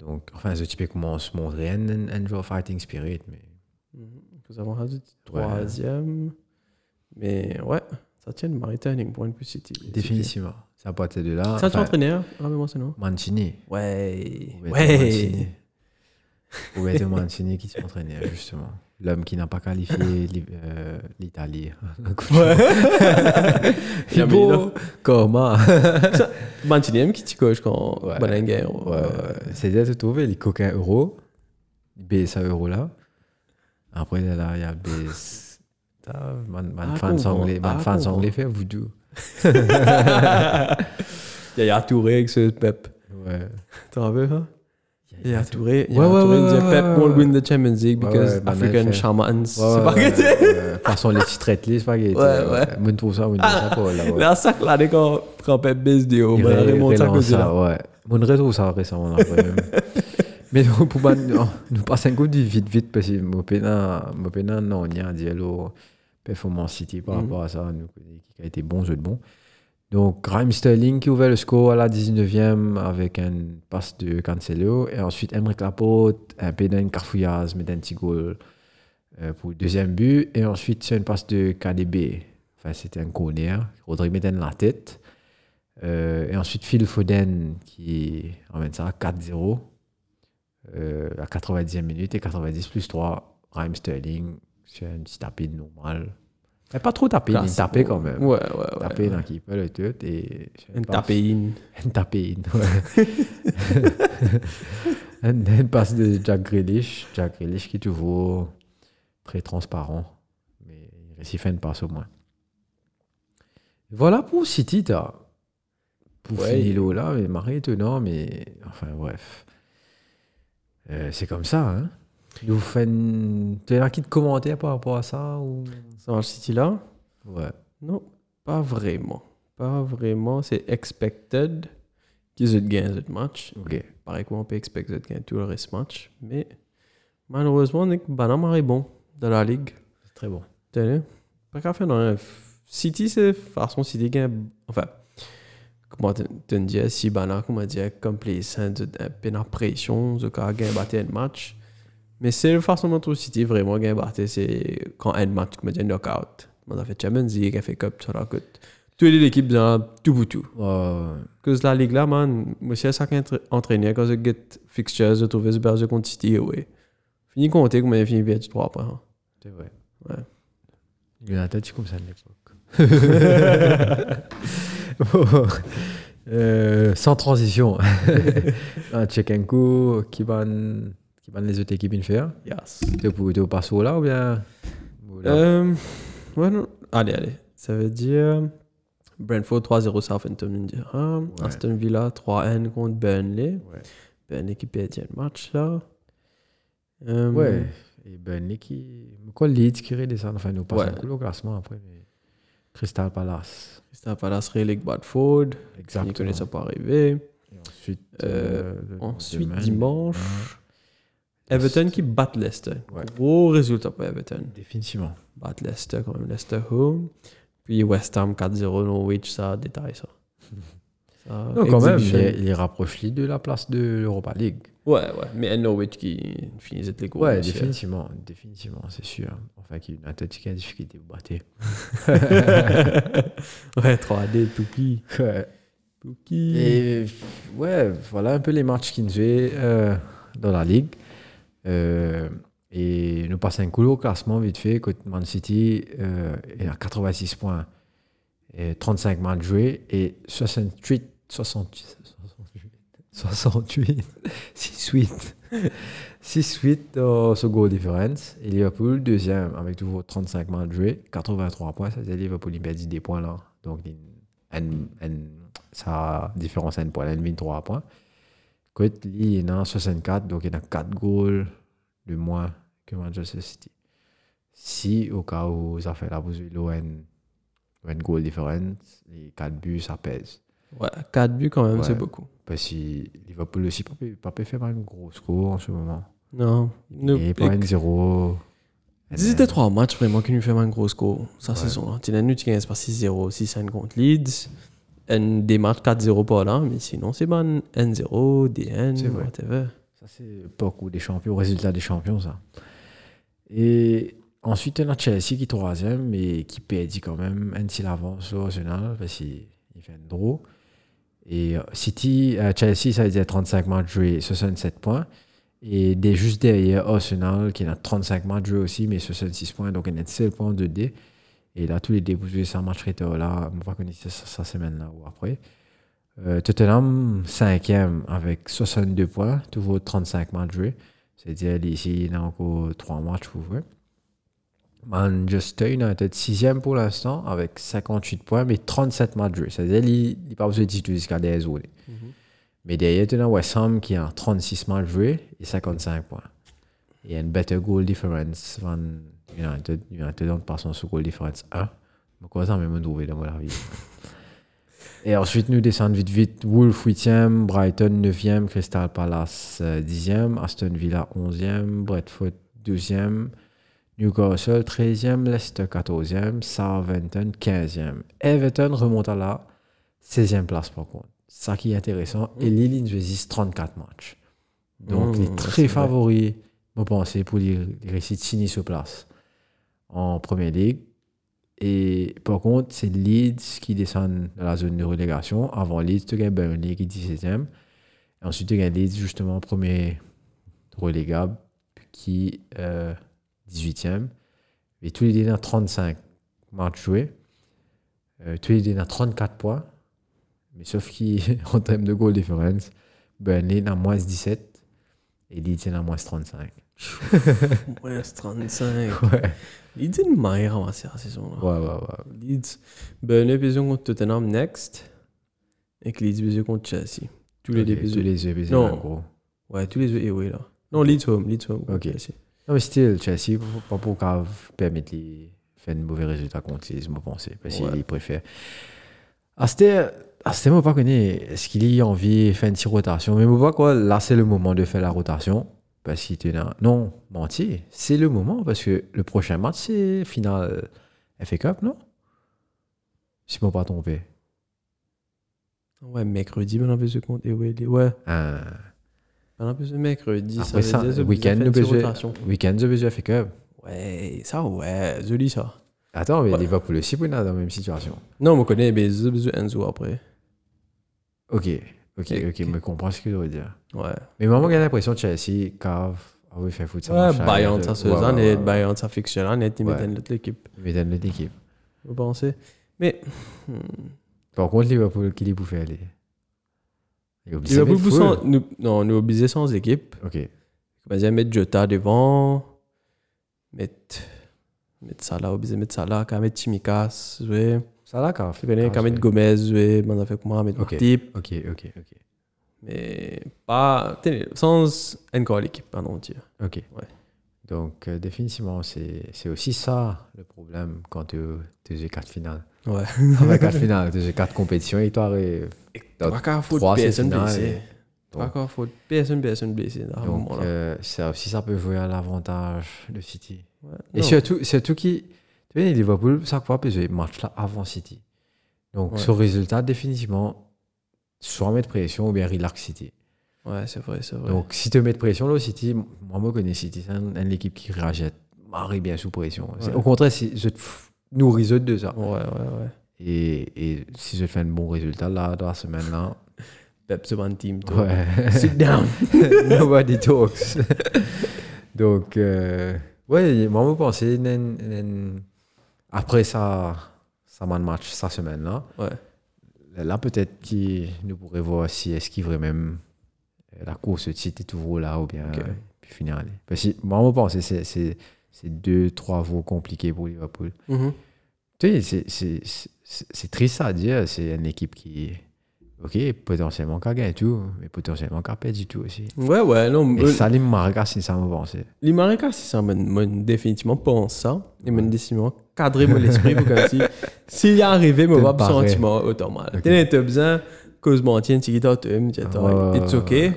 Speaker 1: Donc, enfin, ce type commence à montrer un, un, un genre fighting spirit, mais
Speaker 2: Mhm. Nous avons rendu troisième. Mais ouais, ça tient le Maritime Point plus City.
Speaker 1: définitivement, c'est à partir de là.
Speaker 2: Ça, hein tu
Speaker 1: enfin,
Speaker 2: entraîneur Rappelle-moi ce nom.
Speaker 1: Mancini.
Speaker 2: Ah, Ouais.
Speaker 1: Roberto Mancini.
Speaker 2: Ouais.
Speaker 1: Roberto Mancini qui s'entraînait, justement. L'homme qui n'a pas qualifié l'I- euh, l'Italie. <laughs>
Speaker 2: Il a mis, là.
Speaker 1: Thibaut, comment
Speaker 2: <laughs> Mancini aime qui tu coaches quand
Speaker 1: Ouais. Ouais,
Speaker 2: Balanger.
Speaker 1: ouais. C'est-à-dire de trouver les coquins euros, les BSA euros là. Après, là, il y a
Speaker 2: <laughs>
Speaker 1: BS. Ah, Man, man
Speaker 2: Ah,
Speaker 1: fans
Speaker 2: comprends.
Speaker 1: anglais, man
Speaker 2: Ah,
Speaker 1: fans
Speaker 2: comprends.
Speaker 1: anglais fait voodoo.
Speaker 2: <laughs> Yaya Touré avec ce Pep.
Speaker 1: Ouais.
Speaker 2: Tu te rappelles, hein? Yaya Touré.
Speaker 1: Ouais,
Speaker 2: Yaya
Speaker 1: ouais,
Speaker 2: Touré
Speaker 1: ouais,
Speaker 2: disait
Speaker 1: ouais,
Speaker 2: Pep
Speaker 1: ouais,
Speaker 2: won't
Speaker 1: ouais.
Speaker 2: win the Champions League
Speaker 1: Ouais,
Speaker 2: because
Speaker 1: ouais, ben,
Speaker 2: African
Speaker 1: fait.
Speaker 2: shamans. C'est pas
Speaker 1: Ouais,
Speaker 2: que
Speaker 1: ouais, ouais. Façon, les titres traitent, les spaghettis.
Speaker 2: Ouais, Ah. ouais.
Speaker 1: Moi, je trouve ça, moi, je trouve ça pas, là, ouais.
Speaker 2: <laughs> Là, ça, là, dès qu'on prend Pep Bisdio,
Speaker 1: Il
Speaker 2: on
Speaker 1: ré-
Speaker 2: remonte ça à
Speaker 1: relance
Speaker 2: cause de là.
Speaker 1: ça, ouais. Moi, je retrouve ça récemment. là,
Speaker 2: <laughs>
Speaker 1: quand même. Mais donc, pour moi, nous- nous passer un coup de vite, vite, parce que mon pénin, mon pénin, non, on y a un dialogue performance City par
Speaker 2: Mhm.
Speaker 1: rapport à ça, nous, qui a été bon, jeu de bon. Donc, Raheem Sterling qui ouvrait le score à la 19e avec un passe de Cancelo. Et ensuite, Emmerich Laporte, un pénin Carfouillaz, met un petit goal euh, pour le deuxième but. Et ensuite, c'est une passe de KDB. Enfin, c'était un corner. Rodrigue met la tête. Euh, et ensuite, Phil Foden qui emmène ça à 4-0 euh, à 90e minute et 90 plus 3, Raheem Sterling sur une petite tapine normale. Mais pas trop tapine, une
Speaker 2: Classique,
Speaker 1: tapée quand même.
Speaker 2: Ouais, ouais, ouais.
Speaker 1: Tapine, hein, qui peut le tout. Et, je sais
Speaker 2: Une
Speaker 1: pas,
Speaker 2: tapéine.
Speaker 1: Une <laughs> tapine, ouais. une, une passe de Jack Grealish. Jack Grealish qui est toujours très transparent. Mais il réussit à faire une passe au moins. Voilà pour City, t'as. Pour
Speaker 2: Ouais.
Speaker 1: finir l'eau là, mais marré étonnant, mais enfin bref. Euh, c'est comme ça, hein. Nous fait une- T'as l'air qui te commenter par rapport à ça ou...
Speaker 2: Ça marche City là?
Speaker 1: Ouais.
Speaker 2: Non, pas vraiment. Pas vraiment. C'est expected qu'ils aient gagné ce match.
Speaker 1: Ok.
Speaker 2: Pareil qu'on peut expecter de gagner tout le reste match. Mais malheureusement, Nick Banamar est bon dans la ligue.
Speaker 1: C'est très bon.
Speaker 2: T'as vu? Pas qu'à faire dans un f- City, c'est façon City gagne. Enfin, comment te te dire, si Bana, comment dire, complacent, de de- peine à pression, de cas gagne battre un match. Mais c'est la façon dont City vraiment gagne battre, c'est quand un match, comment dire, knockout. On a fait Champions League, on a fait Cup, ça la coûte. Toutes les équipes dans tout bout tout.
Speaker 1: Ouais,
Speaker 2: Parce que la ligue là, man, monsieur, ça qu'un entraîneur, quand je get fixtures, je trouve ce berger contre City, ouais. Fini compter combien il fini perdu 3 points. hein.
Speaker 1: c'est vrai.
Speaker 2: Ouais.
Speaker 1: United, c'est comme ça à l'époque. <laughs> Bon. Euh, sans <laughs> transition. un check un coup, qui ban, qui ban les autres équipes in faire.
Speaker 2: Yes.
Speaker 1: T'es au, t'es au passo là ou bien ou là
Speaker 2: Euh, ouais, non. Allez, allez. Ça veut dire Brentford 3-0 Southampton, India. hein.
Speaker 1: Ouais.
Speaker 2: Aston Villa 3-1 contre Burnley.
Speaker 1: Ouais.
Speaker 2: Burnley qui perd un match là. Euh,
Speaker 1: Ouais. Et Burnley qui. mais Quoi, Leeds qui redescend. Enfin, nous passons
Speaker 2: Ouais.
Speaker 1: un coup au classement après. Mais... Crystal Palace.
Speaker 2: Crystal Palace relique Bradford. Ils connaissent ça pas arrivé.
Speaker 1: Et ensuite,
Speaker 2: Euh,
Speaker 1: le-
Speaker 2: Ensuite,
Speaker 1: demain, hein,
Speaker 2: dimanche. Everton qui bat Leicester.
Speaker 1: Ouais.
Speaker 2: Gros résultat pour Everton.
Speaker 1: Définitivement.
Speaker 2: Bat Leicester quand même, Leicester home. Puis West Ham 4-0 Norwich, ça
Speaker 1: <laughs>
Speaker 2: détaille ça. Ça,
Speaker 1: Non, quand même,
Speaker 2: exhibition.
Speaker 1: il, il rapproche Leeds de la place de l'Europa League.
Speaker 2: Ouais, ouais. Mais Norwich qui finit les cours.
Speaker 1: Ouais,
Speaker 2: monsieur.
Speaker 1: définitivement, définitivement, c'est sûr. Enfin, qu'il y a une athlétique à difficulté de battre.
Speaker 2: <laughs> ouais, 3D, Pouki. Pouki.
Speaker 1: Et ouais, voilà un peu les matchs qui nous jouent euh, dans la ligue. Euh, et nous passons un coup au classement vite fait. Côté Man City euh, est à 86 points, et 35 matchs joués et 68, 68, 68, 6-8. 6-8 au second difference. Et Liverpool, deuxième, avec toujours 35 matchs joués, 83 points. Ça veut dire Liverpool, il perdit des points là. Donc, il- un- un- sa différence à un point, elle 3 points. Côte, lui, il en a 64, donc il a 4 goals de moins que Manchester City. Si, au cas où ça fait la bousille, un, un goal difference, les 4 buts, ça pèse.
Speaker 2: Ouais, 4 buts quand même,
Speaker 1: Ouais.
Speaker 2: c'est beaucoup.
Speaker 1: Parce que Liverpool aussi, pas peut- pas peut faire un gros score en ce moment.
Speaker 2: Non.
Speaker 1: Il est pas 1-0.
Speaker 2: C'était 3 matchs vraiment qui nous fait un gros score. Ça, c'est son. Tinanu, tu gagnes par 6-0, 6-1 contre Leeds. Un des matchs 4-0 par là, mais sinon, c'est bon. 1-0, DN,
Speaker 1: C'est vrai.
Speaker 2: whatever.
Speaker 1: Ça, c'est l'époque où des champions, résultat des champions, ça. Et ensuite, on a Chelsea qui est troisième, mais qui perdit quand même un petit avance sur Arsenal, parce qu'il il fait un draw. Et euh, City, euh, Chelsea, ça veut dire 35 matchs joués, 67 points. Et des juste derrière Arsenal, qui en a 35 matchs joués aussi, mais 66 points, donc il a 7 points de D. Et là, tous les débousés, ça match traiteur là, on va connaître ça, ça semaine-là ou après. Euh, Tottenham, cinquième avec 62 points, toujours 35 matchs joués. C'est-à-dire, ici, il y en a encore 3 matchs pour jouer. Manchester United, sixième pour l'instant, avec 58 points, mais 37 matchs joués. C'est-à-dire, il n'a pas besoin de titulaire jusqu'à des zones. Mais derrière, tu as West Ham qui a 36 matchs joués et 55 points. Il y a une better goal difference van United. United, en passant sur goal difference 1. Mais quoi, ça, même trouvé dans mon avis. Et ensuite, nous descendons vite, vite. Wolf 8e, Brighton 9e, Crystal Palace euh, 10e, Aston Villa 11e, Bradford 12e, Newcastle 13e, Leicester 14e, Southampton 15e. Everton remonte à la 16e place par contre. Ça qui est intéressant. Et Lille, nous résiste 34 matchs. Donc,
Speaker 2: Mmh,
Speaker 1: les
Speaker 2: c'est
Speaker 1: très
Speaker 2: vrai.
Speaker 1: favoris, me pensez, pour les les réussites Sini se place en première ligue. Et par contre, c'est Leeds qui descend dans la zone de relégation. Avant Leeds, tu as Burnley qui est 17e. Et ensuite, tu as Leeds, justement, premier relégable, qui est 18e. Et tous les deux dans 35 matchs joués. Euh, tous les deux dans 34 points. Mais sauf <laughs> qu'en termes de goal difference, Burnley est dans moins 17 et Leeds est dans moins 35.
Speaker 2: Moins 35.
Speaker 1: <laughs> Ouais,
Speaker 2: Leeds est une meilleure avancée la saison. là.
Speaker 1: ouais, ouais. ouais.
Speaker 2: Leeds. Ben, un épisode contre Tottenham next. Et que Leeds épisode contre Chelsea. Tous les
Speaker 1: Ok,
Speaker 2: deux
Speaker 1: tous
Speaker 2: épisodes.
Speaker 1: les deux épisodes,
Speaker 2: Non.
Speaker 1: en gros.
Speaker 2: Ouais, tous les deux. Et oui, là. Non, Leeds home. Leeds home. contre
Speaker 1: Ok.
Speaker 2: Chelsea.
Speaker 1: Non, mais still, Chelsea, pour- pas pour qu'à permettre les faire de mauvais résultats contre les je pense. Parce
Speaker 2: Ouais.
Speaker 1: qu'ils préfèrent. Ah, À ce à ce moment, pas connu, est-ce qu'il y a envie de faire une petite rotation Mais moi, quoi, là, c'est le moment de faire la rotation. Parce qu'il était là. Non, menti, c'est le moment. Parce que le prochain match, c'est finale FA Cup, non Si je ne pas trompé.
Speaker 2: Ouais, mercredi, ben, un épisode contre. Et oui, les- ouais.
Speaker 1: Hein.
Speaker 2: Ben, un épisode mercredi.
Speaker 1: Après Ah, ça,
Speaker 2: veut dire,
Speaker 1: le week-end,
Speaker 2: faire une
Speaker 1: le
Speaker 2: petite
Speaker 1: PSG.
Speaker 2: rotation.
Speaker 1: Week-end, the FA Cup.
Speaker 2: Ouais, ça, ouais. Joli, ça.
Speaker 1: Attends, mais
Speaker 2: Ouais.
Speaker 1: Liverpool aussi, on est dans la même situation.
Speaker 2: Non, on connaît, mais j'ai besoin Enzo après.
Speaker 1: Ok, ok,
Speaker 2: Ok.
Speaker 1: ok, mais je comprends ce que tu veux dire.
Speaker 2: Ouais.
Speaker 1: Mais maman, j'ai l'impression que Chelsea, cave, ah oui, fait foutre ça.
Speaker 2: Ouais,
Speaker 1: marche à
Speaker 2: Bayern,
Speaker 1: rien,
Speaker 2: ça se
Speaker 1: ouais,
Speaker 2: faisait,
Speaker 1: ouais,
Speaker 2: et
Speaker 1: ouais.
Speaker 2: Bayern, ça fiction, là, net, ils
Speaker 1: Ouais.
Speaker 2: mettaient l'autre équipe,
Speaker 1: Mais dans l'autre équipe.
Speaker 2: vous pensez. Mais. hmm,
Speaker 1: Par contre, Liverpool, qui les pouvait aller Il est obligé de
Speaker 2: Liverpool,
Speaker 1: mettre
Speaker 2: vous
Speaker 1: full.
Speaker 2: sans- nous, non, nous obligés sans équipe.
Speaker 1: Ok,
Speaker 2: On va mettre Jota devant, mettre. mettre Salah, obligé de mettre Salah, quand même mettre Chimikas, ouais.
Speaker 1: ça là, cave.
Speaker 2: Tu connais, quand même mettre Gomez, ouais, ben, avec moi, mettre
Speaker 1: Ah, Ok.
Speaker 2: Matip,
Speaker 1: Ok, ok, ok.
Speaker 2: mais pas. tenez, sans encore l'équipe, pardon, dire.
Speaker 1: Ok.
Speaker 2: Ouais.
Speaker 1: Donc, euh, définitivement, c'est c'est aussi ça le problème quand tu tu es quatre
Speaker 2: <laughs>
Speaker 1: finales.
Speaker 2: Ouais.
Speaker 1: Enfin, quatre finales, tu es quatre compétitions, victoire et.
Speaker 2: Pas qu'à foutre
Speaker 1: trois, c'est
Speaker 2: personne
Speaker 1: final,
Speaker 2: blessé.
Speaker 1: et-
Speaker 2: Pas qu'à foutre personne, personne blessé, à ce
Speaker 1: Donc,
Speaker 2: moment-là.
Speaker 1: euh, ça aussi, ça peut jouer à l'avantage de City.
Speaker 2: Ouais.
Speaker 1: euh, Et
Speaker 2: Non.
Speaker 1: surtout, surtout qui. Tu vois, Liverpool, ça quoi, parce que match là avant City. Donc,
Speaker 2: Ouais.
Speaker 1: ce résultat, définitivement, soit mettre pression ou bien relax City.
Speaker 2: Ouais, c'est vrai, c'est vrai.
Speaker 1: Donc, si tu mets de pression, là, City, moi, moi, je connais City, c'est un- un de l'équipe qui réagit marie bien sous pression. C'est-
Speaker 2: Ouais.
Speaker 1: Au contraire, si je te f- nourris eux de ça.
Speaker 2: Ouais, ouais, ouais.
Speaker 1: Et, et si je fais un bon résultat, là, dans la semaine, là,
Speaker 2: Pep, c'est mon team. toi.
Speaker 1: ouais. <laughs>
Speaker 2: Sit down.
Speaker 1: Nobody talks. <laughs> Donc, euh, ouais, moi, je pensais, nen- nen- après ça, ça m'a match, cette semaine-là,
Speaker 2: Ouais.
Speaker 1: là, peut-être qui nous pourrait voir si est-ce qu'il vraiment même euh, la course de titre est toujours là ou bien
Speaker 2: Ok.
Speaker 1: euh, puis finir aller. Parce que moi, je pensais, c'est, c'est, c'est deux, trois voix compliquées pour Liverpool.
Speaker 2: Mhm.
Speaker 1: Tu sais, c'est, c'est, c'est- c'est- c'est triste à dire, c'est une équipe qui. Ok, potentiellement qu'à gagner tout, mais potentiellement qu'à perdre du tout aussi.
Speaker 2: Ouais, ouais, non.
Speaker 1: Et
Speaker 2: euh,
Speaker 1: ça, les marques, c'est ça, me pensait.
Speaker 2: Les Maracas, c'est ça, mon, mon- définitivement pense ça. Et mon décidément cadrer mon esprit pour comme
Speaker 1: <laughs>
Speaker 2: si, s'il y arrivait, mon
Speaker 1: T'es
Speaker 2: va
Speaker 1: barré.
Speaker 2: sentiment automatiquement. T'es t'as besoin, cause mon tien, tu guides, tu aimes, tu attends, it's
Speaker 1: Ah,
Speaker 2: ok.
Speaker 1: Ouais,
Speaker 2: Et
Speaker 1: ouais,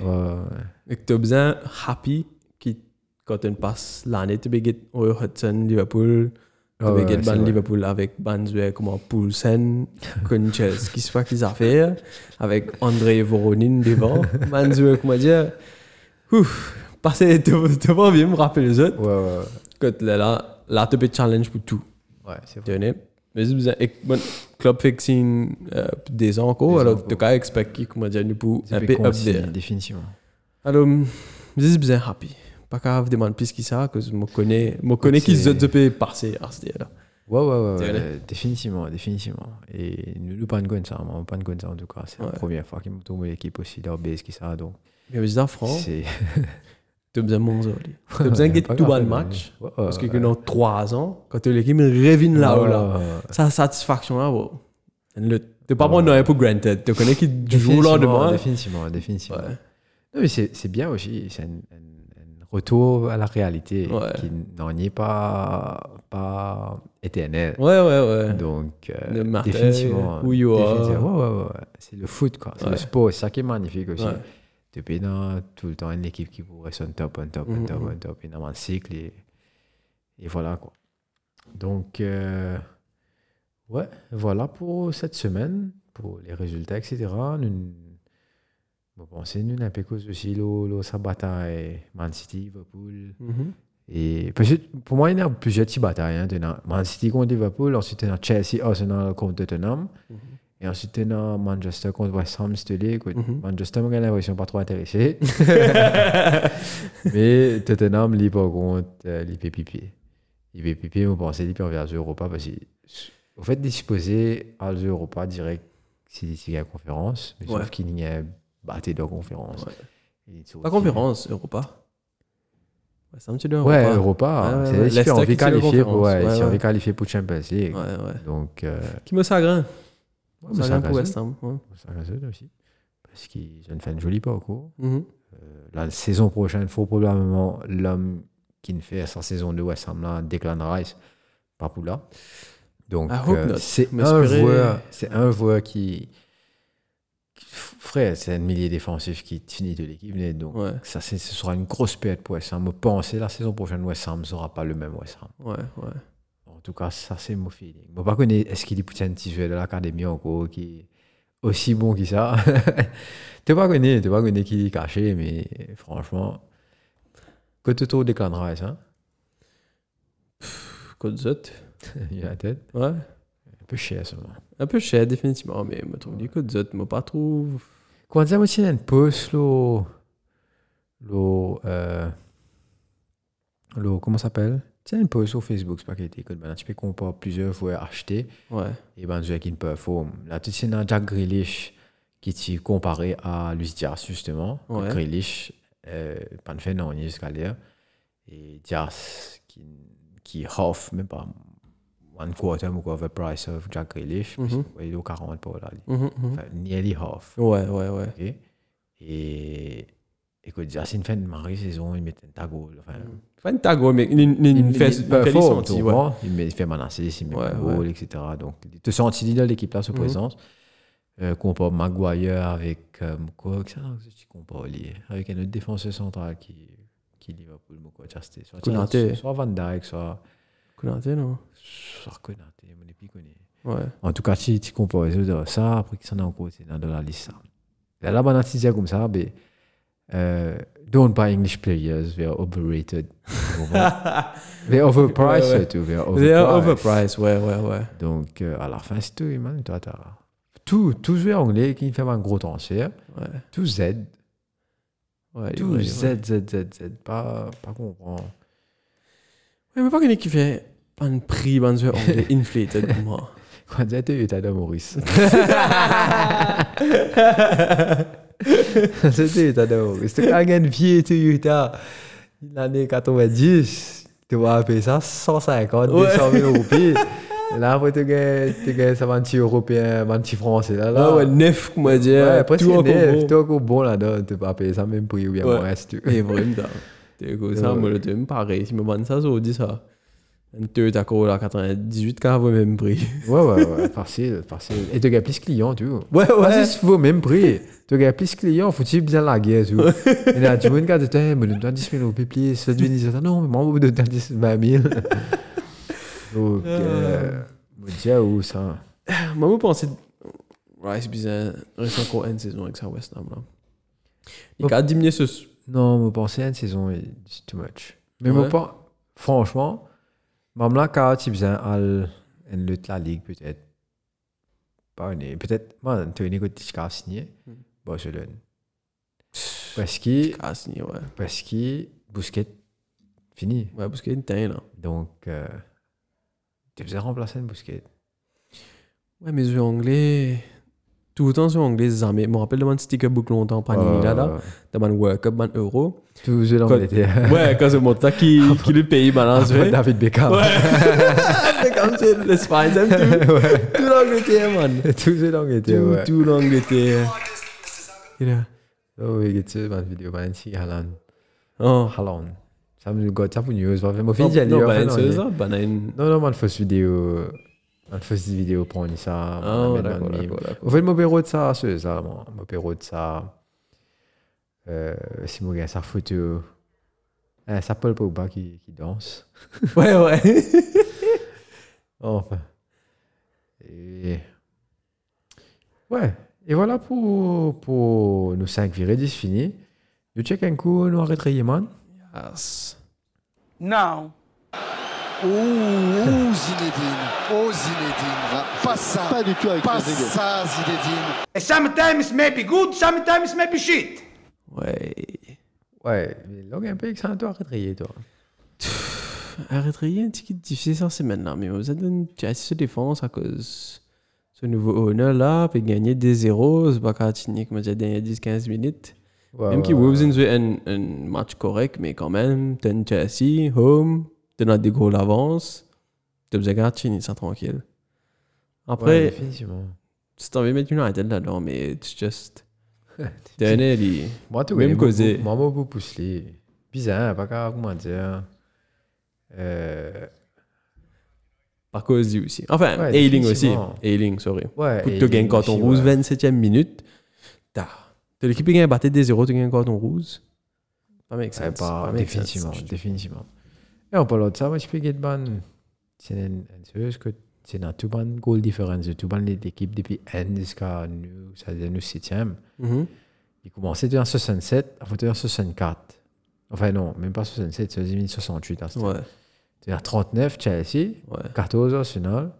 Speaker 1: ouais.
Speaker 2: que t'as besoin happy, qui, quand on passe l'année, tu bégues au Hudson, Liverpool, tu
Speaker 1: Ouais, Ah, ouais,
Speaker 2: bégues
Speaker 1: c'est
Speaker 2: ban
Speaker 1: vrai.
Speaker 2: Liverpool avec Banzoué, comment Poulsen, Conches, qui se fait qu'ils affaires, avec André Voronin devant,
Speaker 1: <laughs>
Speaker 2: Banzoué, comment dire, ouf, passer devant, bien me rappeler les autres.
Speaker 1: Ouais, ouais, ouais.
Speaker 2: Écoute, là, là, là, tu peux challenge pour tout.
Speaker 1: Ouais, c'est
Speaker 2: Tu
Speaker 1: vrai.
Speaker 2: connais? Mais c'est bizarre. Et bon, club fixing euh, des ans encore,
Speaker 1: Des
Speaker 2: alors
Speaker 1: ans,
Speaker 2: tu as expecté, comment dire, nous pour un
Speaker 1: C'est
Speaker 2: peu
Speaker 1: pas
Speaker 2: up
Speaker 1: concis,
Speaker 2: there.
Speaker 1: définitivement.
Speaker 2: Alors, hum, c'est bizarre, happy. Pas grave, demande plus qui ça, parce que je connais, je connais
Speaker 1: Écoute,
Speaker 2: qu'ils
Speaker 1: c'est-
Speaker 2: ont de passer à ce là.
Speaker 1: Ouais, ouais, ouais,
Speaker 2: Tu
Speaker 1: ouais,
Speaker 2: connais?
Speaker 1: définitivement, définitivement. Et nous, nous pas de Gwen, ça, moi, pas de Gwen, ça, en tout cas. C'est
Speaker 2: Ouais.
Speaker 1: la première fois qu'ils me tombent l'équipe aussi, leur base, qui ça, donc.
Speaker 2: Mais c'est bizarre, franc,
Speaker 1: C'est.
Speaker 2: tu as besoin de mon zoli. Tu as
Speaker 1: <laughs>
Speaker 2: Oh. besoin de tout bon match. Parce que dans trois ans, quand l'équipe revient là-haut, là, sa satisfaction là, bon. Le- t'es pas prendre rien pour granted. Tu connais qui du jour au lendemain.
Speaker 1: Définitivement, définitivement.
Speaker 2: Ouais.
Speaker 1: Non, mais c'est c'est bien aussi. C'est un, un- un retour à la réalité
Speaker 2: Ouais.
Speaker 1: qui n'en est pas, pas éternel.
Speaker 2: Ouais, ouais, ouais.
Speaker 1: Donc, euh,
Speaker 2: Le Marseille,
Speaker 1: définitivement.
Speaker 2: who you are.
Speaker 1: définitivement. Ouais, ouais, ouais, ouais. C'est le foot, quoi. C'est
Speaker 2: euh, Ouais.
Speaker 1: le sport. C'est ça qui est magnifique aussi.
Speaker 2: Ouais.
Speaker 1: Depuis dans, tout le temps, une équipe qui vous reste un top, un top, un
Speaker 2: Mhm,
Speaker 1: top,
Speaker 2: mhm.
Speaker 1: un top. Et dans un cycle. Et, et voilà, quoi. Donc, euh, ouais, voilà pour cette semaine, pour les résultats, etc. Nous, bon, pensez, nous, n'a pas cause aussi, l'eau, l'eau, sa bataille, Man City, Liverpool.
Speaker 2: Mhm.
Speaker 1: Et parce que pour moi, il y en a plusieurs petites batailles. Hein. Il y en a Man City contre Liverpool, ensuite il y en a Chelsea, Arsenal contre Tottenham.
Speaker 2: Mhm.
Speaker 1: Et ensuite, il y en a Manchester contre West Ham, Stirling. Écoute,
Speaker 2: Mhm.
Speaker 1: Manchester, moi, j'ai l'impression pas trop
Speaker 2: <laughs>
Speaker 1: intéressé. Mais Tottenham, lui, par contre, euh, lui, pipi. Il est pipi, on pensait, lui, envers Europa. Parce que, au fait, il est supposé à Europa direct s'il y a une conférence. Mais
Speaker 2: Ouais.
Speaker 1: sauf qu'il n'y a battu de conférence.
Speaker 2: Ouais.
Speaker 1: Il est
Speaker 2: Pas
Speaker 1: sorti-
Speaker 2: conférence, Europa. Ouais, c'est un petit peu
Speaker 1: Ouais,
Speaker 2: Europa.
Speaker 1: Europa.
Speaker 2: Ouais,
Speaker 1: c'est
Speaker 2: ouais,
Speaker 1: si on
Speaker 2: Leicester
Speaker 1: est
Speaker 2: qui tire les
Speaker 1: qualifié pour,
Speaker 2: conférences.
Speaker 1: ouais,
Speaker 2: Ouais,
Speaker 1: si on
Speaker 2: ouais.
Speaker 1: est qualifié pour Champions League.
Speaker 2: Ouais, ouais.
Speaker 1: Donc, euh,
Speaker 2: Qui me sagrin
Speaker 1: ouais,
Speaker 2: Ça
Speaker 1: ça
Speaker 2: vient
Speaker 1: gagne
Speaker 2: pour West Ham. ouais.
Speaker 1: Ça gagne aussi. Parce qu'ils ont fait une jolie parcours.
Speaker 2: Mhm.
Speaker 1: Euh, la saison prochaine, il faut probablement l'homme qui ne fait sa saison de West Ham là, Declan Rice, pas pour là. Donc, euh,
Speaker 2: I hope not.
Speaker 1: c'est
Speaker 2: Mais
Speaker 1: un
Speaker 2: espérer-
Speaker 1: joueur, c'est un joueur qui, qui- frère, c'est un milieu défensif qui finit de l'équipe. mais Donc,
Speaker 2: Ouais,
Speaker 1: ça, c'est- ce sera une grosse perte pour West Ham. Je pense que la saison prochaine, West Ham ne sera pas le même West Ham.
Speaker 2: ouais, ouais.
Speaker 1: En tout cas, ça, c'est mon feeling. Bon, par contre, est-ce qu'il est peut-être un petit joueur de l'académie encore qui est aussi bon que ça <laughs> Tu pas connu, tu pas connu qui est caché, mais franchement, côté tour des Rice, hein <laughs>
Speaker 2: Côte Zot.
Speaker 1: United,
Speaker 2: Ouais.
Speaker 1: un peu cher seulement.
Speaker 2: Un peu cher, définitivement, Oh, mais me trouve du coup, Zot, me pas trouve.
Speaker 1: Comment dire, moi, c'est une pause, le. le. euh, le. comment ça s'appelle C'est une pause sur Facebook, c'est pas qu'il était. Ben, tu peux comparer plusieurs joueurs achetés.
Speaker 2: Ouais.
Speaker 1: et ben joueur qui ne performe. Là, tu sais, dans Jack Grealish qui t'y comparé à Luis Diaz, justement.
Speaker 2: Ouais.
Speaker 1: Grealish, euh, pas de fait, non, il est jusqu'à l'air. Et Diaz qui, qui half, même pas one quarter, ou quoi, the price of Jack Grealish. parce que,
Speaker 2: Mhm.
Speaker 1: ouais, Il est au 40 pour là.
Speaker 2: Mhm, mhm.
Speaker 1: Enfin, nearly half.
Speaker 2: Ouais, ouais, ouais.
Speaker 1: ok? Et écoute, Diaz, il fait une marée saison, il met un tago. Enfin,
Speaker 2: Fan tago, mais il- il il fait il fait les
Speaker 1: performe,
Speaker 2: sentis,
Speaker 1: tu
Speaker 2: ouais.
Speaker 1: vois. Il met- il fait menacer, il met
Speaker 2: Ouais,
Speaker 1: un goal, etc. Donc, il te sentis dans l'équipe là, sa
Speaker 2: Mhm.
Speaker 1: présence. Euh, compare Maguire avec euh, quoi que ça, non, que tu compares lui, avec un autre défenseur central qui qui est Liverpool, mais quoi, tu vois, c'était soit
Speaker 2: Konaté.
Speaker 1: soit Van Dijk, soit
Speaker 2: Konaté, hein, non
Speaker 1: soit Konaté, mon épi connaît.
Speaker 2: Ouais.
Speaker 1: En tout cas, tu, tu compares les autres, ça, après qu'ils sont encore c'est dans la liste. Ça. Là, là, on a dit comme ça, mais euh, don't buy English players, they are <laughs> overrated. they are overpriced,
Speaker 2: Ouais, ouais.
Speaker 1: too, they are
Speaker 2: They are
Speaker 1: overpriced.
Speaker 2: overpriced, ouais, ouais, ouais.
Speaker 1: Donc, euh, à la fin, c'est tout, man. Toi, t'as tout, tout joueur anglais qui fait un gros transfert,
Speaker 2: Ouais,
Speaker 1: tout Z,
Speaker 2: ouais. il est
Speaker 1: tout
Speaker 2: vrai, il est
Speaker 1: Z,
Speaker 2: vrai.
Speaker 1: Z, Z, Z, pas, pas comprendre.
Speaker 2: Ouais, mais pas qu'il y en ait qui fait un prix, un jeu anglais oh, inflated pour moi.
Speaker 1: Quand Z est état de <laughs> Maurice.
Speaker 2: Ah
Speaker 1: <laughs> C'était Utah d'abord. C'était quand il vie était Utah. L'année 90, tu vas payer ça 150,
Speaker 2: Ouais.
Speaker 1: 200 000 roupies. Et Là, après, tu gagnes, tu gagnes ça, 20 européen, 20 français. Là, là.
Speaker 2: Ah ouais, neuf, comment dire.
Speaker 1: ouais, après,
Speaker 2: tout
Speaker 1: c'est
Speaker 2: en
Speaker 1: neuf,
Speaker 2: combo.
Speaker 1: tout encore bon là-dedans. Tu vas payer ça même prix ou bien
Speaker 2: Ouais.
Speaker 1: moins, reste tu. <laughs>
Speaker 2: Et vraiment, ça. T'es comme ça,
Speaker 1: Ouais.
Speaker 2: moi, le deuxième, pareil. Si me vendent ça, ça, on dit ça. Un deux, t'as quoi, là, 98, quand vous même prix.
Speaker 1: Ouais, ouais, ouais, facile, facile. Et tu gagnes plus clients, tu vois.
Speaker 2: Ouais,
Speaker 1: Ouais. si tu veux même prix, tu gagnes plus clients, faut-il bien la guerre, tu vois. Et là, tu vois une carte, tu dis, Eh, mais donne 10 000 roupies, plus, ça devient 10 000. Non, mais moi, on me donne 10 000, 20 000.
Speaker 2: <laughs> Ah.
Speaker 1: Donc, euh, mon Dieu, où ça
Speaker 2: Moi, je pensais Rice bizarre, reste encore une saison avec sa West Ham. Là. Il
Speaker 1: Bon.
Speaker 2: a diminué ce.
Speaker 1: Non, mon pensée à une saison, c'est too much. Mais
Speaker 2: Ouais.
Speaker 1: mon pas, franchement, même là, quand tu as besoin de la ligue, peut-être, pas une, peut-être, moi, tu as une écoute, tu as signé,
Speaker 2: Hmm.
Speaker 1: Barcelone. Parce que,
Speaker 2: Ah, si, ouais.
Speaker 1: parce que, Bousquet, fini.
Speaker 2: Ouais, parce qu'il y a une teinte, là.
Speaker 1: Donc, euh, tu faisais remplacer une bousquette.
Speaker 2: Ouais, mais les anglais. tout le temps sur anglais, Zambé. Je me rappelle de mon sticker book longtemps, Panini, là, là, de mon World Cup, mon Euro.
Speaker 1: Tout je
Speaker 2: Quand-
Speaker 1: l'embêtais.
Speaker 2: <laughs> Ouais, quand c'est mon tas <laughs> qui, qui le pays balance, Ah ouais.
Speaker 1: euh, David Beckham.
Speaker 2: Ouais. <laughs> C'est comme c'est l'Espagne, c'est
Speaker 1: <laughs>
Speaker 2: tout. Tout l'Angleterre, man.
Speaker 1: Tout je l'embêtais,
Speaker 2: <laughs> Tout,
Speaker 1: ouais.
Speaker 2: tout l'Angleterre. Il est là.
Speaker 1: Oh, oui, get to man vidéo, man, si, Haaland.
Speaker 2: Oh.
Speaker 1: Haaland. Ça me gotte, ça me news, man. Moi, fin,
Speaker 2: Non,
Speaker 1: j'ai dit,
Speaker 2: non,
Speaker 1: enfin,
Speaker 2: banane,
Speaker 1: non,
Speaker 2: c'est
Speaker 1: j'ai-
Speaker 2: ça, banane.
Speaker 1: Non, non, man, fausse vidéo. Man, fausse vidéo pour on ça.
Speaker 2: Ah,
Speaker 1: man,
Speaker 2: d'accord,
Speaker 1: man,
Speaker 2: d'accord,
Speaker 1: meme.
Speaker 2: d'accord.
Speaker 1: Au fait, mon bureau de ça, c'est ça, moi. Mon bureau de ça. Euh, si mon gars, sa photo. Euh, ça Paul Pogba qui, qui danse.
Speaker 2: <laughs> Ouais, ouais.
Speaker 1: Enfin. Et... Ouais. Et voilà pour, pour nos 5 virés, 10 fini. Je check un coup, nous arrêterions, man.
Speaker 2: Yes.
Speaker 3: Now,
Speaker 4: Oh, oh, Zinedine. Oh, Zinedine. va- Pas ça.
Speaker 5: Pas du tout avec
Speaker 4: Pas
Speaker 5: Rodrigo.
Speaker 4: ça, Zinedine.
Speaker 3: sometimes may be good, sometimes may be shit.
Speaker 2: Ouais.
Speaker 1: Ouais, mais log un peu que ça un toi arrêterions, toi.
Speaker 2: Arrêterie un petit peu difficile ça c'est maintenant, mais vous êtes une petite défense à cause ce nouveau honneur là, puis gagner des zéros, c'est pas continuer comme j'ai dernier 10-15 minutes.
Speaker 1: Ouais,
Speaker 2: même
Speaker 1: ouais,
Speaker 2: si
Speaker 1: ouais,
Speaker 2: Wolves
Speaker 1: ouais.
Speaker 2: ont joué un, un match correct, mais quand même, t'as une Chelsea, home, t'as des goals d'avance, t'as besoin de continuer ça tranquille.
Speaker 1: Ouais,
Speaker 2: Après,
Speaker 1: définitivement.
Speaker 2: si t'as envie de mettre United là-dedans, mais
Speaker 1: <laughs>
Speaker 2: it's just. Dernier, il.
Speaker 1: Moi, tout
Speaker 2: Même
Speaker 1: même causé.
Speaker 2: causé.
Speaker 1: Moi, moi, beaucoup pousse les. Bizarre, pas grave, comment dire. Euh,
Speaker 2: Par cause du aussi. Enfin,
Speaker 1: Ouais,
Speaker 2: Ailing aussi.
Speaker 1: définitivement.
Speaker 2: Ailing, sorry.
Speaker 1: ouais.
Speaker 2: Coup de
Speaker 1: et
Speaker 2: te gagne
Speaker 1: les-
Speaker 2: carton
Speaker 1: les-
Speaker 2: rouge,
Speaker 1: ouais.
Speaker 2: 27e minute. T'as t'as l'équipe qui gagne battait des 0 tu gagnes carton rouge. Pas
Speaker 1: Ouais,
Speaker 2: mec, c'est
Speaker 1: pas,
Speaker 2: make sense.
Speaker 1: définitivement, définitivement. Et en parlant de ça, moi, je peux dire que c'est une sérieuse que c'est dans tout bon goal difference, tout bon l'équipe depuis N jusqu'à nous, ça veut dire nous septième.
Speaker 2: Mhm.
Speaker 1: Il commençait en 67, à en 64. Enfin, non, même pas 67, c'est 68. hein, c'était-
Speaker 2: Ouais,
Speaker 1: C'est-à-dire 39 Chelsea,
Speaker 2: ouais,
Speaker 1: 14 Arsenal,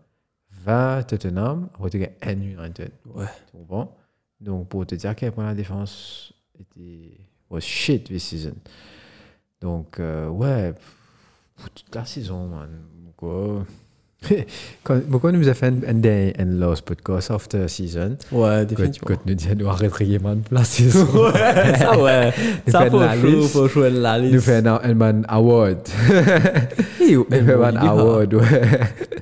Speaker 1: 20 Tottenham, après tu gagnes N United.
Speaker 2: ouais.
Speaker 1: Tu comprends? Donc, pour te dire à quel point la défense était was shit this season. Donc, euh, ouais, pff, pour toute la saison, man. Quoi. <laughs> Quand, pourquoi nous a fait un, un day and loss podcast after season?
Speaker 2: Ouais,
Speaker 1: Quand,
Speaker 2: définitivement.
Speaker 1: quand nous disons nous arrêterions, man, pour la saison.
Speaker 2: <laughs>
Speaker 1: <laughs>
Speaker 2: Ouais, ça, ouais.
Speaker 1: fait
Speaker 2: ça, faut
Speaker 1: la
Speaker 2: jouer,
Speaker 1: liste.
Speaker 2: faut jouer la
Speaker 1: Nous
Speaker 2: liste.
Speaker 1: faisons un, un man award. nous
Speaker 2: mais
Speaker 1: faisons <laughs>
Speaker 2: bon,
Speaker 1: un
Speaker 2: il est
Speaker 1: award, <laughs> ouais.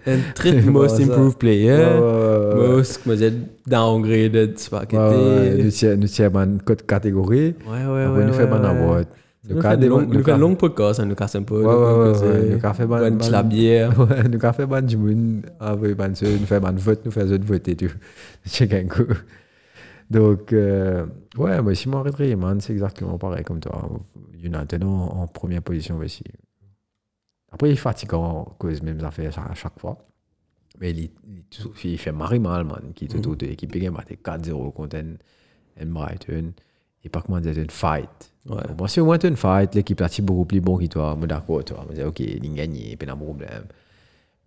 Speaker 2: Un treat
Speaker 1: Bon,
Speaker 2: most
Speaker 1: ça.
Speaker 2: improved player.
Speaker 1: Ouais, ouais, ouais.
Speaker 2: Most, comme je dis, downgraded, c'est pas
Speaker 1: Ouais, ouais, Nous faisons- nous faisons un code catégorie.
Speaker 2: Ouais, ouais,
Speaker 1: Après,
Speaker 2: ouais.
Speaker 1: nous faisons
Speaker 2: ouais,
Speaker 1: un
Speaker 2: ouais.
Speaker 1: award.
Speaker 2: Nous fait des longues-
Speaker 1: nous
Speaker 2: nous fait un
Speaker 1: faisons-
Speaker 2: long podcast, hein, nous casse un peu.
Speaker 1: Ouais, ouais, ouais, ouais, nous fait ban- ban-
Speaker 2: la
Speaker 1: <laughs>
Speaker 2: bière.
Speaker 1: Ouais, nous avons fait ban du monde, ah oui, ban ceux, nous fait ban vote, nous faisons voter tout. <laughs> Check un coup. Donc, euh, ouais, moi aussi, mon retrait, man, c'est exactement pareil comme toi. United en, en première position aussi. Après, il est fatigant, cause même affaires à chaque fois. Mais il, il, il fait marrer mal, man, qui te
Speaker 2: Mhm.
Speaker 1: trouve de l'équipe, il a battu 4-0 contre un, un Brighton. Et pas comment dire, une fight.
Speaker 2: Ouais.
Speaker 1: Bon, si au moins tu as une fight, l'équipe là, tu beaucoup plus bon que toi, moi d'accord, toi, moi dire, ok, il a gagné, pas de problème.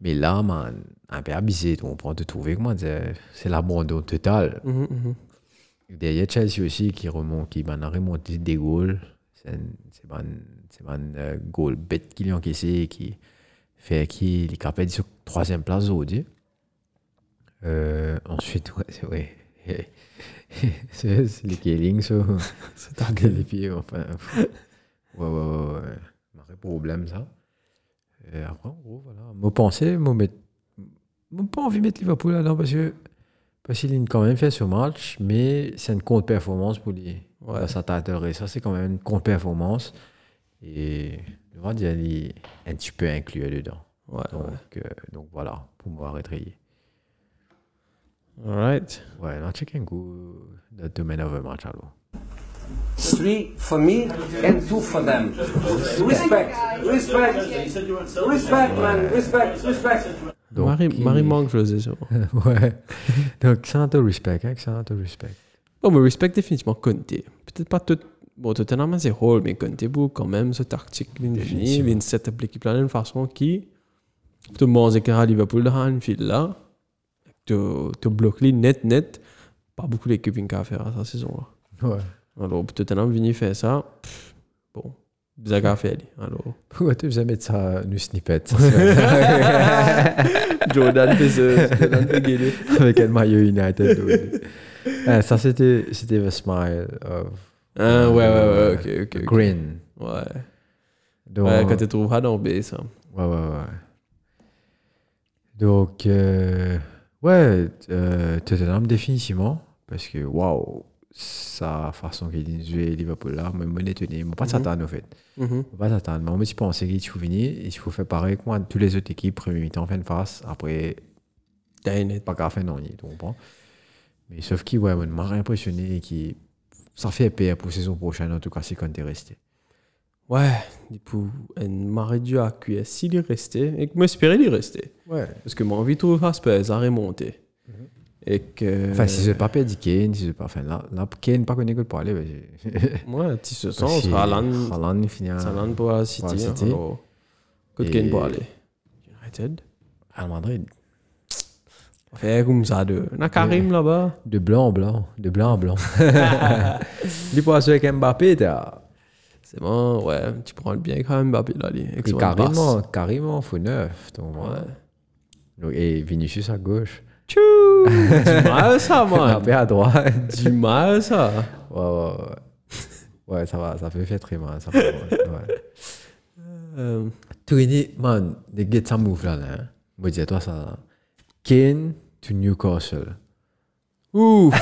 Speaker 1: Mais là, man, un peu abusé, on prend te trouver, comment dire, c'est l'abandon total.
Speaker 2: Mhm, mhm.
Speaker 1: Derrière Chelsea aussi, qui remonte, qui man, a remonté des goals, c'est un- c'est man, c'est man, euh, goal bête qu'il a encaissé, qui fait qu'il est capable de sur troisième place aujourd'hui. Euh, ensuite, ouais, c'est vrai. <laughs> c'est c'est le killing, ça.
Speaker 2: <laughs> C'est un
Speaker 1: Et puis, enfin. pff, ouais, ouais, ouais, ouais. Un vrai problème, ça. Et après, en gros, voilà. Moi, penser, moi, mettre. Moi, pas envie de mettre Liverpool là-dedans parce que. Parce qu'il a quand même fait ce match, mais c'est une contre-performance pour les.
Speaker 2: Ouais.
Speaker 1: Ouais. Ça t'attendrait. Ça, c'est quand même une contre-performance. Et. Le monde, il est un petit peu inclus dedans.
Speaker 2: Ouais,
Speaker 1: Donc,
Speaker 2: Ah ouais.
Speaker 1: euh, donc voilà, pour moi, rétrayer.
Speaker 2: Alright.
Speaker 1: Ouais, non, check un coup. The domain of a match, alors.
Speaker 6: three for me and two for them. Respect, respect, respect, man, respect, respect.
Speaker 1: Donc,
Speaker 2: Marie,
Speaker 1: il-
Speaker 2: Marie manque José,
Speaker 1: <laughs>
Speaker 2: ça.
Speaker 1: <laughs> ouais. Donc, c'est un autre respect, hein, c'est un autre respect.
Speaker 2: Bon, mais respect définitivement Conte. Peut-être pas tout. Bon, Tottenham, c'est rôle, mais Conte, pour quand même, ce tactique, l'infini,
Speaker 1: Définitivement.
Speaker 2: l'inset l'équipe là d'une façon qui. Tout le monde est à Liverpool dans un fil là. Tu tu bloques les net, net. Pas beaucoup d'équipes qui ont faire à cette saison-là.
Speaker 1: Ouais.
Speaker 2: Alors, Tottenham, venu faire ça. pff, Bon, bizarre qu'à faire, lui. Alors.
Speaker 1: <laughs> Pourquoi tu veux jamais de ça, nous snippet
Speaker 2: <laughs> Jordan fait ce. Jordan fait gueuler.
Speaker 1: Avec un maillot United. oui. Ah, ça, c'était c'était The Smile of
Speaker 2: Ah, ouais, ouais, ouais, ok, ok. ok.
Speaker 1: Grin.
Speaker 2: Ouais.
Speaker 1: Donc,
Speaker 2: Ouais, quand tu trouves à dans B, ça.
Speaker 1: Ouais, ouais, ouais. Donc, euh, ouais, euh, Tottenham définitivement, parce que, waouh, sa façon qu'il jouait Liverpool là, mais monnaie tenue, mais pas s'attendre au fait.
Speaker 2: Mhm.
Speaker 1: On va s'attendre, mais on petit penser qu'il faut venir, et il faut faire pareil que moi, toutes les autres équipes, premier mi-temps, fin de face, après,
Speaker 2: T'as une
Speaker 1: pas grave, fin non, tu comprends. Mais sauf qu'il, ouais, moi, m'a impressionné, et qui, ça fait peur pour saison prochaine, en tout cas, c'est quand t'es resté.
Speaker 2: Ouais, du coup, elle m'aurait dû accueillir s'il est resté et que m'espérer d'y rester.
Speaker 1: Ouais.
Speaker 2: Parce que mon envie de trouver Aspez a remonté. Et que.
Speaker 1: Mhm. Enfin, si je n'ai pas perdu Kane, si je pas. Enfin, là, là Kane, pas connu que le parler. mais-
Speaker 2: Ouais, tu se sens,
Speaker 1: Parce que
Speaker 2: entre Haaland,
Speaker 1: Haaland, il finit à
Speaker 2: Haaland pour la City.
Speaker 1: Pour la
Speaker 2: hein,
Speaker 1: City.
Speaker 2: alors, Good
Speaker 1: Et-
Speaker 2: Kane pour aller. United.
Speaker 1: Real Madrid.
Speaker 2: On fait comme ça deux. On a Karim là-bas.
Speaker 1: De blanc en blanc. De blanc en
Speaker 2: <laughs>
Speaker 1: blanc. Du coup, celui avec Mbappé, t'as.
Speaker 2: C'est bon, ouais, tu prends le bien quand même, Mbappé là. les-
Speaker 1: Et hein.
Speaker 2: excellente
Speaker 1: Carrément, carrément, faut neuf. donc,
Speaker 2: passe. Ouais.
Speaker 1: Donc, Et Vinicius à gauche.
Speaker 2: Tchou Du
Speaker 1: <laughs>
Speaker 2: mal ça, moi.
Speaker 1: Mbappé à droite. <laughs>
Speaker 2: du mal ça.
Speaker 1: Ouais, ouais, ouais. Ouais, ça va, ça peut faire très mal. Ça va, ouais. ouais.
Speaker 2: Euh,
Speaker 1: Tourné, man, les get ça move là, là. hein. Moi, dis-toi ça. Là. Kane to Newcastle. <laughs>
Speaker 2: Ouf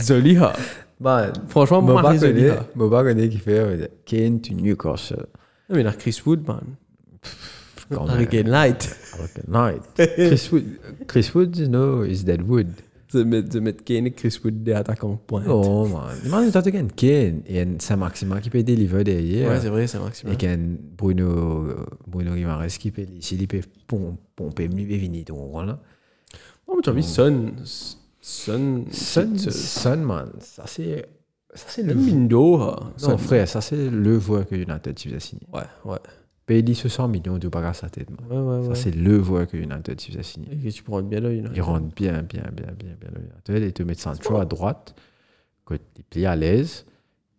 Speaker 2: Zoliha.
Speaker 1: Man,
Speaker 2: Franchement,
Speaker 1: Moi,
Speaker 2: Marie
Speaker 1: Bah, pas
Speaker 2: Zoliha.
Speaker 1: connais. Moi, pas connais qui fait. ouais, Kane to Newcastle.
Speaker 2: Non, mais là, Chris Wood, man.
Speaker 1: Quand même.
Speaker 2: Avec Kane Light. <laughs>
Speaker 1: Okay, night. Chris Wood, Chris Wood, you know, is dead wood.
Speaker 2: De mettre, de mettre Kane et Chris Wood des attaquants pointe.
Speaker 1: Oh man, man, t'as again Kane et Sam Maxima qui peut deliver derrière.
Speaker 2: Ouais, c'est vrai, c'est maximum.
Speaker 1: Et qu'un Bruno Bruno Guimaraes qui peut ici, il peut pom- pomper mieux et venir donc voilà.
Speaker 2: Oh, mais tu as vu Son. Son.
Speaker 1: Son, Son man, ça c'est ça c'est le
Speaker 2: Le Mindo. hein.
Speaker 1: non,
Speaker 2: Son.
Speaker 1: frère, ça c'est le voix que United tu faisais signer.
Speaker 2: Ouais, ouais.
Speaker 1: Payer ce 100 millions de bagarre sa tête. man.
Speaker 2: Ouais, ouais,
Speaker 1: Ça
Speaker 2: ouais.
Speaker 1: c'est le voix que United tu faisais signer.
Speaker 2: Et que tu prends bien l'œil, là.
Speaker 1: Il rentre bien, bien, bien, bien, bien. le United. Et te mettre Sancho à droite, côté il est plié à l'aise.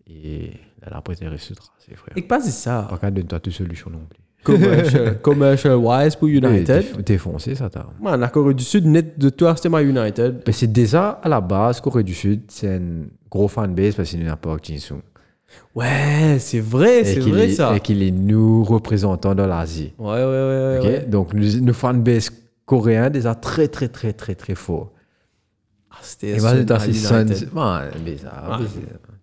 Speaker 1: Et là, après, t'es resté tracé, frère.
Speaker 2: Et que pas c'est ça.
Speaker 1: Pas qu'à donner toi toute solution non plus.
Speaker 2: <laughs> Commercial, commercial wise pour United.
Speaker 1: T'es- T'es foncé, ça t'a.
Speaker 2: Man, la Corée du Sud, net de toi, c'était ma United.
Speaker 1: Mais c'est déjà à la base, Corée du Sud, c'est un gros fanbase parce qu'il n'y a pas Jin Sung.
Speaker 2: Ouais, c'est vrai,
Speaker 1: Et
Speaker 2: c'est
Speaker 1: qu'il
Speaker 2: vrai
Speaker 1: est-
Speaker 2: ça.
Speaker 1: Et qu'il est nous représentant dans l'Asie.
Speaker 2: Ouais, ouais, ouais.
Speaker 1: ok?
Speaker 2: ouais.
Speaker 1: Donc, nous- nos fanbase coréens, déjà très, très, très, très, très fort.
Speaker 2: Ah, c'était
Speaker 1: Et vas-y,
Speaker 2: Son
Speaker 1: t'as
Speaker 2: à
Speaker 1: si Sun.
Speaker 2: United.
Speaker 1: Man, bizarre.
Speaker 2: Ouais.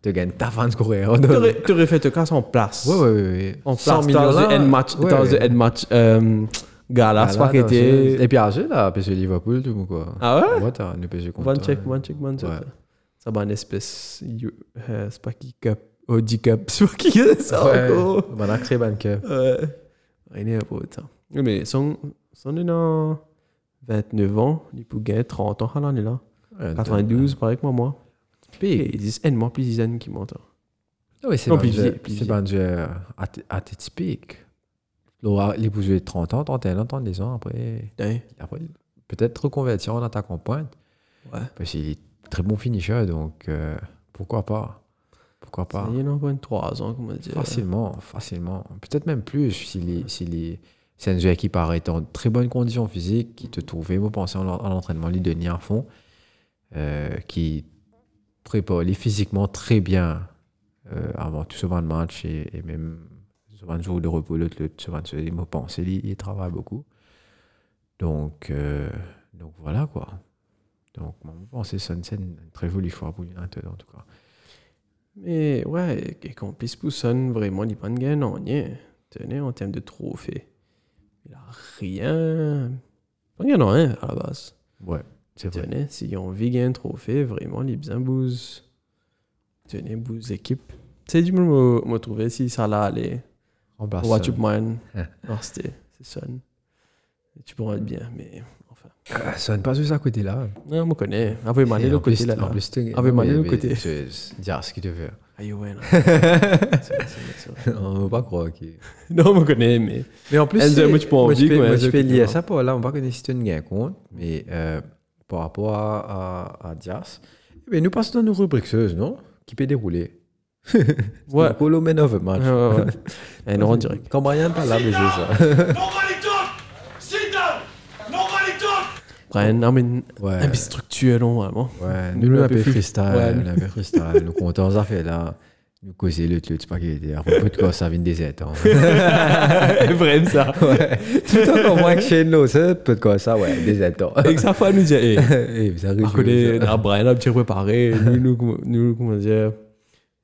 Speaker 1: Tu gagnes ta fan coréenne.
Speaker 2: T'aurais- T'aurais fait te casse en place.
Speaker 1: Ouais, ouais, ouais, ouais.
Speaker 2: En
Speaker 1: 100
Speaker 2: place,
Speaker 1: millions
Speaker 2: dans
Speaker 1: là,
Speaker 2: le end match,
Speaker 1: ouais,
Speaker 2: dans
Speaker 1: ouais.
Speaker 2: le end match, euh, gala,
Speaker 1: Ah, là,
Speaker 2: soit
Speaker 1: dans ce-
Speaker 2: qu'était.
Speaker 1: Et puis Argel, là, PSG Liverpool, tout, ou quoi.
Speaker 2: Ah ouais?
Speaker 1: Ouais, t'as un PSG contre. euh,
Speaker 2: One check, one check, one check.
Speaker 1: Ouais.
Speaker 2: Ça va une espèce, you- euh, c'est pas qui cup, Audi cup, <laughs> c'est pas qui ça
Speaker 1: Ouais, Bah,
Speaker 2: encore.
Speaker 1: on a créé Ban Cup.
Speaker 2: Ouais. Il est un peu ça. Oui, Mais son, son est dans 29 ans, il peut gagner 30 ans à l'année là.
Speaker 1: Ouais,
Speaker 2: 92, pareil que moi, moi. Et
Speaker 1: Big.
Speaker 2: ils disent, moi, plus ils aiment qui hein. montent.
Speaker 1: Ah oui, c'est
Speaker 2: Non,
Speaker 1: Ban
Speaker 2: plus
Speaker 1: Jeu-
Speaker 2: vieux, plus
Speaker 1: C'est
Speaker 2: vieux.
Speaker 1: Ban Jeu at at its peak. Laura, il peut jouer 30 ans, 31 ans, 32 ans, après,
Speaker 2: Putain.
Speaker 1: après peut-être reconvertir en attaque en pointe.
Speaker 2: Ouais.
Speaker 1: Parce qu'il est très bon finisher, donc euh, pourquoi pas Pourquoi pas
Speaker 2: Il y en a 23 ans, comment dire.
Speaker 1: Facilement, facilement. Peut-être même plus s'il est, s'il est, c'est un joueur qui paraît être en très bonne condition physique, qui te trouvait, moi, penser en l'en- en l'entraînement, lui donner à fond, euh, qui prépare les physiquement très bien euh, avant tout souvent de match et, et même souvent de jour de repos, l'autre, l'autre, souvent de se penser, il, il travaille beaucoup. Donc, euh, donc voilà quoi. Donc, moi, je pense que Sunset, une très jolie fois pour United en tout cas.
Speaker 2: Mais ouais, et qu'on puisse pousser vraiment, il n'y a pas de gain, non, rien. Tenez, en termes de trophée. Il a rien. Pas de gain, non, hein, à la base.
Speaker 1: Ouais, c'est vrai.
Speaker 2: Tenez, si on vit gagner un trophée, vraiment, les besoin bouse. Tenez, bouse équipe. C'est du mot m'a trouvé si ça l'a allé.
Speaker 1: Remplace
Speaker 2: What
Speaker 1: Son.
Speaker 2: you
Speaker 1: <laughs>
Speaker 2: mine. Non, c'était, c'est son. Tu pourras être bien, mais enfin.
Speaker 1: Ah, Son, pas juste à côté là.
Speaker 2: Non, on me connaît. Avouez Mané,
Speaker 1: Et
Speaker 2: le
Speaker 1: en plus-
Speaker 2: côté là.
Speaker 1: En plus, tu-
Speaker 2: Avec
Speaker 1: non, mais-
Speaker 2: Mané, le
Speaker 1: mais
Speaker 2: côté.
Speaker 1: tu- c'est- Dire ce qu'il te veut.
Speaker 2: Aïe, ouais, non. C'est vrai, c'est vrai, c'est
Speaker 1: <laughs>
Speaker 2: vrai.
Speaker 1: On va pas croire.
Speaker 2: Non, on me connaît, mais.
Speaker 1: Mais en plus,
Speaker 2: Elle dit,
Speaker 1: c'est-
Speaker 2: moi, tu peux en
Speaker 1: moi, je
Speaker 2: vivre,
Speaker 1: peux-
Speaker 2: mais
Speaker 1: moi,
Speaker 2: je
Speaker 1: je peux
Speaker 2: peux
Speaker 1: lier
Speaker 2: pas.
Speaker 1: ça pour là. On va connaître si tu ne un compte. Mais euh, par rapport à, à, à Dias, eh bien, nous passons dans nos rubriques, non Qui peut <laughs> dérouler.
Speaker 2: Ouais.
Speaker 1: Le Colo Man of the Match.
Speaker 2: Ouais,
Speaker 1: <laughs>
Speaker 2: ouais, ouais. <laughs> Elle nous rend direct.
Speaker 1: Quand Brian parle là, mais c'est ça.
Speaker 5: Nobody talk! Sit down! Nobody talk!
Speaker 2: Brian, I mean,
Speaker 1: Ouais.
Speaker 2: un peu structuré normalement.
Speaker 1: <laughs> Ouais, nous, nous, un peu
Speaker 2: free-
Speaker 1: freestyle,
Speaker 2: Ouais.
Speaker 1: nous, un peu freestyle, nous comptons ça fait là, nous causer le truc, c'est pas qu'il y a des de quoi ça vient des aides. hein.
Speaker 2: Vraiment <laughs> ça.
Speaker 1: Tout encore moins que chez nous, c'est peu de quoi ça, ouais, des
Speaker 2: <laughs>
Speaker 1: aides. hein.
Speaker 2: Et que ça fois nous dire, eh,
Speaker 1: <laughs>
Speaker 2: hey,
Speaker 1: Et ça arrive,
Speaker 2: par contre,
Speaker 1: ça.
Speaker 2: là, Brian a bien préparé, nous, nous, comment- nous, comment dire,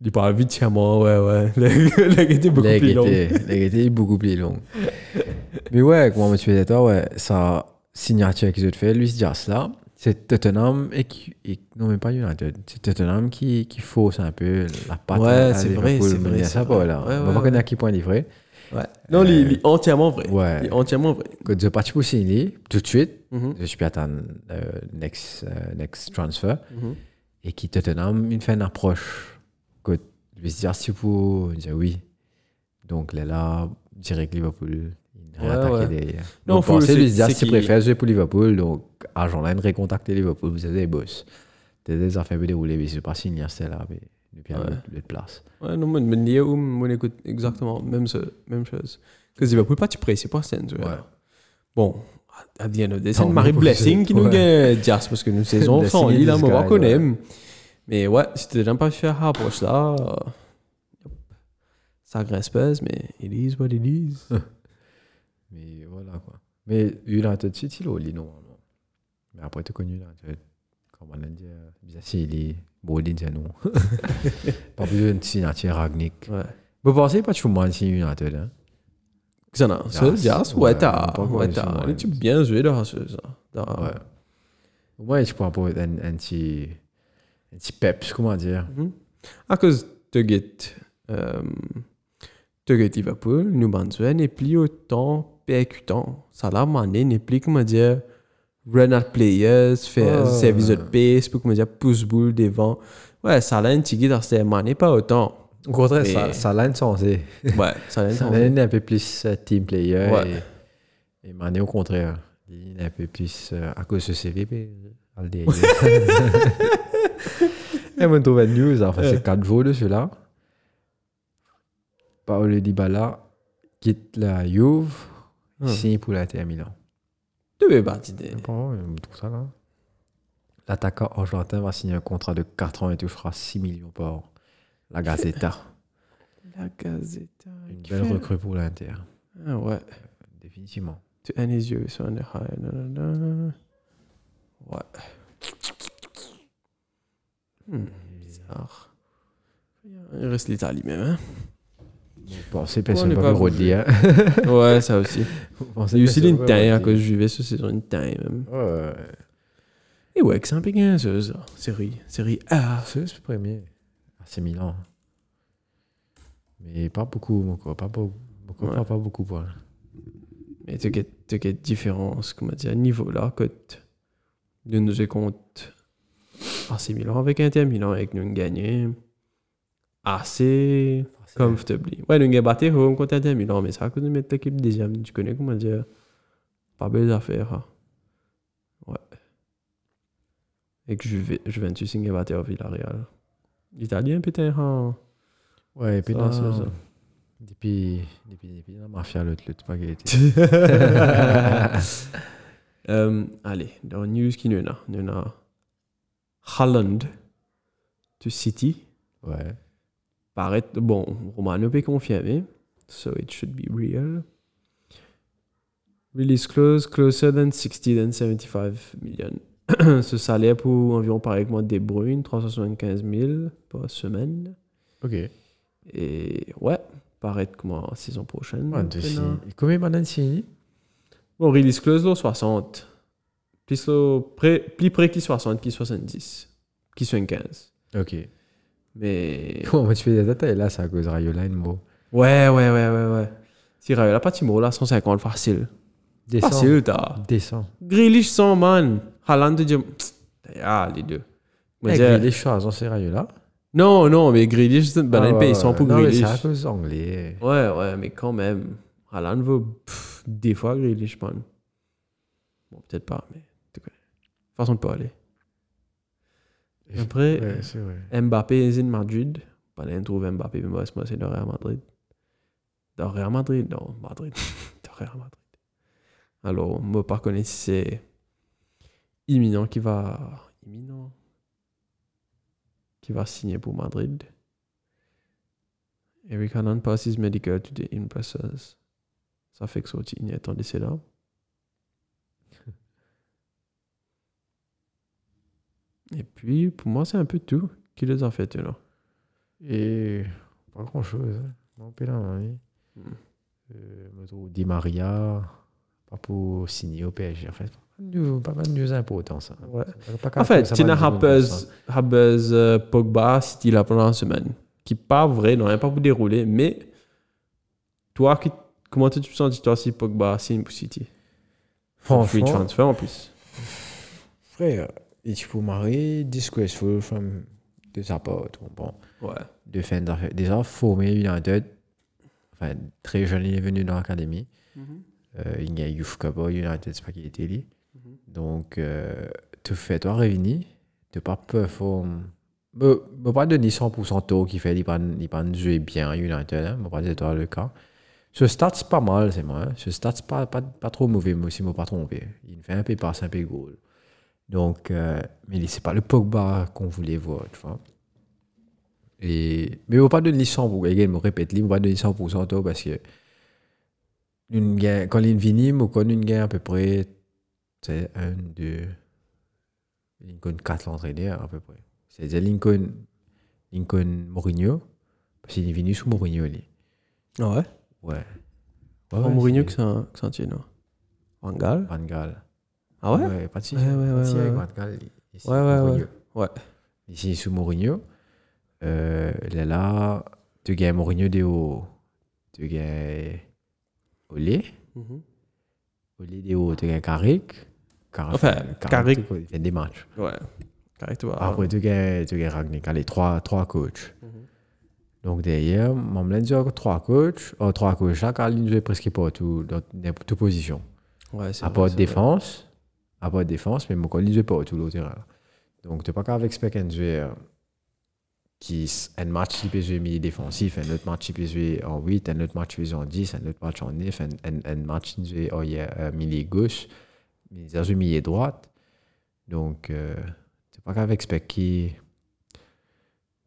Speaker 2: il parle vite chez moi, ouais, <laughs> ouais. Le le gars était beaucoup
Speaker 1: La
Speaker 2: plus long.
Speaker 1: gaieté, <laughs> la gaieté est beaucoup plus longue. Mais ouais, comment me tuer toi, ouais, sa signature qu'ils ont fait, lui, c'est cela. C'est Tottenham et, qui- et- non même pas United, c'est Tottenham qui qui fausse un peu la patte.
Speaker 2: Ouais,
Speaker 1: à
Speaker 2: c'est vrai,
Speaker 1: Liverpool,
Speaker 2: c'est
Speaker 1: mais
Speaker 2: vrai,
Speaker 1: il y a
Speaker 2: c'est
Speaker 1: Ça,
Speaker 2: vrai.
Speaker 1: pas, là.
Speaker 2: Ouais,
Speaker 1: On
Speaker 2: ouais,
Speaker 1: va pas
Speaker 2: ouais.
Speaker 1: connaître à qui point il est vrai.
Speaker 2: Non, il il est entièrement vrai.
Speaker 1: ouais.
Speaker 2: Il est entièrement vrai.
Speaker 1: Quand je parti pour signer, tout de suite,
Speaker 2: Mhm.
Speaker 1: je peux attendre euh, next, euh, next transfer.
Speaker 2: Mhm.
Speaker 1: Et qui Tottenham, il fait une approche. Que je vais se dire si vous, dire oui. Donc là, là, direct Liverpool. Il
Speaker 2: Ouais,
Speaker 1: réattaqué
Speaker 2: ouais.
Speaker 1: derrière.
Speaker 2: Non,
Speaker 1: Donc,
Speaker 2: faut-
Speaker 1: pensez,
Speaker 2: c'est-
Speaker 1: lui se dire
Speaker 2: c'est
Speaker 1: s'il
Speaker 2: qu'il-
Speaker 1: préfère jouer pour Liverpool. Donc, agent là, il recontacter Liverpool. Vous avez des boss. T'as des affaires à dérouler, mais c'est pas signé, c'est là. Mais depuis
Speaker 2: Ouais.
Speaker 1: l'autre place.
Speaker 2: Ouais, non, mais mais il y a où, moi, écoute, exactement, même, ce, même chose. Parce que Liverpool pas tu pressé pas c'est
Speaker 1: Ouais.
Speaker 2: Bon, à the end of the day, c'est
Speaker 1: Non,
Speaker 2: une Marie
Speaker 1: mais
Speaker 2: Blessing
Speaker 1: c'est-
Speaker 2: qui nous
Speaker 1: ouais.
Speaker 2: gagne Jazz parce
Speaker 1: <laughs>
Speaker 2: que nous saison
Speaker 1: Blessing
Speaker 2: sans
Speaker 1: in
Speaker 2: il a un
Speaker 1: disguise,
Speaker 2: moment qu'on
Speaker 1: ouais.
Speaker 2: aime. Mais ouais, si tu n'as pas fait la approche là, euh, ça grince pas, mais it is what
Speaker 1: <laughs>
Speaker 2: it is.
Speaker 1: Mais voilà quoi. Mais United City, il est au lit normalement. Mais après, tu connu United. Comme on l'a dit, euh, bizarre, c'est il est Brodin, c'est <laughs> non. Pas besoin de signature Ragnik.
Speaker 2: Ouais.
Speaker 1: Vous pensez pas que je suis moins de signer United hein?
Speaker 2: Ça, non, ça,
Speaker 1: Jazz,
Speaker 2: Jazz,
Speaker 1: ouais,
Speaker 2: ouais, t'as,
Speaker 1: pas quoi,
Speaker 2: ouais,
Speaker 1: ils sont,
Speaker 2: t'as.
Speaker 1: ouais.
Speaker 2: Tu bien joué dans ce, ça. Dans-
Speaker 1: Ouais. Au moins, je pourrais pas un, un petit. Un petit peps, comment dire.
Speaker 2: À cause de Git, euh, de Git Liverpool, New Banzuen n'est plus autant percutant. Ça l'a mané, n'est plus, comment dire, run at players, faire
Speaker 1: Ouais.
Speaker 2: service de pace, puis comment dire, pouce boule devant. Ouais, ça l'a un petit guide, c'est mané pas autant.
Speaker 1: Au contraire,
Speaker 2: ça-
Speaker 1: ça, ça l'a une sensée.
Speaker 2: Ouais, ça l'a
Speaker 1: Ça
Speaker 2: un
Speaker 1: l'a un peu plus euh, team player.
Speaker 2: Ouais.
Speaker 1: Et, et Mané, au contraire, il est un peu plus euh, à cause de CVP. à le
Speaker 2: <laughs>
Speaker 1: dire. Et mon trouve une news, hein. enfin, c'est 4 jours de cela. Paolo Dybala quitte la Juve,
Speaker 2: Hmm.
Speaker 1: signe pour l'Inter à Milan.
Speaker 2: Tu veux partir des.
Speaker 1: Apparemment, il me trouve ça là. L'attaquant argentin va signer un contrat de 4 ans et touchera 6 millions par an. La
Speaker 2: <laughs>
Speaker 1: Gazeta,
Speaker 2: La Gazeta.
Speaker 1: une
Speaker 2: qui
Speaker 1: belle
Speaker 2: fait-
Speaker 1: recrue pour l'Inter,
Speaker 2: Ah ouais.
Speaker 1: définitivement.
Speaker 2: To end his year with on the high. na, na, na. Ouais. Hmm, bizarre. Il reste l'Italie même, hein.
Speaker 1: Bon, c'est
Speaker 2: On
Speaker 1: personne
Speaker 2: n'est
Speaker 1: pas
Speaker 2: pas
Speaker 1: veut
Speaker 2: bougé.
Speaker 1: redire.
Speaker 2: <laughs> Ouais, hein. ça aussi.
Speaker 1: <laughs> Pensez
Speaker 2: Il y a aussi
Speaker 1: personne
Speaker 2: une
Speaker 1: veut
Speaker 2: taille, à
Speaker 1: redire.
Speaker 2: cause je vivais sur saison une taille même.
Speaker 1: Ouais,
Speaker 2: Et ouais, que c'est un peu gain, ça, ça. Série, série A.
Speaker 1: c'est le premier. Ah, c'est Milan. Mais pas beaucoup, mon quoi. Pas beaucoup. beaucoup-
Speaker 2: Ouais.
Speaker 1: pas, pas beaucoup, quoi.
Speaker 2: Mais tu as quelle différence, comment dire, niveau là, que nous nous est compte assez Milan avec Ah, Inter Milan et que nous gagnons assez comfortably. Ouais, nous avons battu Rome contre Inter Milan, mais ça, que nous mettons l'équipe deuxième, tu connais comment dire, pas belles affaires. hein. Ouais. Et que Juve- Juventus signer battu au Villarreal. L'Italien, putain, hein.
Speaker 1: Ouais, et puis
Speaker 2: Ça,
Speaker 1: dans
Speaker 2: ça, ça.
Speaker 1: Depuis, depuis, depuis la mafia, l'autre, l'autre <laughs> spaghetti.
Speaker 2: Euh, allez, dans news qui nous a, nous a Haaland to City.
Speaker 1: Ouais.
Speaker 2: Paraît, bon, Romano peut confirmer, so it should be real. Release close, closer than 60 than 75 million. <clears throat> Ce salaire pour environ pareil que moi De Bruyne, 375 000 par semaine.
Speaker 1: Ok.
Speaker 2: Et ouais, paraît que moi saison prochaine.
Speaker 1: Ouais, de
Speaker 2: maintenant.
Speaker 1: signer. Et Combien maintenant de signer
Speaker 2: Bon, release close, là, 60. Plus, là, près, plus près qu'il 60, qu'il 70. Qu'il 75.
Speaker 1: Ok.
Speaker 2: Mais.
Speaker 1: Pour moi, tu fais des datas et là, ça cause Rayola et mot.
Speaker 2: Ouais, ouais, ouais, ouais, ouais. Si Rayola pas Timo, là, 150, facile.
Speaker 1: Descends.
Speaker 2: Facile, t'as.
Speaker 1: Ah, Descends.
Speaker 2: Grealish 100, man. Haaland, tu dis. Psst, Ah, les deux. On va
Speaker 1: Avec
Speaker 2: dire-
Speaker 1: les choses, on sait Rayola.
Speaker 2: Non, non, mais Grealish, c'est- ben,
Speaker 1: Ah,
Speaker 2: il
Speaker 1: ouais,
Speaker 2: paye
Speaker 1: ouais.
Speaker 2: 100 pour
Speaker 1: Non, mais
Speaker 2: Grealish.
Speaker 1: C'est à cause anglais.
Speaker 2: Ouais, ouais, mais quand même. Haaland vaut pff, des fois Grealish, man. Bon, peut-être pas, mais tu connais. Façon de parler. Après.
Speaker 1: Ouais, c'est vrai.
Speaker 2: Mbappé est in Madrid. Pas d'un trouve Mbappé, mais moi, c'est- moi, c'est le Real Madrid. Le Real Madrid, <laughs> non, Madrid. Le Real Madrid. Alors, moi, par contre, si c'est imminent qui va. Imminent Qui va signer pour Madrid. Eric Hanan passe his medical today in Brussels. Ça fait que sorti inattendé, c'est là. Et puis, pour moi, c'est un peu tout qui les a fait là.
Speaker 1: Et pas hein. grand chose. Non, pas là, oui.
Speaker 2: Hmm.
Speaker 1: Euh, me trouve Di Maria, pas pour signer au PSG. En fait, pas mal de news- pas mal de news importantes. ça.
Speaker 2: Ouais.
Speaker 1: Pas- pas
Speaker 2: En
Speaker 1: qu'à
Speaker 2: fait,
Speaker 1: cause, ça
Speaker 2: Tina
Speaker 1: va nous donner ça.
Speaker 2: Happers, Happers euh, Pogba, City là pendant la semaine. Qui pas vrai, non, rien pas pour dérouler, mais toi, qui- comment tu te sens toi si Pogba signe pour City Free
Speaker 1: Franchement,
Speaker 2: transfer en plus.
Speaker 1: frère, il faut marier disgraceful from de sa part. tu comprends?
Speaker 2: Ouais.
Speaker 1: de fin d'affaires. Déjà, formé United, enfin, très jeune, il est venu dans l'académie. Euh, il y a Youth Cup, oh, United, c'est pas qui était lié. Donc, euh, te fais toi réunir, te pas perform. Me, me pas donner 100% tôt qui fait, il pas, il pas nous jouer bien United, hein, me pas dire toi le cas. Ce stat, c'est pas mal, c'est moi. hein. Ce stat, c'est pas, pas, pas trop mauvais, moi aussi, me pas trompé. Il me fait un peu passe, un peu goal. Donc, euh, mais c'est pas le Pogba qu'on voulait voir, tu vois. Et, mais on pas de licence pour gagner, me répète, on pas de licence pour cent tôt parce que une gagne- quand il vinim ou quand une gagne à peu près, c'est un, deux, Lincoln 4 l'entraîneur à peu près. C'est-à-dire Lincoln, Lincoln Mourinho, parce qu'il est venu sous Mourinho, lui.
Speaker 2: Ouais.
Speaker 1: Ah Ouais. ouais
Speaker 2: Pour
Speaker 1: ouais,
Speaker 2: Oh, Mourinho,
Speaker 1: c'est-
Speaker 2: que c'est un, que c'est un tien, non Van Gaal
Speaker 1: Van Gaal.
Speaker 2: Ah ouais
Speaker 1: Pas de
Speaker 2: Ouais, ouais, ouais, ouais,
Speaker 1: Van Gaal, il- il signe
Speaker 2: Ouais, ouais,
Speaker 1: Mourinho.
Speaker 2: ouais. Ouais.
Speaker 1: ici sous Mourinho. Euh, là, là, tu gagnes Mourinho de haut, tu gagnes Olé,
Speaker 2: Mhm.
Speaker 1: Olé de haut, tu gagnes Carrick. Car-
Speaker 2: Enfin, Carrick.
Speaker 1: tu- Il fait des matchs.
Speaker 2: Ouais. Ah, Carré, hein. tu vois.
Speaker 1: Après, tu gagnes tu gagnes Ragnick. Allez, trois, trois coachs.
Speaker 2: Mhm.
Speaker 1: Donc, derrière, mon blender, trois coachs. Oh, trois coachs, chaque ligne joue presque pas tout, dans n'importe quelle position.
Speaker 2: Ouais, c'est
Speaker 1: À
Speaker 2: vrai,
Speaker 1: part
Speaker 2: c'est
Speaker 1: défense, à part défense, mais mon collègue n'est pas tout le terrain. Donc, tu n'es pas qu'avec Spec and jouer qui s- un match qui peut jouer milieu défensif, un autre match qui peut jouer en 8, un autre match qui peut jouer en 10, un autre match en 9, un, un, un match qui peut jouer en yeah, euh, milieu gauche, milieu, jouer milieu droite. Donc, euh, tu n'es pas qu'avec Spec qui,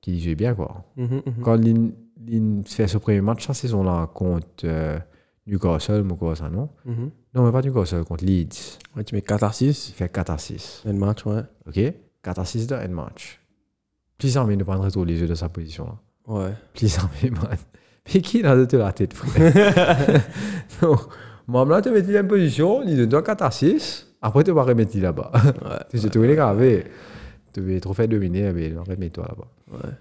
Speaker 1: qui joue bien, quoi.
Speaker 2: Mhm, mhm.
Speaker 1: Quand Lin, Lin fait ce premier match cette saison-là contre euh, Newcastle, mon quoi ça, non
Speaker 2: Mhm.
Speaker 1: Non, mais pas Newcastle, contre Leeds.
Speaker 2: Ouais, tu mets 4 à
Speaker 1: Il
Speaker 2: 6.
Speaker 1: fait 4 à 6.
Speaker 2: Un match, ouais.
Speaker 1: OK 4 à 6 dans un match. Plus armé de prendre retour les yeux de sa position. hein. là.
Speaker 2: Ouais.
Speaker 1: <laughs> Plus armé, man. Mais qui n'a de te la tête, frère <laughs> Non. Moi, là, tu mets la même position, il est dans 4 à 6. Après, tu vas remettre là-bas. <laughs> Tu sais, tu voulais graver. Tu veux trop faire dominer, mais non, remets-toi là-bas.
Speaker 2: Ouais.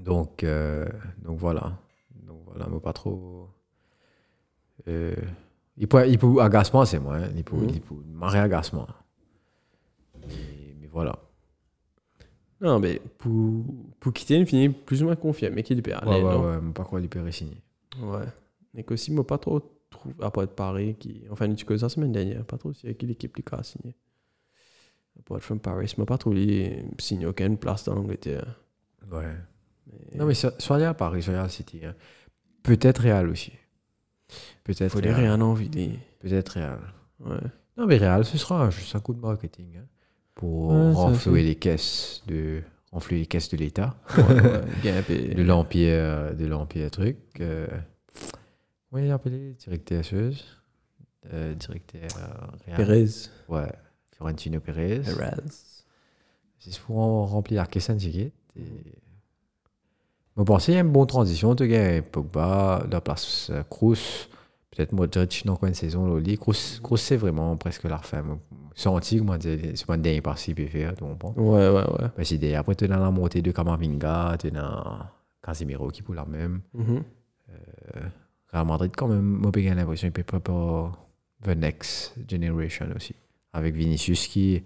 Speaker 1: Donc, euh, donc voilà. Donc voilà, mais pas trop. Euh, il peut, il peut agacement, c'est moi. hein. Il peut,
Speaker 2: Mhm.
Speaker 1: il peut marrer agacement. Mais, mais voilà.
Speaker 2: Non, mais pour, pour quitter, il finit plus ou moins confirmé qu'il est perd.
Speaker 1: Ouais,
Speaker 2: Allez,
Speaker 1: ouais,
Speaker 2: non
Speaker 1: ouais, mais pas quoi, il peut signer.
Speaker 2: Ouais. Et que si moi pas trop trouve après de Paris qui enfin tu que la semaine dernière pas trop si avec l'équipe qui a signé. Pour être from Paris, moi pas trop les signé aucune place dans l'Angleterre.
Speaker 1: Ouais. Non, mais so- soyez à Paris, soyez à City. hein. Peut-être Real aussi. Peut-être
Speaker 2: faut les
Speaker 1: Real.
Speaker 2: rien envie les-
Speaker 1: Peut-être Real.
Speaker 2: <laughs> Ouais.
Speaker 1: Non, mais Real, ce sera un- juste un coup de marketing hein, pour
Speaker 2: Ouais, ça,
Speaker 1: renflouer
Speaker 2: ça.
Speaker 1: les caisses de renflouer les caisses de l'État.
Speaker 2: Ouais, ouais. Gain, puis-
Speaker 1: de l'empire de l'empire truc euh, comment il est appelé directeur Suez euh, directeur Real.
Speaker 2: Perez.
Speaker 1: ouais Fiorentino Perez
Speaker 2: Perez.
Speaker 1: c'est pour en- remplir la caisse indiquée et bon bon c'est une bonne transition tu gagnes Pogba la place euh, Kroos peut-être Modric dans une saison Loli Kroos Kroos, c'est vraiment presque la fin moi. senti que moi c'est c'est pas une dernière partie qu'il peut faire tu comprends
Speaker 2: Ouais, ouais, ouais.
Speaker 1: Parce que derrière, après tu dans la montée de Kamavinga tu dans Casemiro qui pour la même
Speaker 2: Mhm.
Speaker 1: Real Madrid, quand même, moi, j'ai l'impression qu'il peut préparer the next generation aussi. Avec Vinicius qui,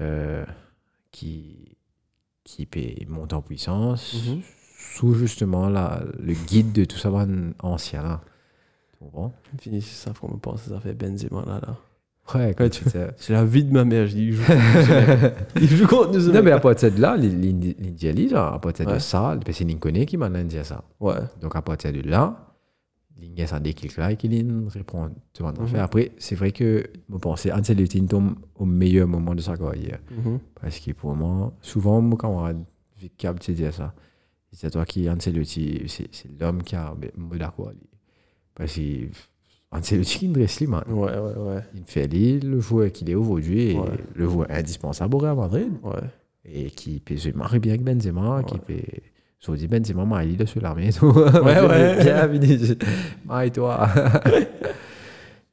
Speaker 1: euh, qui, qui peut monter en puissance
Speaker 2: Mhm.
Speaker 1: sous justement la, le guide de tout ça man, ancien. Là. Tu comprends?
Speaker 2: Fini, c'est ça faut me penser ça fait Benzema là là.
Speaker 1: Ouais,
Speaker 2: Ouais, tu- C'est la vie de ma mère, je dis, il joue contre nous, ce mec. <laughs> Il joue contre nous. ce
Speaker 1: Non, mais à
Speaker 2: mec.
Speaker 1: part de ça, là, l'Indialise, à partir de
Speaker 2: Ouais.
Speaker 1: ça, parce que c'est Ninkoné qui m'a dit ça.
Speaker 2: Ouais.
Speaker 1: Donc à partir de là, ligne ça déclic là et qu'il répond tout le monde. Après, c'est vrai que je pensais Ancelotti tombe au meilleur moment de sa carrière. Parce que pour moi, souvent, mon camarade, Vic Cap, tu dis ça. C'est toi qui, Ancelotti, c'est c'est l'homme qui a, ben, moi d'accord. lui. Parce que Ancelotti, il dresse lui, man.
Speaker 2: Ouais, ouais, ouais.
Speaker 1: Il fait lui, le joueur qu'il est aujourd'hui, et
Speaker 2: Ouais.
Speaker 1: le joueur indispensable au Real Madrid
Speaker 2: Ouais.
Speaker 1: et qui peut se marier bien avec Benzema, qui peut je vous dis Benzema marie de sur l'armée <laughs> tout.
Speaker 2: ouais.
Speaker 1: Bien, Vinicius.
Speaker 2: <laughs>
Speaker 1: Marie-toi.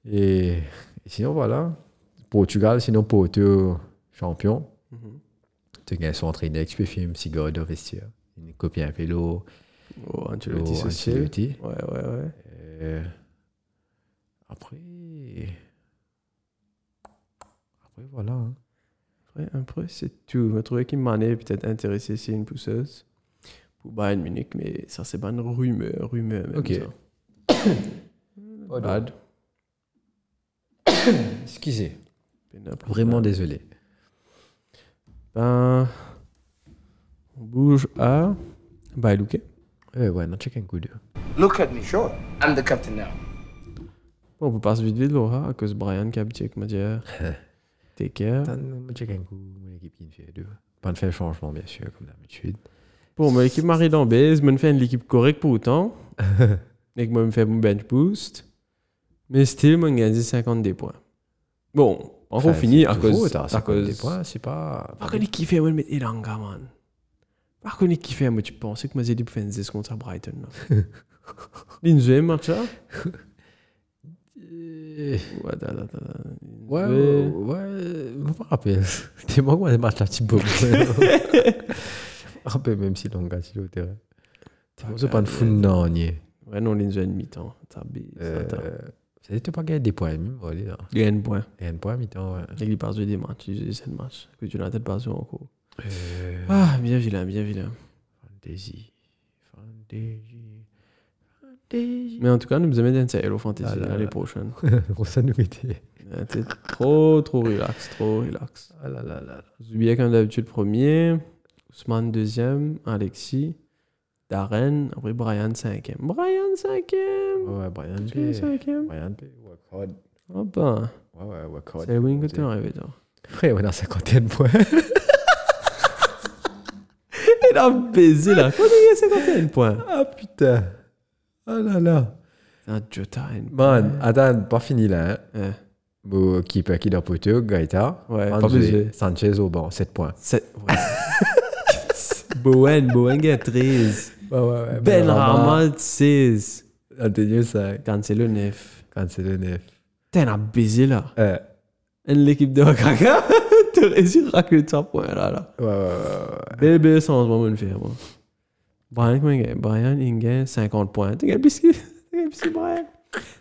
Speaker 1: et, et sinon, voilà. Portugal, sinon, Porto, champion.
Speaker 2: Mhm.
Speaker 1: Tu gagnes son entraîneur, tu peux filmer un cigare de vestiaire. Une copie un vélo.
Speaker 2: Oh, Ancelotti,
Speaker 1: l'outil
Speaker 2: c'est sûr. Ouais, ouais, ouais.
Speaker 1: euh, après. Après, voilà. hein.
Speaker 2: Après, après c'est tout. Je trouvais qu'il m'en est peut-être intéressé c'est une pousseuse pour Bayern Munich, mais ça, c'est pas une rumeur. rumeur même,
Speaker 1: Ok.
Speaker 2: ça. Bad.
Speaker 1: <coughs> Excusez.
Speaker 2: Peine à-
Speaker 1: Vraiment désolé.
Speaker 2: Ben, on bouge à Bailouké.
Speaker 1: Euh, ouais, non, check un coup d'œil.
Speaker 3: Look at me, sure. I'm the captain now.
Speaker 2: Bon, on passe vite vite, Laura, à cause Brian qui a habitué avec ma
Speaker 1: <laughs>
Speaker 2: dire. Take care.
Speaker 1: Attends, moi, check un coup, mon équipe qui ne fait deux. Pas de faire changement, bien sûr, comme d'habitude.
Speaker 2: Bon, mon équipe marie d'Ambèze, je me fais une équipe correcte
Speaker 1: <laughs>
Speaker 2: pour autant. Et que moi, je me fais mon bench boost. Mais still, moi, je gagne 50 points. Bon, on va finir à cause.
Speaker 1: Ça
Speaker 2: À
Speaker 1: cause des
Speaker 2: cause.
Speaker 1: points, c'est pas.
Speaker 2: Par contre, qui fait, moi, mais Elanga, man. Par contre, qui fait, moi, tu pensais que moi, j'ai dit pour faire une zeste contre Brighton, là.
Speaker 1: <laughs>
Speaker 2: L'inzué, match là
Speaker 1: Euh,
Speaker 2: Ouais, attends, attends, attends.
Speaker 1: Ouais, ouais,
Speaker 2: Lindsay.
Speaker 1: ouais, je me rappelle. <laughs> T'es moi, moi, des matchs là, petit peu. <laughs> Je me rappelle même si l'on gagne au terrain. T'es pas pas de fou, non, on y est.
Speaker 2: Ouais, non, Lindsay à mi-temps. T'as bi- ça, t'as-
Speaker 1: Euh, Ça t'es pas gagné des points, même, voilà. là.
Speaker 2: Il y a un point.
Speaker 1: Et un point, mi-temps, ouais.
Speaker 2: Il passe des matchs, il joue 7 matchs. Que tu l'as peut-être pas joué encore.
Speaker 1: Euh,
Speaker 2: Ah, bien vilain, bien vilain.
Speaker 1: Fantasy. Fantasy. Fantasy.
Speaker 2: Mais en tout cas, nous aimons bien Hello Fantasy
Speaker 1: Ah là
Speaker 2: l'année
Speaker 1: là.
Speaker 2: prochaine.
Speaker 1: Pour <laughs> ça, nous mettait.
Speaker 2: Euh, T'es trop, trop relax, trop relax.
Speaker 1: Ah là là là.
Speaker 2: Zoubia, comme d'habitude, premier. Ousmane, deuxième. Alexis. Darren. Après, Brian, cinquième. Brian, cinquième.
Speaker 1: Ouais, Brian
Speaker 2: Tu es
Speaker 1: P.
Speaker 2: cinquième.
Speaker 1: Brian P. Work hard.
Speaker 2: Oh ben,
Speaker 1: Ouais, ouais, work hard.
Speaker 2: c'est le wing que t'es
Speaker 1: hein.
Speaker 2: arrivé, toi.
Speaker 1: Frère, on a 51 points.
Speaker 2: Il a baisé, là. Quand il y a 51 points.
Speaker 1: <laughs> ah putain. Oh là là.
Speaker 2: Un Ah, Jota, une
Speaker 1: Man, attends, pas fini là. Hein.
Speaker 2: Ouais.
Speaker 1: Bon, keeper qui doit poteau, Gaïta.
Speaker 2: Ouais, pas
Speaker 1: André,
Speaker 2: besoin.
Speaker 1: Sanchez au banc, 7 points.
Speaker 2: C'est- ouais. <laughs> Bowen, Bowen Ben qui a 13.
Speaker 1: Ouais, ouais, ouais. Ben
Speaker 2: Benrahma, 16.
Speaker 1: Antonio 5.
Speaker 2: Cancelo, 9.
Speaker 1: Quand c'est le 9.
Speaker 2: T'es un baisé là.
Speaker 1: Euh,
Speaker 2: Et l'équipe de <laughs> Wakaka, t'as réussi à racler 3 points là. là.
Speaker 1: ouais, ouais, ouais. ouais.
Speaker 2: Belle, belle sens, moi, mon frère. moi. Brian, comment il gagne Brian, il gagne 50 points. T'as gagné plus que t'as gagné plus que Brian.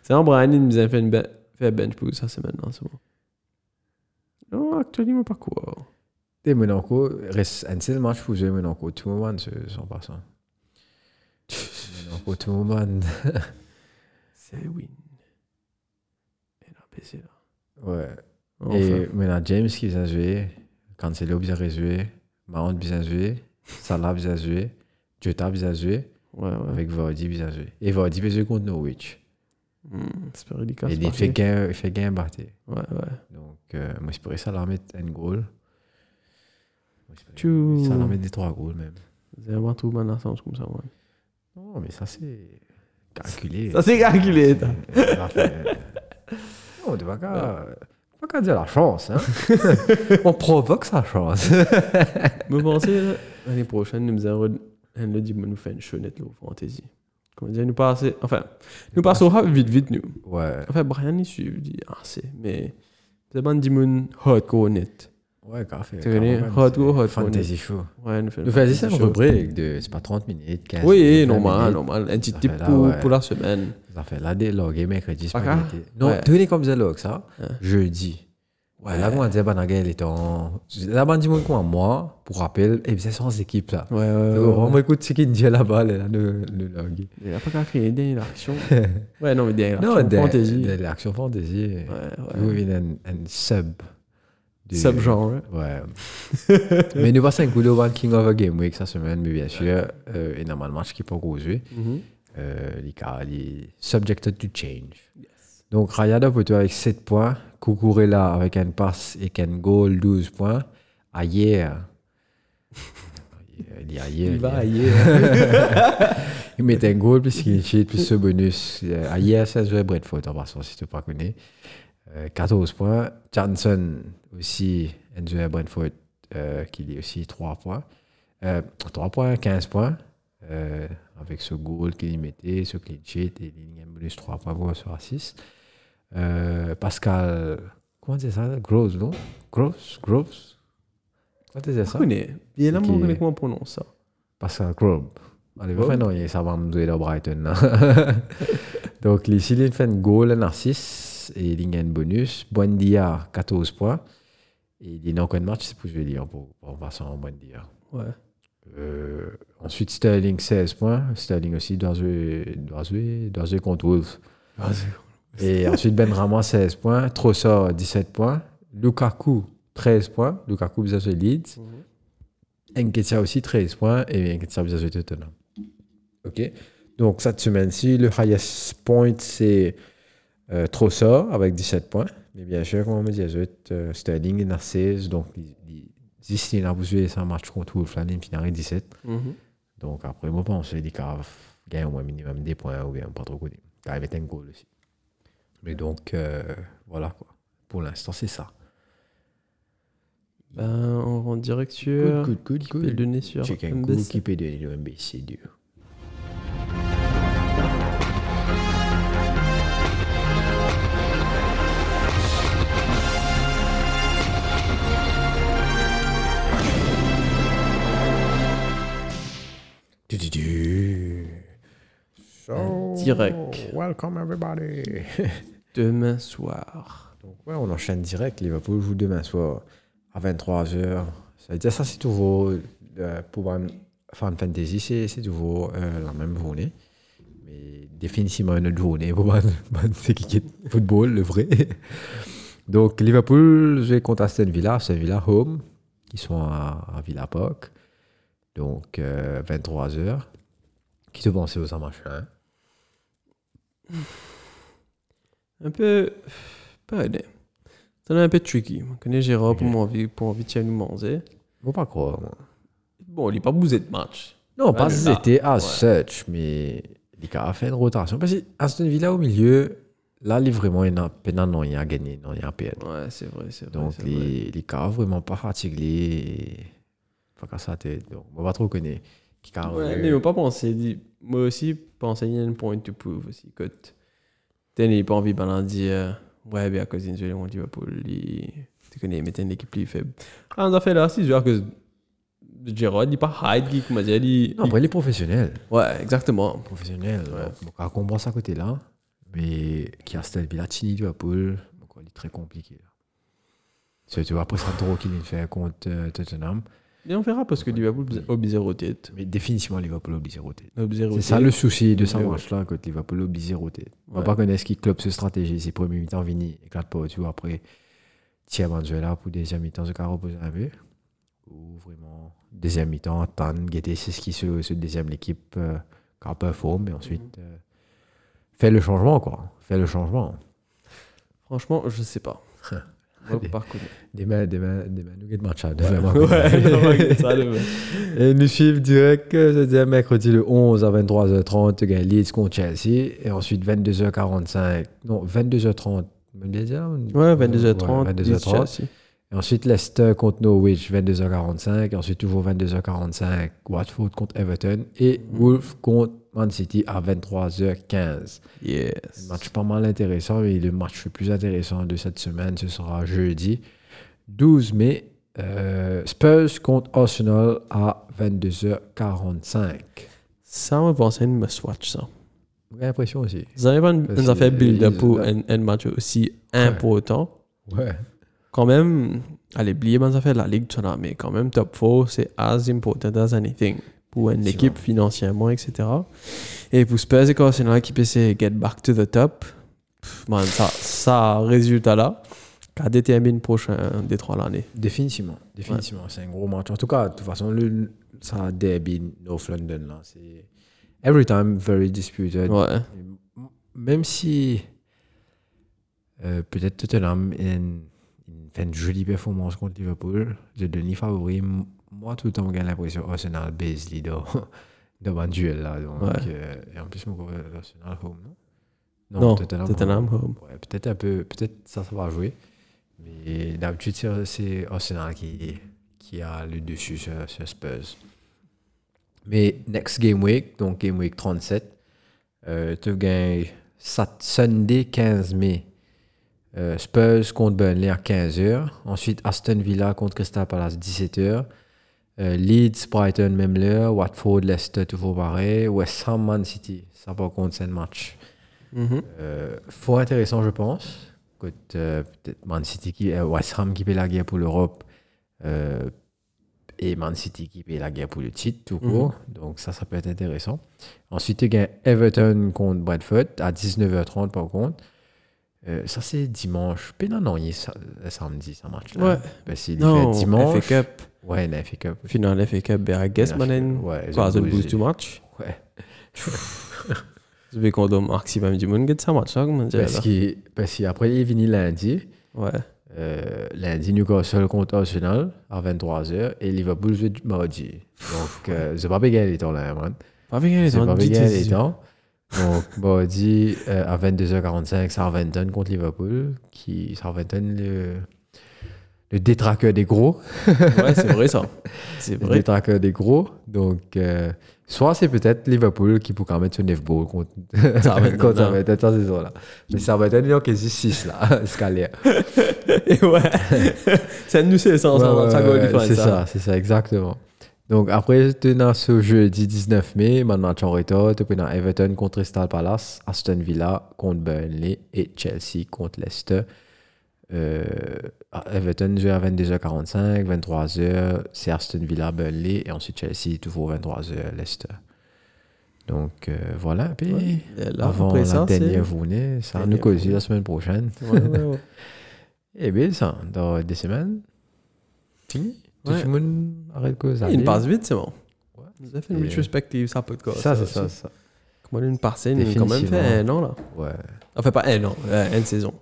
Speaker 2: C'est vraiment Brian, il nous a fait une be- fait un bench pour ça, c'est maintenant, c'est bon. Oh, Non, actuellement, pas quoi.
Speaker 1: Et Monaco, reste un seul match pour jouer Monaco. Tout le monde, c'est 100%. hein. <laughs> Monaco, tout le monde.
Speaker 2: C'est win. Et là, baisé là.
Speaker 1: Ouais.
Speaker 2: Enfin.
Speaker 1: Et maintenant, James qui vient jouer, Cancelo vient jouer, Mahon vient jouer, Salah vient jouer, Jota vient jouer,
Speaker 2: Ouais, ouais.
Speaker 1: avec Vardy vient jouer. Et Vardy vient jouer contre Norwich.
Speaker 2: Hmm, c'est pas délicat.
Speaker 1: Et
Speaker 2: c'est
Speaker 1: il
Speaker 2: pas
Speaker 1: fait
Speaker 2: grave.
Speaker 1: gain, il fait gain Barté.
Speaker 2: Ouais, ouais.
Speaker 1: Donc, euh, moi, j'espérais Salah mettre un goal. Moi, j'espérais
Speaker 2: Tchou.
Speaker 1: Salah mettre des trois goals même.
Speaker 2: C'est un tout bon sens comme ça, ouais.
Speaker 1: Non, mais ça, c'est calculé.
Speaker 2: Ça, c'est calculé, t'as.
Speaker 1: C'est- on a fait- Non, tu vas qu'à t'as pas qu'à dire la chance.
Speaker 2: <laughs>
Speaker 1: Hein. On provoque sa chance.
Speaker 2: Me pensez, là, l'année prochaine, nous allons le dimanche nous faire une chenette, là, au fantasy. Comment dire, nous passer. Enfin, nous passons au rap vite, vite, nous.
Speaker 1: Ouais.
Speaker 2: Enfin, Brian, il suit, il dit, ah, c'est. Mais. C'est pas un dimanche hardcore net.
Speaker 1: Ouais, café.
Speaker 2: Tu connais, hot go, hot
Speaker 1: Fantasy show.
Speaker 2: Ouais, nous faisons.
Speaker 1: Nous faisons ça
Speaker 2: une
Speaker 1: une rubrique de, c'est pas 30 minutes, 15
Speaker 2: Oui,
Speaker 1: minutes, 20
Speaker 2: normal,
Speaker 1: minutes.
Speaker 2: normal. Un petit
Speaker 1: Ça
Speaker 2: tip
Speaker 1: fait Ah, là,
Speaker 2: pour,
Speaker 1: ouais.
Speaker 2: pour la semaine.
Speaker 1: Ça fait là des logs et mercredi, c'est
Speaker 2: Pas
Speaker 1: pas
Speaker 2: grave.
Speaker 1: l'été. Non,
Speaker 2: Ouais.
Speaker 1: tu connais comme ça, log, ça.
Speaker 2: Hein.
Speaker 1: Jeudi. Ouais. Là, on dit, bah, dans quel temps. Là, on dit, moi, moi, pour rappel, et c'est sans équipe, ça.
Speaker 2: Ouais, ouais, ouais.
Speaker 1: On m'écoute ce qu'il dit là-bas, là, le, le log.
Speaker 2: Il n'y a pas qu'à créer
Speaker 1: <laughs>
Speaker 2: des actions. Ouais, non, mais des actions.
Speaker 1: Non, des,
Speaker 2: fantasy.
Speaker 1: des- des actions fantasy.
Speaker 2: ouais.
Speaker 1: Vous avez un, un sub. du-
Speaker 2: Sub-genre, ouais.
Speaker 1: Ouais. mais nous passons un coup de One King of a Game Week cette semaine, mais bien sûr, euh, énormément de matchs qui peuvent jouer. euh, les cas, les subjected to change. Donc Rayada Poto avec 7 points, Kukurela avec un pass et un goal 12 points, Ayer. Il dit Ayer,
Speaker 2: Il
Speaker 1: il
Speaker 2: va
Speaker 1: dit- <laughs>
Speaker 2: ailleurs.
Speaker 1: il met un goal, plus clean sheet, plus ce bonus. Euh, Ayer, ça se jouait Brentford en passant, si tu ne pas connais. Euh, 14 points. Johnson aussi, un joueur Brentford euh, qui dit aussi 3 points. Euh, 3 points, 15 points. euh, avec ce goal qu'il y mettait, ce clean sheet et il y a un bonus 3 points pour sur 6. Euh, Pascal, comment c'est ça Gross, non Gross Gross Comment c'est
Speaker 2: Je
Speaker 1: ça
Speaker 2: connais. Il est là,
Speaker 1: Ok.
Speaker 2: moi, je connais comment on prononce ça.
Speaker 1: Pascal Grobe. Allez,
Speaker 2: Grobe.
Speaker 1: enfin, non, il- ça va me jouer dans Brighton. là. <laughs> Donc, les Silly fait un goal, un 6 et il y a un bonus. Buendia, 14 points. Et il y a encore un match, c'est pour jouer Lyon, pour, pour passer en Buendia.
Speaker 2: Ouais.
Speaker 1: Euh, ensuite, Sterling, 16 points. Sterling aussi doit jouer, doit jouer, doit jouer contre Wolves. Et ensuite, Ben Rama, 16 points. Trossard, 17 points. Lukaku, 13 points. Lukaku, bien sûr, Leeds. Enketia aussi, 13 points. Et Enketia, bien sûr, Tottenham. OK. Donc, cette semaine-ci, le highest point, c'est euh, Trossard avec 17 points. Mais bien sûr, comme on me dit, euh, Sterling il en a 16. Donc, il- il- si il a joué un match contre Wolves, là, il finira avec 17.
Speaker 2: Mhm.
Speaker 1: Donc après, moi, on se dit qu'il gagne au moins minimum des points ou bien pas trop côté. Quand il met un goal aussi. Mais donc, euh, voilà quoi. Pour l'instant, c'est ça.
Speaker 2: Ben, on rentre direct sur.
Speaker 1: Good, good, good,
Speaker 2: Qui peut le
Speaker 1: good.
Speaker 2: donner sur
Speaker 1: Check un coup,
Speaker 2: MBC.
Speaker 1: qui peut donner le MBC, Dieu. Du, du, du. So,
Speaker 2: direct.
Speaker 1: Welcome everybody.
Speaker 2: Demain soir.
Speaker 1: Donc ouais, on enchaîne direct. Liverpool joue demain soir à 23h. Ça veut dire ça, c'est toujours euh, pour un fan fantasy, c'est c'est toujours euh, la même journée. Mais définitivement une autre journée <laughs> pour un c'est qui qui est football, le vrai. <laughs> Donc Liverpool joue contre Aston Villa, Aston Villa home. Ils sont à, à Villa Park. Donc 23h. Qui te pensait aux match hein?
Speaker 2: Un peu. Pas aidé. Ça un peu tricky. On connaît Gérard pour mon envie, pour envie de tirer nous manger.
Speaker 1: Faut pas croire. moi.
Speaker 2: Bon, il n'est pas bousé de match.
Speaker 1: Non, pas
Speaker 2: le
Speaker 1: que
Speaker 2: là.
Speaker 1: c'était as
Speaker 2: bah, Ouais.
Speaker 1: such, mais il a fait une rotation. Parce que Aston Villa au milieu, là, il est vraiment, il a peine non, il a gagné, non, il a perdu.
Speaker 2: Ouais, c'est vrai, c'est vrai.
Speaker 1: Donc,
Speaker 2: c'est vrai.
Speaker 1: les les cas vraiment pas fatigués. Pas qu'à ça, t'es- donc, on va trop connaître. Qui a
Speaker 2: Ouais,
Speaker 1: revenu.
Speaker 2: mais ils m'ont pas pensé. dit- Moi aussi, pensé, il y a une point to prove aussi. Écoute, t'as n'est pas envie de dire, ouais, bien, à cause d'une jouée, on dit, Liverpool, il- tu connais, mais t'as une équipe plus faible. Ah, on a fait là, c'est sûr que Gérard, il pas hide, geek, m'a dit, il-
Speaker 1: Non, après, il est professionnel.
Speaker 2: Ouais, exactement.
Speaker 1: Professionnel, donc, on comprend ça côté là. Mais qui a Aston Villa, Chini Liverpool, donc, il est très compliqué. Là. Surtout après, c'est un tour qu'il vient de faire contre euh, Tottenham.
Speaker 2: Et on verra parce que Liverpool, ob zéro tête.
Speaker 1: Mais définitivement, Liverpool obligé de roter.
Speaker 2: Ob zéro
Speaker 1: C'est ça
Speaker 2: tête.
Speaker 1: le souci de
Speaker 2: Oui,
Speaker 1: ce
Speaker 2: oui.
Speaker 1: match-là, quand Liverpool est obligé de roter. On va
Speaker 2: Ouais.
Speaker 1: pas connaître qui club se stratégie. C'est premier mi-temps, Vini éclate pas au-dessus. Après, Thierry Manzuela pour deuxième mi-temps, se reposer un peu. Ou vraiment, deuxième mi-temps, Tan, Guetté, c'est ce qui se, se deuxième l'équipe euh, car performe. Et ensuite,
Speaker 2: Mhm.
Speaker 1: euh, fait le changement, quoi. Fait le changement.
Speaker 2: Franchement, je sais pas. Moi,
Speaker 1: Allez.
Speaker 2: par contre.
Speaker 1: Demain, demain, demain, nous guettons match. hein. Demain,
Speaker 2: <laughs> Ouais,
Speaker 1: demain.
Speaker 2: ça, le-
Speaker 1: Et nous suivent direct, euh, je dirais mercredi le 11 à 23h30, gagne Leeds contre Chelsea. Et ensuite 22h45, non, 22h30, même bien dire, hein?
Speaker 2: Ouais, 22h30.
Speaker 1: Ouais,
Speaker 2: 22h30.
Speaker 1: 22h30. Et ensuite Leicester contre Norwich, 22h45. Et ensuite toujours 22h45, Watford contre Everton. Et Wolves contre Man City à 23h15. Un
Speaker 2: Yes.
Speaker 1: match pas mal intéressant, mais le match le plus intéressant de cette semaine, ce sera jeudi 12 mai. euh, Spurs contre Arsenal à 22h45.
Speaker 2: Ça, on va penser à une must-watch, ça.
Speaker 1: J'ai l'impression aussi.
Speaker 2: Vous avez pas une,
Speaker 1: Parce
Speaker 2: une affaire
Speaker 1: que-
Speaker 2: build-up
Speaker 1: ils-
Speaker 2: pour un, un match aussi important.
Speaker 1: Ouais.
Speaker 2: Quand même, allez, oubliez pas affaires de la Ligue Tournament, mais quand même, top 4, c'est as important as anything pour une équipe financièrement, etc. Et pour Spurs et Arsenal qui peut se get back to the top, pff, man, ça, ça résultat-là, qu'à détermine prochain des trois l'année.
Speaker 1: Définitivement. Définitivement. C'est un gros match. En tout cas, de toute façon, le, ça derby North London, là, c'est Every time, very disputed.
Speaker 2: Ouais.
Speaker 1: Même si euh, peut-être Tottenham in- in- fait une jolie performance contre Liverpool, je devenir favori. M- Moi, tout le temps, j'ai l'impression Arsenal base leader dans <laughs> un duel là. Donc,
Speaker 2: Ouais.
Speaker 1: euh, et en plus, mon gros, Arsenal home, non
Speaker 2: Non, Tottenham home.
Speaker 1: Ouais, peut-être un peu, peut-être ça, ça va jouer. Mais d'habitude, c'est- c'est Arsenal qui, qui a le dessus sur, sur Spurs. Mais next game week, donc game week 37, euh, tu gagnes sat- Sunday 15 mai. Euh, Spurs contre Burnley à 15h. Ensuite, Aston Villa contre Crystal Palace 17h. Euh, Leeds, Brighton, même l'heure. Watford, Leicester, toujours pareil. West Ham, Man City. Ça, par contre, c'est un match.
Speaker 2: Mhm.
Speaker 1: Euh, fort intéressant, je pense. Écoute, euh, peut-être Man City qui, euh, West Ham qui paie la guerre pour l'Europe euh, et Man City qui paie la guerre pour le titre, tout
Speaker 2: Mhm.
Speaker 1: court. Donc ça, ça peut être intéressant. Ensuite, il y a Everton contre Bradford à 19h30 par contre. Euh, ça, c'est dimanche. Puis non, non, il est sa- euh, samedi, ça match.
Speaker 2: Ouais.
Speaker 1: Parce qu'il
Speaker 2: Non,
Speaker 1: fait dimanche.
Speaker 2: FA Cup.
Speaker 1: Ouais, la FA Cup.
Speaker 2: Finale FA Cup, ben, I guess,
Speaker 1: Finale FA
Speaker 2: man. then.
Speaker 1: Cup, ouais,
Speaker 2: Quoi,
Speaker 1: ils ont
Speaker 2: ils ont
Speaker 1: bougé.
Speaker 2: lose du match.
Speaker 1: Ouais.
Speaker 2: Je vais qu'on doit maximum du monde, get ça match, hein, là, comment dire.
Speaker 1: Parce qu'il- parce qu'après, il est venu lundi.
Speaker 2: là. Ouais.
Speaker 1: Euh, lundi, Newcastle contre Arsenal à 23h et Liverpool joue mardi. Donc, euh, c'est pas bien les temps là, man.
Speaker 2: Pas bien,
Speaker 1: C'est
Speaker 2: ils ont
Speaker 1: pas
Speaker 2: dit
Speaker 1: bien les
Speaker 2: décision.
Speaker 1: temps. Donc, <laughs> mardi euh, à 22h45, Southampton contre Liverpool. Qui, Southampton, le, le détraqueur des gros.
Speaker 2: Ouais, c'est
Speaker 1: <laughs>
Speaker 2: vrai, ça. C'est
Speaker 1: Le
Speaker 2: vrai.
Speaker 1: détraqueur des gros. Donc, euh, soit c'est peut-être Liverpool qui pourra mettre son 9 balles contre <laughs>
Speaker 2: Southampton, hein.
Speaker 1: contre
Speaker 2: là.
Speaker 1: Southampton cette saison-là. Mais Southampton, ils ont quasi 6 là, <laughs> scalaire.
Speaker 2: Et ouais.
Speaker 1: <laughs>
Speaker 2: Ça nous, c'est ça, ça,
Speaker 1: Ouais,
Speaker 2: ça,
Speaker 1: ouais,
Speaker 2: goal hein.
Speaker 1: ouais,
Speaker 2: difference,
Speaker 1: C'est ça, c'est ça, exactement. Donc après, tenant ce jeudi 19 mai, maintenant match en retard, tu prenais Everton contre Crystal Palace, Aston Villa contre Burnley et Chelsea contre Leicester. Euh, Everton joue à 22h45, 23h, c'est Aston Villa, Burnley et ensuite Chelsea, toujours 23h, Leicester. Donc euh, voilà, puis
Speaker 2: Ouais, et là,
Speaker 1: avant
Speaker 2: après
Speaker 1: la
Speaker 2: ça, c'est-
Speaker 1: dernière journée, ça nous
Speaker 2: Dernière
Speaker 1: cause
Speaker 2: journée.
Speaker 1: la semaine prochaine.
Speaker 2: <laughs> Ouais,
Speaker 1: <laughs>
Speaker 2: ouais, ouais.
Speaker 1: Eh bien, ça, dans des semaines, fini.
Speaker 2: Ouais.
Speaker 1: Tout le monde arrête quoi ça.
Speaker 2: Il passe vite, c'est bon.
Speaker 1: Ouais.
Speaker 2: Nous avons fait une
Speaker 1: Et-
Speaker 2: retrospective, ça peut de quoi.
Speaker 1: Ça, c'est ça, ça.
Speaker 2: Comment une partie, nous quand même fait
Speaker 1: Définitivement.
Speaker 2: un an, là.
Speaker 1: Ouais.
Speaker 2: Enfin, pas un an, euh, une saison.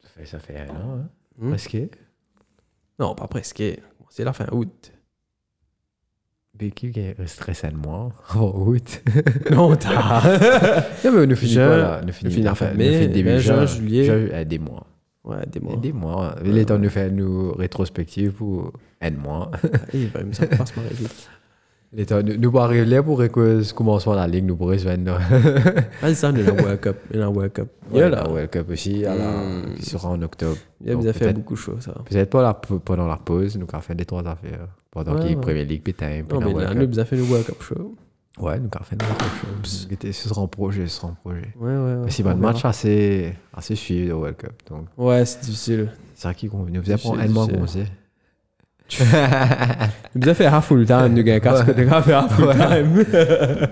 Speaker 1: Ça fait, ça fait un an, hein.
Speaker 2: Hmm.
Speaker 1: Presque.
Speaker 2: Non, pas presque. C'est la fin août.
Speaker 1: Bécu qui est stressé de moi <laughs> en août.
Speaker 2: <laughs> Non, t'as. <laughs>
Speaker 1: non, mais nous finissons
Speaker 2: Juin,
Speaker 1: quoi, là Nous
Speaker 2: nous finit
Speaker 1: finissons
Speaker 2: fin mai, mai, juin, juillet.
Speaker 1: eh, des mois.
Speaker 2: Ouais, des mois.
Speaker 1: Eh, Des mois. Il est temps de nous faire une rétrospective pour un mois.
Speaker 2: Il va me ça va pas se marrer vite.
Speaker 1: <laughs> Il est temps de nous arriver là pour que commençons la ligue, nous pourrions se vendre. <laughs>
Speaker 2: Vas-y, ça, on est dans World Cup. On est dans World Cup. Il y a
Speaker 1: Ouais,
Speaker 2: là.
Speaker 1: la World Cup aussi, à la- qui sera en octobre.
Speaker 2: Hmm. Il y a
Speaker 1: Donc,
Speaker 2: des affaires
Speaker 1: peut-être-
Speaker 2: beaucoup chaud, ça.
Speaker 1: Peut-être pas la- pendant la pause, nous avons fait des trois affaires. Pendant
Speaker 2: Ouais,
Speaker 1: qu'il y a
Speaker 2: ouais.
Speaker 1: Premier League, putain,
Speaker 2: Non,
Speaker 1: pendant
Speaker 2: mais
Speaker 1: World
Speaker 2: là,
Speaker 1: Cup.
Speaker 2: nous, on a fait le World Cup show.
Speaker 1: Ouais, nous avons fait des choses. C'était- Ce sera un projet, ce sera un projet.
Speaker 2: Ouais, ouais. ouais.
Speaker 1: Mais c'est pas
Speaker 2: On
Speaker 1: un
Speaker 2: verra.
Speaker 1: match assez, assez suivi de World Cup. Donc,
Speaker 2: Ouais, c'est difficile.
Speaker 1: c'est ça qui convient. Nous faisons
Speaker 2: Je sais,
Speaker 1: prendre un
Speaker 2: je
Speaker 1: mois
Speaker 2: sais.
Speaker 1: qu'on
Speaker 2: <laughs>
Speaker 1: sait.
Speaker 2: Nous avons fait half full time, nous, gars. Casque, nous avons fait half full time.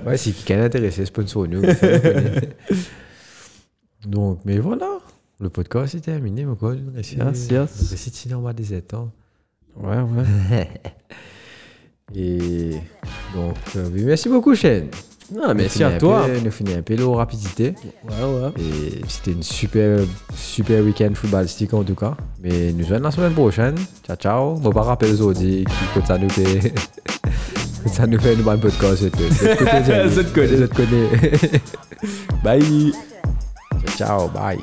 Speaker 1: Ouais, si quelqu'un est intéressé, sponsor nous. nous faites-le connaître. <laughs> Donc, mais voilà. Le podcast est terminé, mon gars.
Speaker 2: Yes, yes.
Speaker 1: C'est si normal des étangs.
Speaker 2: Ouais, ouais.
Speaker 1: Et donc, euh, oui, merci beaucoup, Shane.
Speaker 2: Non,
Speaker 1: Nous
Speaker 2: merci
Speaker 1: finit
Speaker 2: à
Speaker 1: un
Speaker 2: toi.
Speaker 1: peu- Nous finit un peu l'eau rapidité.
Speaker 2: Ouais, ouais.
Speaker 1: Et c'était une super, super week-end footballistique en tout cas. Mais nous verrons la semaine prochaine. Ciao, ciao. Bon, pas rappel aujourd'hui qui coûte ça nous fait. <laughs> coûte ça nous fait une bonne podcast.
Speaker 2: Je te
Speaker 1: <laughs>
Speaker 2: connais.
Speaker 1: Je te connais.
Speaker 2: Bye.
Speaker 1: Ciao, bye.